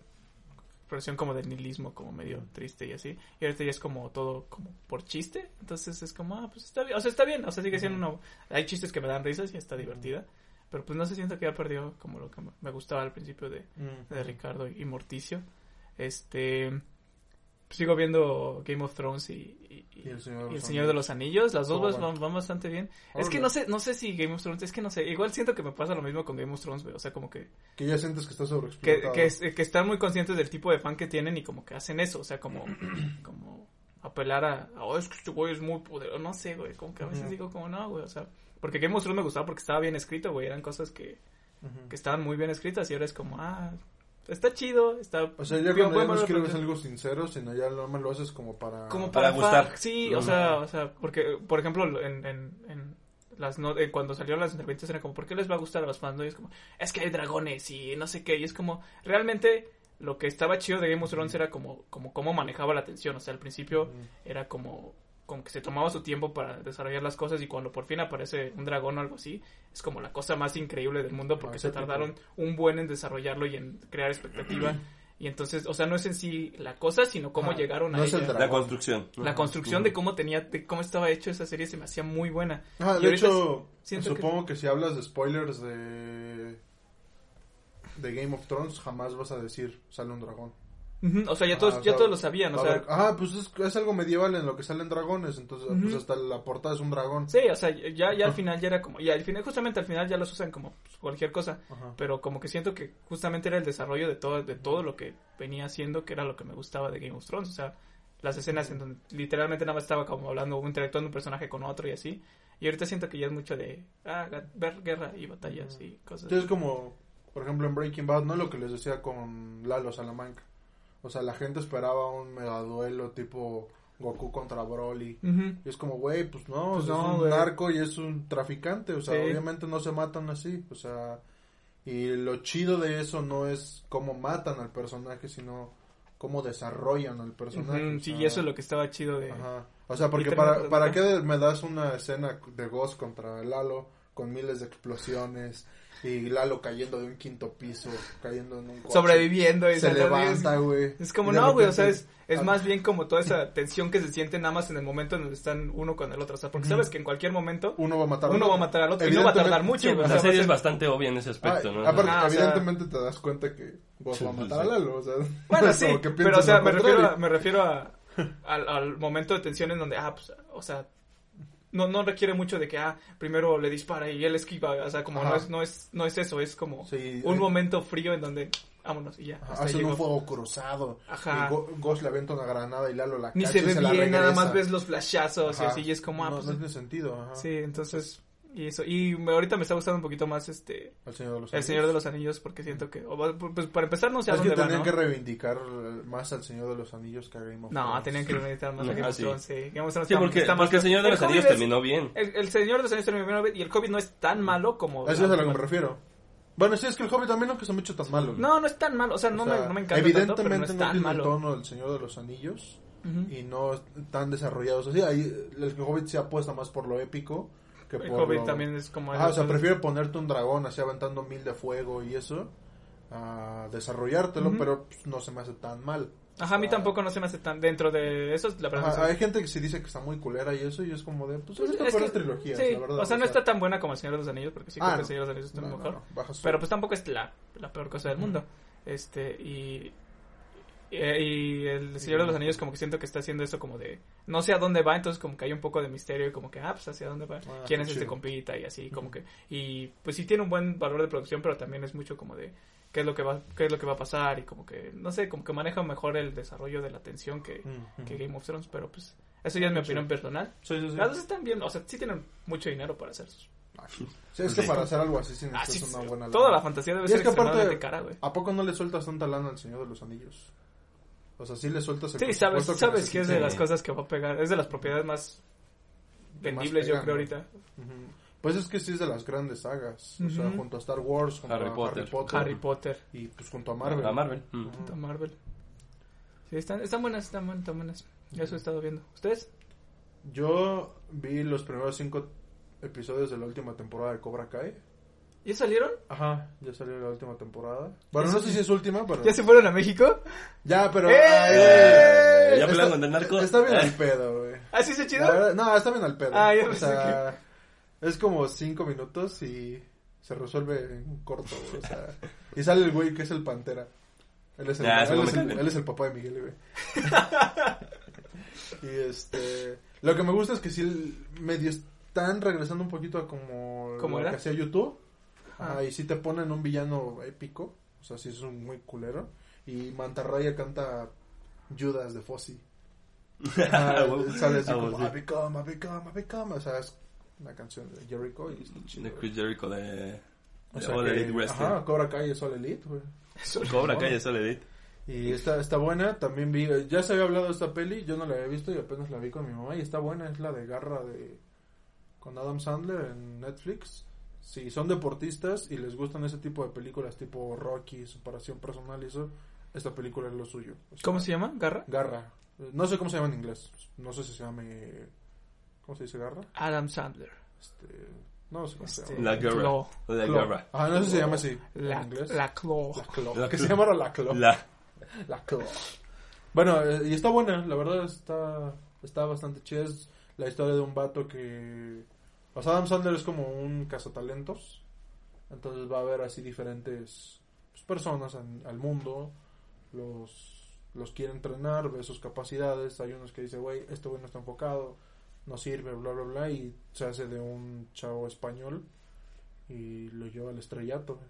A: expresión como del nihilismo, como medio triste y así, y ahorita ya es como todo como por chiste, entonces es como, ah, pues está bien, o sea, está bien, o sea, sigue siendo una, hay chistes que me dan risas y está divertida, pero pues no se siento que ya perdió como lo que me- me gustaba al principio de, de Ricardo y Morticio. Este sigo viendo Game of Thrones y, y- y-
B: Y El Señor de
A: y
B: los
A: Señor de los Anillos. Las dos
B: ¿Cómo
A: vas-
B: van?
A: van, van bastante bien. Es
B: Órale.
A: que no sé, no sé si Game of Thrones, es que no sé, igual siento que me pasa lo mismo con Game of Thrones, güey, o sea, como que
B: Que ya sientes que está
A: que,
B: sobreexplotado.
A: que es- que están muy conscientes del tipo de fan que tienen y como que hacen eso, o sea, como como apelar a, a, oh, es que este güey es muy poderoso, no sé, güey, como que a veces
B: Ujú.
A: digo como no, güey, o sea, porque Game of Thrones me gustaba porque estaba bien escrito, güey, eran cosas que
B: Ujú.
A: que estaban muy bien escritas y ahora es como, ah, está chido, está...
B: O sea, ya
A: digo,
B: cuando ya no
A: podemos ver
B: escribes
A: producción.
B: algo sincero, sino ya no me lo haces como para...
A: Como
C: para
A: para,
C: gustar.
A: gustar. Sí,
C: Ujú.
A: o sea, o sea, porque, por ejemplo, lo- en, en, en las no- en cuando salieron las entrevistas era como, ¿por qué les va a gustar a los fans? no? Y es como, es que hay dragones y no sé qué, y es como, realmente... Lo que estaba chido de Game of Thrones era como, como cómo manejaba la atención. O sea, al principio era como, como que se tomaba su tiempo para desarrollar las cosas y cuando por fin aparece un dragón o algo así, es como la cosa más increíble del mundo porque
B: Ah,
A: se
B: épico.
A: tardaron un buen en desarrollo y en crear expectativa. Y entonces, o sea, no es en sí la cosa, sino cómo
B: Ajá,
A: llegaron
B: no
A: a
B: es el
A: ella.
B: dragón.
C: La construcción.
A: La construcción de cómo tenía, de cómo estaba hecho esa serie se me hacía muy buena.
B: Ah,
A: Y
B: de
A: ahorita
B: hecho,
A: siento que-
B: supongo que... si hablas de spoilers de... De Game of Thrones, jamás vas a decir, sale un dragón.
A: Ujú, O sea, ya
B: Ah,
A: todos,
B: o
A: ya
B: sea,
A: todos lo sabían, o
B: A
A: sea,
B: ver, ajá, pues es, es algo medieval en lo que salen dragones, entonces
A: Ujú.
B: pues hasta la portada es un dragón.
A: sí, o sea, ya, ya al final ya era como, ya al final, justamente al final ya los usan como pues, cualquier cosa.
B: Ajá.
A: pero como que siento que justamente era el desarrollo de todo, de todo lo que venía haciendo, que era lo que me gustaba de Game of Thrones, o sea, las escenas en donde literalmente nada más estaba como hablando, interactuando un personaje con otro y así, y ahorita siento que ya es mucho de, ah, ga- ver guerra y batallas y cosas.
B: Entonces como, por ejemplo, en Breaking Bad, no lo que les decía con Lalo Salamanca. O sea, la gente esperaba un mega duelo tipo Goku contra Broly.
A: Ujú.
B: Y es como, güey, pues no,
A: Pues
B: o sea,
A: no,
B: es un
A: güey.
B: narco y es un traficante, o sea,
A: Sí.
B: obviamente no se matan así, o sea, Y lo chido de eso no es cómo matan al personaje, sino cómo desarrollan al personaje.
A: Ujú,
B: o
A: sí,
B: sea,
A: y eso es lo que estaba chido de...
B: ah, Ajá. O sea,
A: Y
B: porque
A: termina
B: para, para qué
A: tratando-
B: me das una escena de Ghost contra Lalo con miles de explosiones y Lalo cayendo de un quinto piso, cayendo en un coche.
A: Sobreviviendo y
B: Se
A: saliendo bien.
B: levanta, güey.
A: Es como,
B: Y de
A: no, güey, o sea,
B: repente-
A: es, es
B: Ah,
A: más bien como toda esa tensión que se siente nada más en el momento en el que están uno con el otro. O sea, porque sabes que en cualquier momento
B: Uno va a matar
A: uno va a matar al otro y no va a tardar
B: Evidentemente-
A: mucho, güey.
C: La
A: O sea, va a
C: serie es
A: ser-
C: bastante obvia en ese aspecto,
B: Ah,
C: ¿no?
B: aparte,
A: Ah, o sea-
B: evidentemente te das cuenta que Ghost va a matar a Lalo, o sea.
A: Bueno,
B: es
A: sí,
B: como que
A: pero o
B: piensas
A: sea,
B: lo
A: me refiero, a,
B: contrario.
A: me refiero a- al, al momento de tensión en donde, ah, pues, o sea, no, no requiere mucho de que, ah, primero le dispara y él esquiva, o sea, como no
B: Ajá.
A: es, no, es, no es eso, es como
B: Sí,
A: un
B: eh.
A: momento frío en donde, vámonos y ya. hasta ahí
B: Hacen
A: llegó.
B: un fuego cruzado.
A: Ajá.
B: Y Go- Ghost le avienta una granada y Lalo la
A: Ni
B: cacha
A: se
B: y
A: ve
B: la
A: bien, nada
B: regresa.
A: más ves los flashazos y
B: Ajá.
A: así, y es como, ah,
B: no,
A: pues,
B: no tiene sentido. Ajá.
A: sí, entonces, y eso, y me- ahorita me está gustando un poquito más, este,
B: El Señor
C: pues,
B: de los
A: El
B: Anillos.
A: Señor de los Anillos, porque siento que, o va- pues, para empezar, no sé a
B: Es que
A: dónde va,
B: tenían que
A: ¿no?
B: reivindicar eh, más al Señor de los Anillos que a Game of
A: No,
B: Thrones.
A: tenían que meditar más a
C: Ah,
A: Game of
C: sí.
A: Thrones, sí. Game of Thrones
C: Sí,
A: está-
C: porque,
A: está más-
C: porque el Señor de los
A: Hobbit
C: Anillos
A: es-
C: terminó bien.
A: El, el Señor de los Anillos terminó bien, y el Hobbit no es tan malo como...
B: Eso es a lo que me refiero. Bueno, sí, es que el Hobbit también no que se me ha hecho tan malo.
A: No, no es tan malo, o sea, no,
B: O sea,
A: me, no me encanta
B: Evidentemente
A: tanto, pero no es
B: no
A: tan
B: tiene
A: malo.
B: el tono del Señor de los Anillos
A: Ujú.
B: y no es tan desarrollados. Así, ahí el Hobbit se apuesta más por lo épico que
A: El
B: por
A: Hobbit
B: lo-
A: también es como...
B: Ah, o sea, prefiero ponerte un dragón así aventando mil de fuego y eso a desarrollártelo, pero pues, no se me hace tan mal.
A: Ajá, a mí tampoco no se me hace tan... Dentro de eso, la verdad...
B: Ajá,
A: no sé.
B: hay gente que se dice que está muy culera y eso, y es como de, pues,
A: Pues,
B: es la
A: es
B: peor
A: que-
B: trilogía,
A: sí,
B: la verdad.
A: o sea, no está tan buena como El Señor de los Anillos, porque sí
B: Ah,
A: creo
B: no.
A: que El Señor de los Anillos está
B: No, no,
A: mejor.
B: no, baja su-
A: Pero pues tampoco es la, la peor cosa del mundo. Este, y, y. y el Señor de los Anillos, como que siento que está haciendo eso, como de. No sé a dónde va, entonces, como que hay un poco de misterio, y como que, ah, pues hacia dónde va.
B: Ah,
A: ¿Quién
B: qué
A: es este
B: chido.
A: compita? Y así, como que. Y pues sí tiene un buen valor de producción, pero también es mucho como de. ¿Qué es, lo que va, ¿Qué es lo que va a pasar? Y como que, no sé, como que maneja mejor el desarrollo de la tensión que,
B: Ujú.
A: que Game of Thrones, pero pues, eso ya es mi opinión personal.
B: Sí, sí, sí.
A: Las dos están bien, o sea, sí tienen mucho dinero para hacer sus.
B: Sí, es que para hacer algo así sí
A: Ah,
B: necesitas
A: sí,
B: una buena lana.
A: toda la fantasía debe
B: Y
A: ser
B: es que
A: extremadamente
B: aparte,
A: cara, güey.
B: ¿a poco no le sueltas tanta lana al Señor de los Anillos? O sea, sí le sueltas el
A: Sí, sabes,
B: presupuesto
A: sabes que es de
B: necesita.
A: las cosas que va a pegar, es de las propiedades más vendibles, yo
B: pegan,
A: creo,
B: ¿no?
A: ahorita.
B: Ujú. Pues es que sí es de las grandes sagas. O sea,
A: Ujú.
B: junto a Star Wars, junto
C: Harry
B: a
C: Potter.
B: Harry Potter.
A: Harry Potter,
B: Y pues junto a Marvel.
C: A Marvel. Mm.
A: puta Marvel. Sí, están, están buenas, están buenas, están buenas. Ya Eso he estado viendo. ¿Ustedes?
B: Yo vi los primeros cinco episodios de la última temporada de Cobra Kai.
A: ¿Ya salieron?
B: Ajá, ya salió la última temporada. Bueno, no sé si es última, pero...
A: ¿Ya se fueron a México?
B: Ya, pero...
A: ¡Eh!
B: ay,
C: Eh,
B: güey.
C: ya pelearon
B: Está-
C: contra el narco.
B: Está bien
C: Eh.
B: al pedo, güey.
A: ¿Así ¿Ah, se
B: La
A: chido?
B: verdad, no, está bien al pedo.
A: Ah, ya
B: o
A: pensé
B: sea, es como cinco minutos y se resuelve en corto, güey, o sea, y sale el güey que es el Pantera. Él es el,
C: Ya,
B: él
C: eso no
B: es
C: me
B: el-
C: cae.
B: él es el papá de Miguel, güey. y este, lo que me gusta es que sí medio están regresando un poquito a como
A: ¿Cómo
B: lo
A: era?
B: que hacía YouTube.
A: Ah.
B: Ajá, y sí te ponen un villano épico, o sea, sí es un muy culero y Mantarraya canta Judas de Fossi.
C: Ah,
B: Ah,
C: huevo.
B: sale así
C: Ah,
B: como,
C: huevo,
B: I
C: sí.
B: become, I become, I become. O sea, es una canción de Jericho y está chido.
C: De
B: güey.
C: Chris Jericho de...
B: O
C: de
B: sea
C: All
B: que-
C: Elite Wrestling.
B: ajá, Cobra Kai es All Elite, güey.
C: Cobra Kai es All Elite.
B: Y está, está buena, también vi, eh, ya se había hablado de esta peli, yo no la había visto y apenas la vi con mi mamá y está buena, es la de Garra de con Adam Sandler en Netflix. Si son deportistas y les gustan ese tipo de películas tipo Rocky, superación personal y eso, esta película es lo suyo. O sea,
A: ¿Cómo se llama? ¿Garra?
B: Garra. No sé cómo se llama en inglés. No sé si se llama... ¿Cómo se dice garra?
A: Adam Sandler.
B: Este, no sé cómo se
A: Este,
B: llama.
C: La Guerra.
A: Claw.
C: La
B: Claw.
C: Guerra.
B: Ah, no sé si se llama así.
A: La,
B: en inglés.
A: la Claw.
B: La Claw.
C: La
B: que se
C: Claw.
B: llamara la Claw. La,
C: La...
B: Claw. Bueno, eh, y está buena, la verdad está, está bastante chida. Es la historia de un vato que... O sea, Adam Sandler es como un cazatalentos. Entonces va a haber así diferentes pues, personas en- al mundo. Los, los quiere entrenar, ve sus capacidades. Hay unos que dicen, güey, este güey no está enfocado, no sirve, bla, bla, bla. Y se hace de un chavo español y lo lleva al estrellato. güey.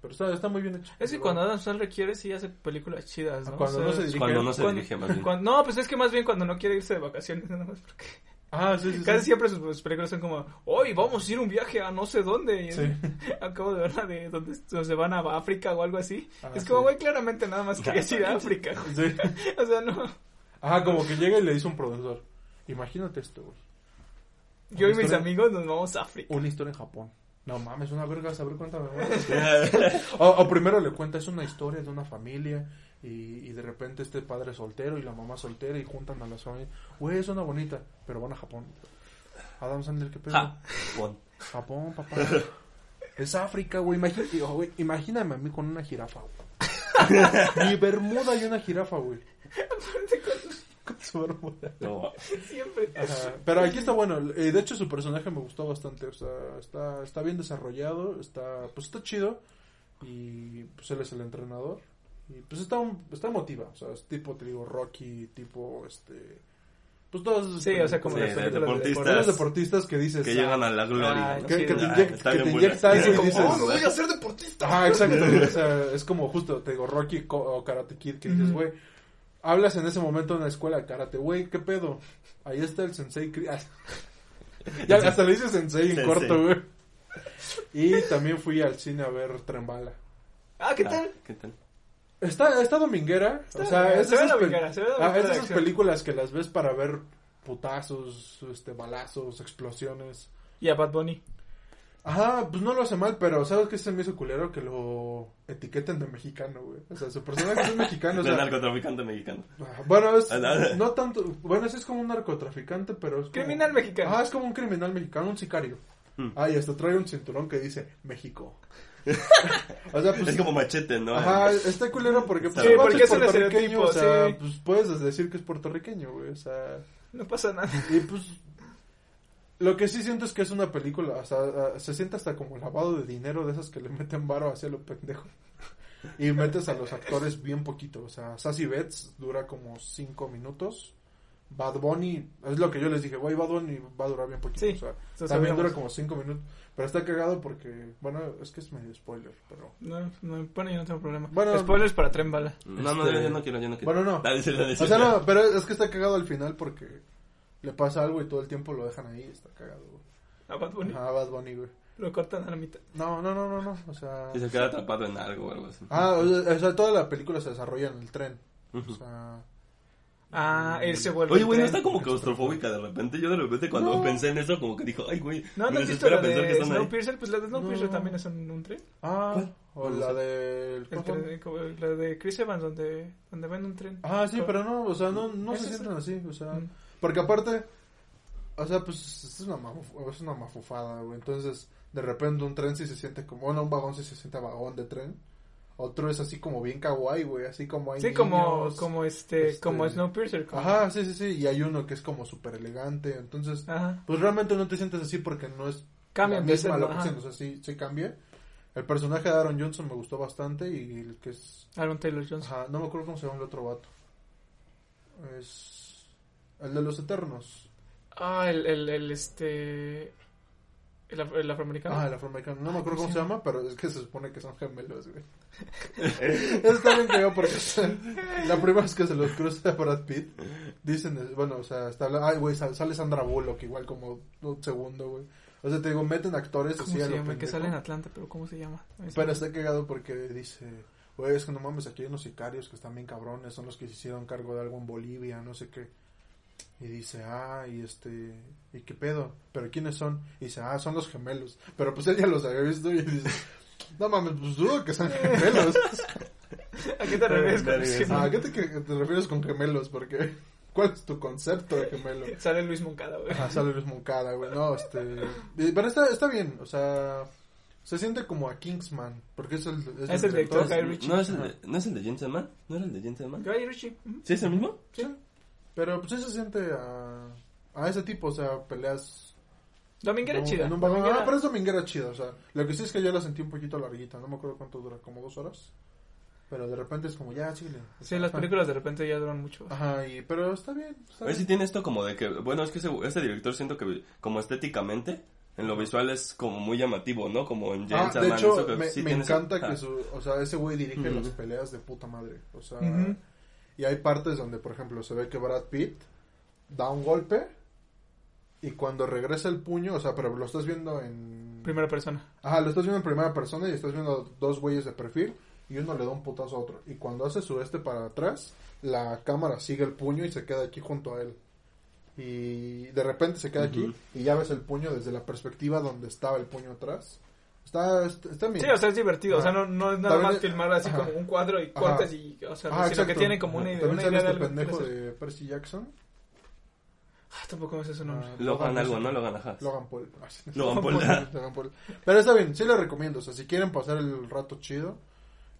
B: Pero está, está muy bien hecho.
A: Es que cuando Adam Sandler quiere, sí hace películas chidas, ¿no?
B: Cuando
A: O sea,
B: no se dirige.
C: Cuando no se
A: Cuando-
C: dirige más bien.
A: cuando- no, pues es que más bien cuando no quiere irse de vacaciones, nada más porque...
B: Ah, sí, sí. sí.
A: Casi siempre sus- sus películas son como, hoy vamos a ir un viaje a no sé dónde. Y
B: Sí.
A: Acabo de verla de donde, donde se van a África o algo así.
B: Ah,
A: es como,
B: sí.
A: güey, claramente nada más querías ir a África. güey.
B: Sí.
A: o sea, no.
B: Ajá, como que llega y le dice un productor. Imagínate esto, güey.
A: Yo y mis
B: historia-
A: amigos nos vamos a África.
B: Una historia en Japón. No mames, una verga saber cuánta memoria. O, o primero le cuentas una historia de una familia y, y de repente este padre es soltero y la mamá soltera y juntan a las familias. Güey, es una bonita, pero van a Japón. Adam Sandler, ¿qué pedo?
C: Pon.
B: Japón, papá. Es África, güey. Imagínate, oh, güey, Imagíname a mí con una jirafa, güey. Mi bermuda y una jirafa, güey. Con su bermuda.
C: No.
B: Uh.
A: Siempre.
B: Ajá, Pero aquí está bueno. eh, de hecho, su personaje me gustó bastante. O sea, está, está bien desarrollado. Está, pues está chido. Y pues él es el entrenador. Y pues está, un- está emotiva. O sea, es tipo, te digo, Rocky, tipo, este. Pues todos esos.
A: Sí, o sea, como
C: Sí, de
A: las películas de
C: deportistas.
A: deportes.
B: Los deportistas que dices.
C: Que llegan a la gloria.
A: Ay,
C: ¿no?
B: que- que te
C: Ah,
B: inyec-
C: está
B: que
C: bien
B: te
C: buena.
B: inyecta algo y
C: Como,
B: dices,
C: "Oh, güey".
A: a ser deportista!
B: Ah, exacto. güey. O sea, es como justo, te digo, Rocky co- o Karate Kid, que dices, güey, hablas en ese momento en la escuela de karate, güey, ¿qué pedo? Ahí está el sensei. cri- Ah. ya, hasta le dices sensei en
C: Sensei.
B: corto, güey. Y también fui al cine a ver Trembala.
A: Ah, ¿qué tal?
C: Ah, ¿Qué tal?
B: Está, está dominguera.
A: Está
B: o sea,
A: dominguera,
B: es
A: se
B: de
A: ve
B: esas, pel-
A: dominguera, se ve
B: Ah, es de
A: dominguera de
B: esas
A: acción.
B: películas que las ves para ver putazos, este, balazos, explosiones.
A: Y a Bad Bunny.
B: Ajá, pues no lo hace mal, pero ¿sabes qué se me hizo culero? Que lo etiqueten de mexicano, güey. O sea, su personaje es mexicano, o
C: De
B: sea...
C: narcotraficante mexicano.
B: Ah, Bueno, es,
C: Ah, no.
B: no tanto... Bueno, sí es como un narcotraficante, pero es como-
A: Criminal mexicano.
B: Ah, es como un criminal mexicano, un sicario.
C: Hmm.
B: Ah, y hasta trae un cinturón que dice México. o sea, pues...
C: Es como machete, ¿no?
B: Ajá, está culero porque... pues,
C: Sí,
B: el vato
A: porque es un
B: puertorriqueño,
A: estereotipo,
B: O sea,
A: sí.
B: pues puedes decir que es puertorriqueño, güey, o sea...
A: No pasa nada.
B: Y pues. Lo que sí siento es que es una película. O sea, a- se siente hasta como lavado de dinero de esas que le meten varo hacia lo pendejo. Y metes a los actores bien poquito. O sea, Sassy Betts dura como 5 minutos. Bad Bunny, es lo que yo les dije, güey, Bad Bunny va a durar bien poquito.
A: Sí,
B: o sea, también
A: lo sabíamos.
B: dura como 5 minutos. Pero está cagado porque, bueno, es que es medio spoiler, pero.
A: No, no, bueno, yo no tengo problema.
B: Bueno,
A: Spoilers para Tren Bala.
C: No, no,
B: Este-
C: yo no quiero, yo no quiero.
B: Bueno, no.
C: Dale, sí, dale, sí,
B: O sea,
C: ya.
B: no, pero es que está cagado al final porque le pasa algo y todo el tiempo lo dejan ahí. Está cagado, güey.
A: A Bad Bunny.
B: Ajá, Bad Bunny, güey.
A: Lo cortan a la mitad.
B: No, no, no, no, no. O sea.
C: Y se queda atrapado en algo o algo así.
B: Ah, o sea, o sea, toda la película se desarrolla en el tren. O
C: Ujú.
B: sea.
A: Ah, él se vuelve.
C: Oye, güey, ¿no
A: tren.
C: está como claustrofóbica de repente? Yo de repente cuando
B: No.
C: pensé en eso, como que dijo, ay, güey,
A: No,
C: me
A: ¿no has visto la
C: desespera pensar que
A: de
C: están ahí.
A: Snowpiercer? Pues la de Snowpiercer
B: No.
A: también es en un tren.
B: Ah,
C: ¿Cuál?
B: o
C: No
B: la
C: sé.
B: del.
A: El tren, como la de Chris Evans, donde, donde ven un tren.
B: Ah, sí, pero no, o sea, no, no
A: ¿Es
B: se
A: ese?
B: sienten así, o sea.
A: Mm.
B: Porque aparte. O sea, pues es una, mafuf- es una mafufada, güey. Entonces, de repente un tren sí se siente como. Bueno, un vagón sí se siente vagón de tren. Otro es así como bien kawaii, güey. Así como hay.
A: Sí, como,
B: niños.
A: como este,
B: este-
A: como Snowpiercer. como-
B: Ajá, sí, sí, sí. Y hay uno que es como súper elegante. Entonces,
A: Ajá.
B: pues realmente no te sientes así porque no es
A: Cambia,
B: la
A: empieza,
B: misma
A: ¿no?
B: locación,
A: Ajá.
B: o sea, sí, sí cambia. El personaje de Aaron Johnson me gustó bastante y el que es...
A: Aaron Taylor Johnson.
B: Ajá, no me acuerdo cómo se llama el otro vato. Es... El de los Eternos.
A: Ah, el, el, el, este. El, af- el afroamericano.
B: Ah, el afroamericano. No me acuerdo cómo
A: sí.
B: se llama, pero es que se supone que son gemelos, güey. Eso está bien cagado porque o sea, la primera vez que se los cruza Brad Pitt, dicen, eh, bueno, o sea, está, la- ay, güey, sal- sale Sandra Bullock igual como un segundo, güey. O sea, te digo, meten actores
A: ¿Cómo
B: así a
A: se
B: lo
A: llama? Que
B: pendejo.
A: sale en Atlanta, pero ¿cómo se llama? Este, Es-
B: Pero está cagado porque dice, güey, es que no mames, aquí hay unos sicarios que están bien cabrones, son los que se hicieron cargo de algo en Bolivia, no sé qué. Y dice, ah, y este, ¿y qué pedo? ¿Pero quiénes son? Y dice, ah, son los gemelos. Pero pues él ya los había visto y dice, no mames, pues dudo que sean gemelos.
A: ¿A qué te refieres con
C: Verga, sí.
A: eso?
B: Ah, ¿A qué te, que- te refieres con gemelos? Porque, ¿cuál es tu concepto de gemelo?
A: Sale Luis Moncada, güey.
B: Ajá, sale Luis Moncada, güey. No, este. y- Pero está, está bien, o sea. Se siente como a Kingsman, porque es el.
A: Es el director,
C: Entonces,
A: Guy Ritchie.
C: ¿No es el de, ¿no es el de Gentleman? ¿No era el de Gentleman?
A: Guy Ritchie. ujú.
C: ¿Sí es el mismo?
B: Sí. Pero pues sí se siente a, a ese tipo, o sea, peleas.
A: Dominguera
B: en un-
A: chida.
B: en un vagón.
A: Dominguera-
B: Ah, pero es dominguera chida, o sea. Lo que sí es que yo la sentí un poquito larguita, no me acuerdo cuánto dura, como dos horas. Pero de repente es como, ya, chile.
A: Sí, las películas de repente ya duran mucho.
B: Ajá, y, pero está bien. Está
C: A ver si
B: bien.
C: tiene esto como de que, bueno, es que ese, ese director siento que como estéticamente, en lo visual es como muy llamativo, ¿no? Como en
B: Ah,
C: James
B: de
C: Gunn,
B: hecho,
C: eso que
B: me,
C: sí
B: me
C: tiene ese-
B: encanta
C: ah,
B: que su, o sea, ese güey dirige
C: Ujú.
B: las peleas de puta madre. O sea,
A: Ujú.
B: y hay partes donde, por ejemplo, se ve que Brad Pitt da un golpe y cuando regresa el puño, o sea, pero lo estás viendo en
A: Primera persona.
B: Ajá, lo estás viendo en primera persona y estás viendo dos güeyes de perfil y uno le da un putazo a otro. Y cuando hace su este para atrás, la cámara sigue el puño y se queda aquí junto a él. Y de repente se queda aquí y ya ves el puño desde la perspectiva donde estaba el puño atrás. Está, está, está bien.
A: Sí, o sea, es divertido. O sea, no, no es nada
B: También-
A: más filmar así
B: ajá.
A: como un cuadro y
B: Ajá.
A: cortes y. O sea,
B: Ah,
A: sino que
B: exacto.
A: tienen como una, idea-
B: También
A: una
B: sale
A: idea de
B: este
A: algo. que
B: pendejo
A: quieren hacer.
B: de Percy Jackson.
A: Ah, tampoco me sé su nombre.
B: Ah,
C: Logan algo, ¿no?
B: Paul.
C: Logan, ajá.
B: Logan Paul. Ah, sí.
C: Logan Paul.
B: Logan Paul. Pero está bien, sí lo recomiendo. O sea, si quieren pasar el rato chido.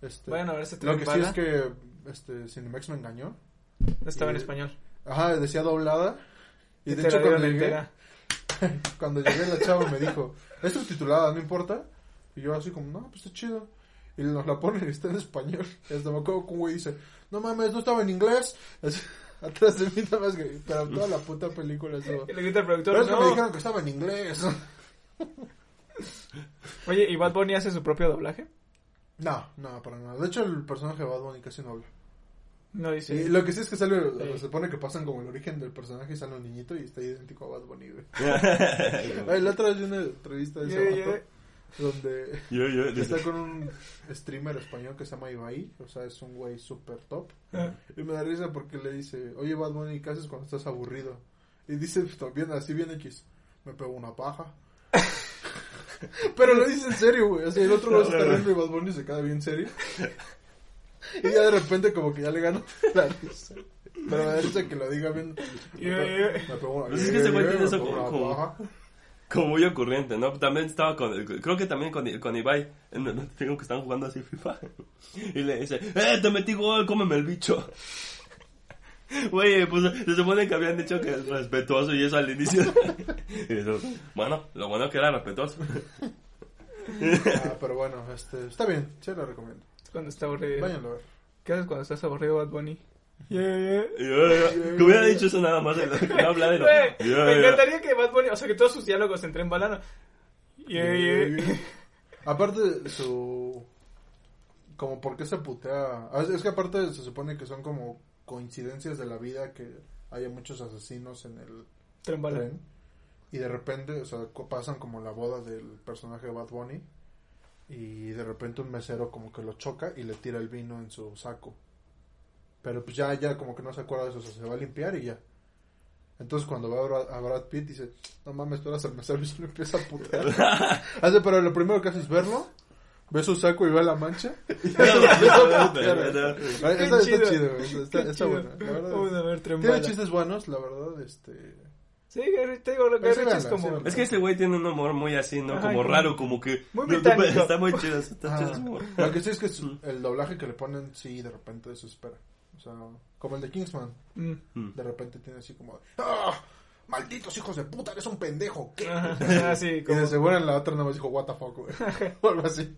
B: Este,
A: Vayan a ver ese
B: Lo
A: tren
B: que sí
A: bala.
B: es que este, Cinemex me engañó.
A: No estaba en
B: eh,
A: español.
B: Ajá, decía doblada. Y
A: Te
B: de
A: la
B: hecho,
A: dieron
B: cuando llegué,
A: entera.
B: cuando llegué, la chava me dijo: Es subtitulada, no importa. Y yo, así como, no, pues está chido. Y nos la ponen y está en español. Y hasta me acuerdo que un güey dice: No mames, no estaba en inglés. Así, atrás de mí, nada más que. Pero toda la puta película estuvo.
A: Y le grita al
B: Pero
A: productor,
B: es que me
A: no.
B: dijeron que estaba en inglés.
A: Oye, ¿y Bad Bunny hace su propio doblaje?
B: No, no, para nada. De hecho, el personaje de Bad Bunny casi no habla.
A: No dice.
B: Y lo que sí es que sale,
A: Sí.
B: se supone que pasan como el origen del personaje y sale un niñito y está idéntico a Bad Bunny, güey. Ay, la otra vez vi una entrevista de
A: Yeah,
B: ese
A: yeah.
B: vato donde
C: yo, yo,
B: está con un streamer español que se llama Ibai, o sea, es un güey super top.
A: Ah.
B: Y me da risa porque le dice, oye Bad Bunny, ¿qué haces cuando estás aburrido? Y dice, "Pues, también así bien X, me pego una paja. Pero lo dice en serio, güey. O sea, el otro güey se está riendo y Bad Bunny se queda bien serio. Y ya de repente como que ya le gana la risa. Pero me da risa que lo diga bien.
A: Y- y-
B: Me pegó una-
C: Pues es que ese güey tiene
B: me
C: eso
B: pegó
C: como-
B: una
C: como-
B: paja.
C: Como muy ocurrente, ¿no? También estaba con, creo que también con, con Ibai, no, no, digo que están jugando así FIFA. Y le dice, ¡eh, te metí gol, cómeme el bicho! Güey, pues se supone que habían dicho que es respetuoso y eso al inicio. Y eso, bueno, lo bueno que era respetuoso.
B: Ah, pero bueno, este, está bien, se lo recomiendo.
A: Cuando está aburrido.
B: Váyanlo a ver.
A: ¿Qué haces cuando estás aburrido, Bad Bunny? Yeah, yeah.
C: Y yo, yo, que hubiera dicho eso nada más, no hablar de lo
A: Güey,
C: Yo, yo,
A: me encantaría que Bad Bunny, o sea, que todos sus diálogos en tren balano. Yeah, yeah.
B: Aparte, su. Como, ¿por qué se putea? Ah, Es es que aparte se supone que son como coincidencias de la vida que haya muchos asesinos en el
A: Tren balano.
B: tren. Y de repente, o sea, co- pasan como la boda del personaje de Bad Bunny. Y de repente un mesero como que lo choca y le tira el vino en su saco. Pero pues ya, ya como que no se acuerda de eso, o sea, se va a limpiar y ya. Entonces cuando va a Brad, a Brad Pitt dice, no mames, tú eras el mesero y se lo empieza a putear. Hace, pero lo primero que hace es verlo, ve su saco y ve la mancha. Y ya se lo empieza a putear. Está,
A: Qué
B: está
A: chido.
B: chido, güey, está,
A: Qué
B: está
A: chido.
B: bueno. la verdad.
A: Vamos a ver tren
B: Tiene
A: balano.
B: chistes buenos, la verdad, este...
A: Sí, Gary, te digo, lo que
B: Pero sí,
A: Rich es
B: véanla,
A: como.
B: sí, véanla.
C: Es que ese güey tiene un humor muy así, ¿no?
A: Ajá,
C: Como
A: como-
C: raro, como que...
A: Muy
C: no, no,
A: británico.
C: Está muy chido, está chido
B: Ah,
C: su humor.
B: Lo que sí es que su- el doblaje que le ponen, sí, de repente desespera. O sea, como el de Kingsman,
A: Mm.
B: de repente tiene así como, ¡Ah! ¡Malditos hijos de puta, eres un pendejo! ¿qué?".
A: Ajá, así,
B: Y
A: como.
B: de seguro en la otra nomás dijo, ¿What the fuck, güey", o algo así.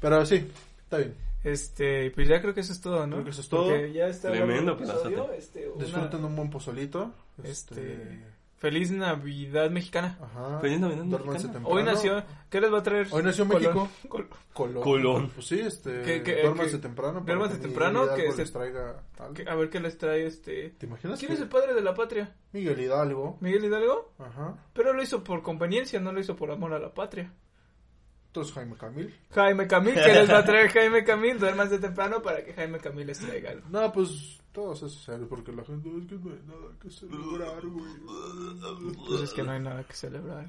B: Pero sí, está bien.
A: Este, pues ya creo que eso es todo, ¿no?
B: Creo que eso es todo.
A: Porque ya está hablando
C: Tremendo
A: el episodio,
C: plazote.
A: este, una-
B: Disfruten un buen pozolito. Este.
A: Este, feliz Navidad mexicana.
B: Ajá.
C: Feliz Navidad
B: Duérmanse
C: mexicana.
B: temprano.
A: Hoy nació, ¿qué les va a traer?
B: Ah, Hoy nació
A: Colón?
B: México.
A: Col-
B: Colón.
C: Colón.
B: Pues sí, este.
A: Que- que-
B: duérmanse
A: que-
B: temprano. para
A: duérmanse
B: que Miguel
A: temprano, que
B: Hidalgo
A: se-
B: les traiga algo.
A: que- a ver qué les trae este.
B: ¿Te imaginas?
A: ¿Quién es
B: que
A: el padre de la patria?
B: Miguel Hidalgo.
A: ¿Miguel Hidalgo?
B: Ajá.
A: Pero lo hizo por conveniencia, no lo hizo por amor a la patria.
B: Entonces Jaime Camil.
A: Jaime Camil, ¿qué les va a traer Jaime Camil? Duérmanse temprano para que Jaime Camil les traiga algo.
B: No, pues todos esos héroes, porque la gente es que no hay nada que celebrar, güey.
A: Pues es que no hay nada que celebrar.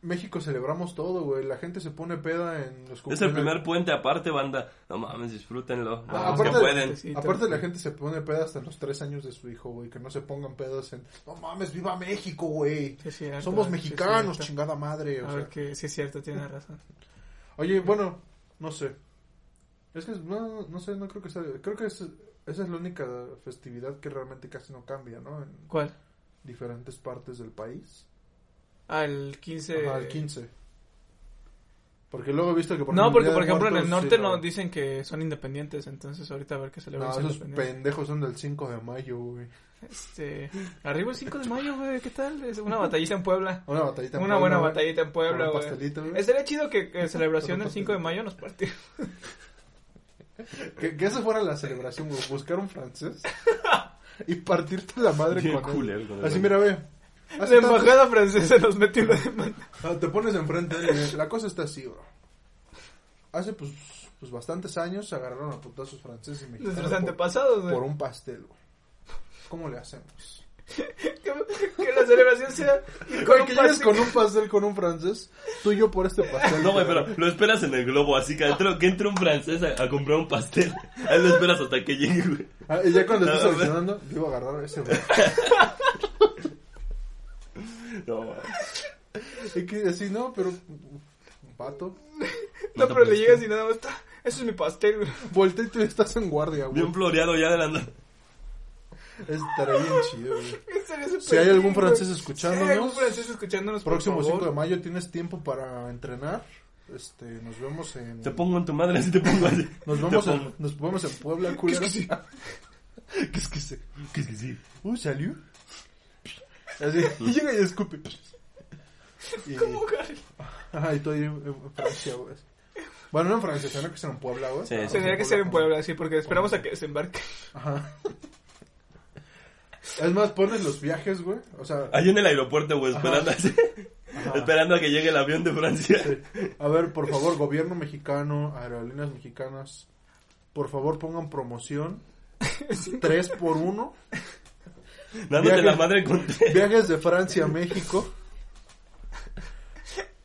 B: México celebramos todo, güey. La gente se pone peda en los
C: Es el
B: cumpleaños.
C: primer puente aparte, banda. No mames, disfrútenlo.
B: Ah,
C: Los que
B: aparte-
C: pueden.
A: Sí,
B: Aparte la gente se pone peda hasta los tres años de su hijo, güey. Que no se pongan pedos en... No mames, viva México, güey.
A: Sí, es cierto,
B: Somos
A: sí, es
B: mexicanos,
A: cierto.
B: chingada madre. o
A: A ver
B: sea.
A: que sí es cierto, tiene razón.
B: Oye, bueno, no sé. Es que no, no sé, no creo que sea... Creo que es- esa es la única festividad que realmente casi no cambia, ¿no? En
A: ¿Cuál?
B: diferentes partes del país.
A: Ah, el 15.
B: Ajá, el 15. Porque luego he visto que...
A: no, porque
B: el Día
A: por
B: de
A: ejemplo en el
B: Muertos,
A: norte
B: sí,
A: no dicen que son independientes, entonces ahorita a ver qué celebran.
B: No,
A: ser
B: esos
A: independientes.
B: pendejos son del 5 de mayo, güey.
A: Este, arriba el 5 de mayo, güey, ¿qué tal? Es una batallita en Puebla.
B: Una batallita en
A: Una
B: Puebla,
A: buena
B: güey.
A: batallita en Puebla,
B: Con un
A: güey.
B: pastelito, güey.
A: Estaría chido que, que celebración el 5 de mayo nos partiera.
B: Que, que esa fuera la celebración, güey. Buscar un francés y partirte la madre
C: Bien
B: con él.
C: culero, con el
B: Así,
C: francés.
B: mira, ve.
A: La
B: Hace tanto-
A: embajada francesa nos metió la demanda.
B: Ah, Te pones enfrente de él y ve, La cosa está así, bro. Hace, pues, pues bastantes años se agarraron a putazos franceses y mexicanos
A: Nuestros
B: por,
A: antepasados, güey.
B: por un pastel, güey. ¿Cómo le hacemos?
A: que, que la celebración sea ir con
B: Güey,
A: un
B: que llegues
A: pastel.
B: con un pastel con un francés, tú y yo por este pastel.
C: No, güey, pero lo esperas en el globo, así que, entro- que entre un francés a, a comprar un pastel. Ahí lo esperas hasta que llegue, güey.
B: Ah, y ya cuando estés
C: No, no, no.
B: seleccionando, yo iba a agarrar ese, güey.
C: No, güey.
B: Es que así no, pero. Vato.
A: No, pero le llegas y nada más está. Eso es mi pastel, güey.
B: Voltea y tú estás en guardia, güey.
C: bien floreado ya de la nada.
B: Estaría bien chido, güey.
A: En serio, es
B: Si hay
A: súper
B: algún
A: lindo.
B: francés
A: Si hay algún
B: escuchándonos,
A: francés escuchándonos, por
B: próximo
A: favor.
B: 5 de mayo tienes tiempo para entrenar. Este, nos vemos en.
C: Te pongo en tu madre, así te pongo así.
B: Nos
C: Te
B: vemos
C: pongo.
B: en, nos vemos en Puebla, culero.
A: Qu'est-ce que
B: ¿Qué es que se?
C: ¿Qué es que sí?
B: Uh, salió. Así, y llega y escupe. Y,
A: ¿Cómo, Harry?
B: ajá, y todo ahí en, en Francia, güey. Bueno, no en Francia, tendría que ser en Puebla, güey.
C: Sí, sí.
A: Tendría que ser en Puebla, sí, porque esperamos a que desembarque.
B: Ajá. Es más, pones los viajes, güey. O sea,
C: Ahí en el aeropuerto, güey, esperando, así, esperando a que llegue el avión de Francia.
B: a ver, por favor, gobierno mexicano, aerolíneas mexicanas, por favor pongan promoción. 3 por 1
C: Dándote
B: Viaje.
C: la madre con...
B: Viajes de Francia a México.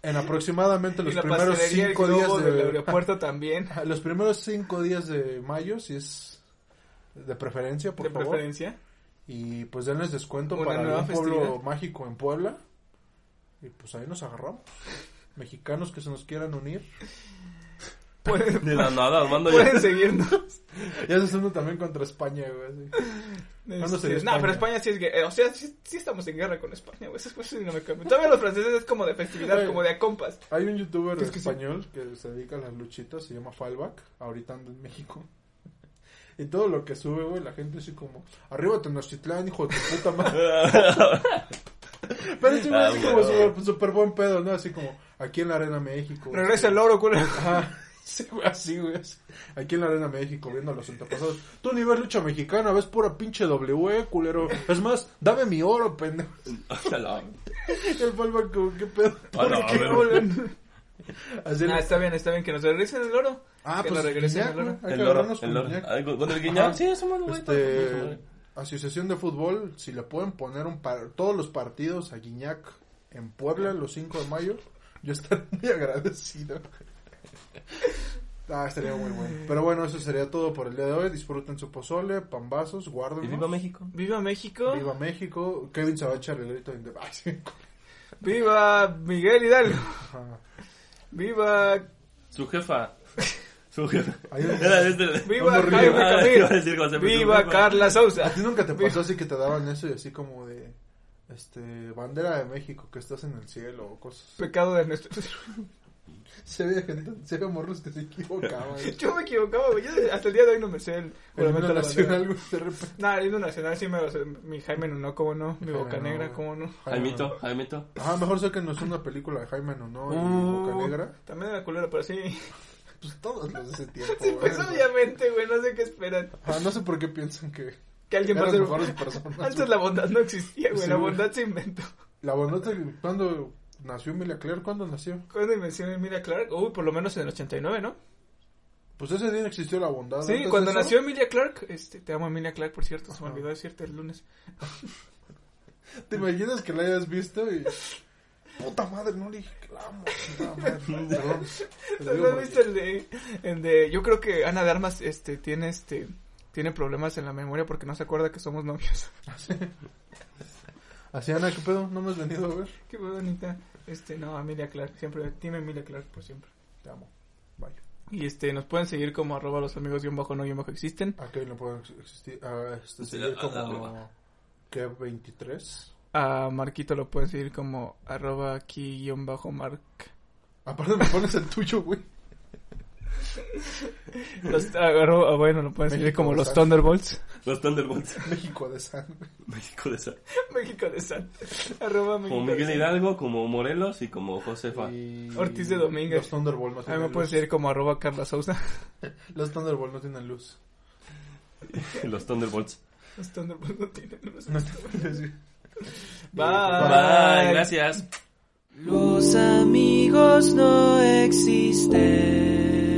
B: En aproximadamente los
A: y la
B: primeros
A: pastelería, el
B: cinco
A: globo
B: días
A: del
B: de
A: aeropuerto también,
B: los primeros cinco días de mayo, si es de preferencia, por
A: de
B: favor.
A: preferencia.
B: Y pues denles descuento
A: Una
B: para
A: nueva
B: algún pueblo
A: festividad.
B: mágico en Puebla. Y pues ahí nos agarramos. Mexicanos que se nos quieran unir.
A: Pueden,
C: De la nada, Armando ya.
B: Pues,
A: pueden seguirnos.
B: Ya se uno también contra España, güey. así. ¿Cuándo
A: Este,
B: sería
A: no,
B: España?
A: pero España sí es que, eh, o sea, sí, sí estamos en guerra con España, güey. Esas cosas sí no me cambian. Todavía los franceses es como de festividad,
B: Güey.
A: como de a compas.
B: Hay un youtuber
A: Es que sí.
B: español que se dedica a las luchitas, se llama Fallback, ahorita anda en México. Y todo lo que sube, güey, la gente así como, arriba Tenochtitlán, hijo de tu puta madre. Pero sí, güey,
C: Ah,
B: así como
C: bueno.
B: súper súper buen pedo, ¿no? Así como, aquí en la Arena México.
A: Regresa el oro, culo.
B: Ajá. Sí, güey, así, güey. así. Aquí en la Arena México, viendo a los antepasados. Tú ni ves lucha mexicana, ves pura pinche W, culero. Es más, dame mi oro, pendejo.
C: A la-
B: Y el Fallback como, ¿qué pedo?
C: Ah, a la
B: ¿Por qué,
C: verga.
B: güey? Así
A: Ah,
B: le-
A: está bien, está bien, que nos regresen el oro.
B: Ah,
A: que
B: pues
A: nos regresen
B: ya,
A: el oro.
B: güey. Hay
C: El
B: que
C: loro,
B: agarrarnos con
C: el loro.
B: Guiñac.
C: Ah, ¿Con con el
B: Ajá.
C: guiñac? Sí, somos güey.
B: Este, Asociación de Fútbol, si le pueden poner un par- todos los partidos a Guiñac en Puebla los 5 de mayo, yo estaría muy agradecido. Ah, estaría muy bueno. Pero bueno, eso sería todo por el día de hoy. Disfruten su pozole, pambazos, guarden.
C: Y viva México.
A: Viva México.
B: Viva México. Kevin se va a echar el grito de inde- Ay, sí.
A: Viva Miguel Hidalgo.
B: Ajá.
A: Viva.
C: Su jefa. Su jefa.
B: Ahí-
C: Era este.
A: Viva
B: Vamos,
C: Río.
A: Jaime
C: Ah, iba a decir
A: Camil.
C: José, pero
A: Viva
C: no,
A: Carla
B: ¿A
A: Sousa.
B: ti nunca te pasó así que te daban eso y así como de este bandera de México que estás en el cielo o cosas?
A: Pecado de nuestro.
B: Se ve gente, se ve morros que se equivocaban.
A: Yo me equivocaba, güey. Yo hasta el día de hoy no me sé
B: El
A: el
B: himno
A: juramento de la
B: nacional,
A: nacional.
B: güey, de repente.
A: Nah, el himno nacional sí me lo sé. Mi Jaime no, cómo no. Mi
B: Jaime
A: Boca
B: Nuno,
A: Negra,
B: güey.
A: cómo no.
C: Jaimito, Jaimito.
B: Ah, mejor sáquenos una película de Jaime Nuno y Boca
A: Uh,
B: Negra.
A: También de la culera, pero sí.
B: Pues todos los de ese tiempo.
A: Sí,
B: güey.
A: pues obviamente, güey. No sé qué esperan.
B: Ah, no sé por qué piensan que
A: Que alguien va a
B: eran
A: ser.
B: mejores personas.
A: Antes la bondad no existía, güey.
B: Sí,
A: la
B: güey.
A: bondad se inventó.
B: La bondad, cuando nació Emilia Clarke, ¿cuándo nació?
A: ¿Cuándo invencionó Emilia Clark? Uy, por lo menos en el 89, ¿no?
B: Pues ese día no existió la bondad.
A: Sí,
B: Antes
A: cuando
B: de eso,
A: nació Emilia Clark, este, te amo Emilia Clark, por cierto, se me
B: Ajá.
A: olvidó decirte el lunes.
B: ¿Te imaginas que la hayas visto y. Puta madre, no le dije que la amo. puta madre, Perdón. Te lo
A: ¿No
B: digo
A: has
B: porque-
A: visto el de, el de, yo creo que Ana de Armas, este, tiene, este, tiene problemas en la memoria porque no se acuerda que somos novios.
B: Así, Ana, ¿qué pedo? ¿No me has venido a ver?
A: Qué bonita, este, no, Emilia Clark, siempre, dime Emilia Clark por siempre.
B: Te amo. Bye.
A: Y este, nos pueden seguir como arroba los amigos guión bajo no guión bajo existen.
B: ¿A qué Ah, no puedo ex- existir? Ah, este
C: Sí,
B: sería
C: a- a la
B: como.
C: broma.
B: ¿Qué? ¿23?
A: A Marquito lo pueden seguir como arroba aquí guión bajo Mark.
B: Aparte me pones el tuyo, güey.
A: Los- arroba- ah, bueno, lo pueden seguir
B: México,
A: como los
B: Los
A: Thunderbolts.
C: Los Thunderbolts.
B: México de sangre.
C: México de esa.
A: México de San. Arroba México
C: Como
A: de
C: Miguel
A: San.
C: Hidalgo, como Morelos y como Josefa.
B: Y-
A: Ortiz de Domínguez.
B: Los Thunderbolt no
A: A mí me
B: tienen
A: pueden
B: luz.
A: seguir como arroba Carla Sousa.
B: Los Thunderbolt no tienen luz.
C: Los Thunderbolts.
A: Los Thunderbolts no tienen unos-
B: No tienen luz.
C: Bye, gracias.
D: Los amigos no existen.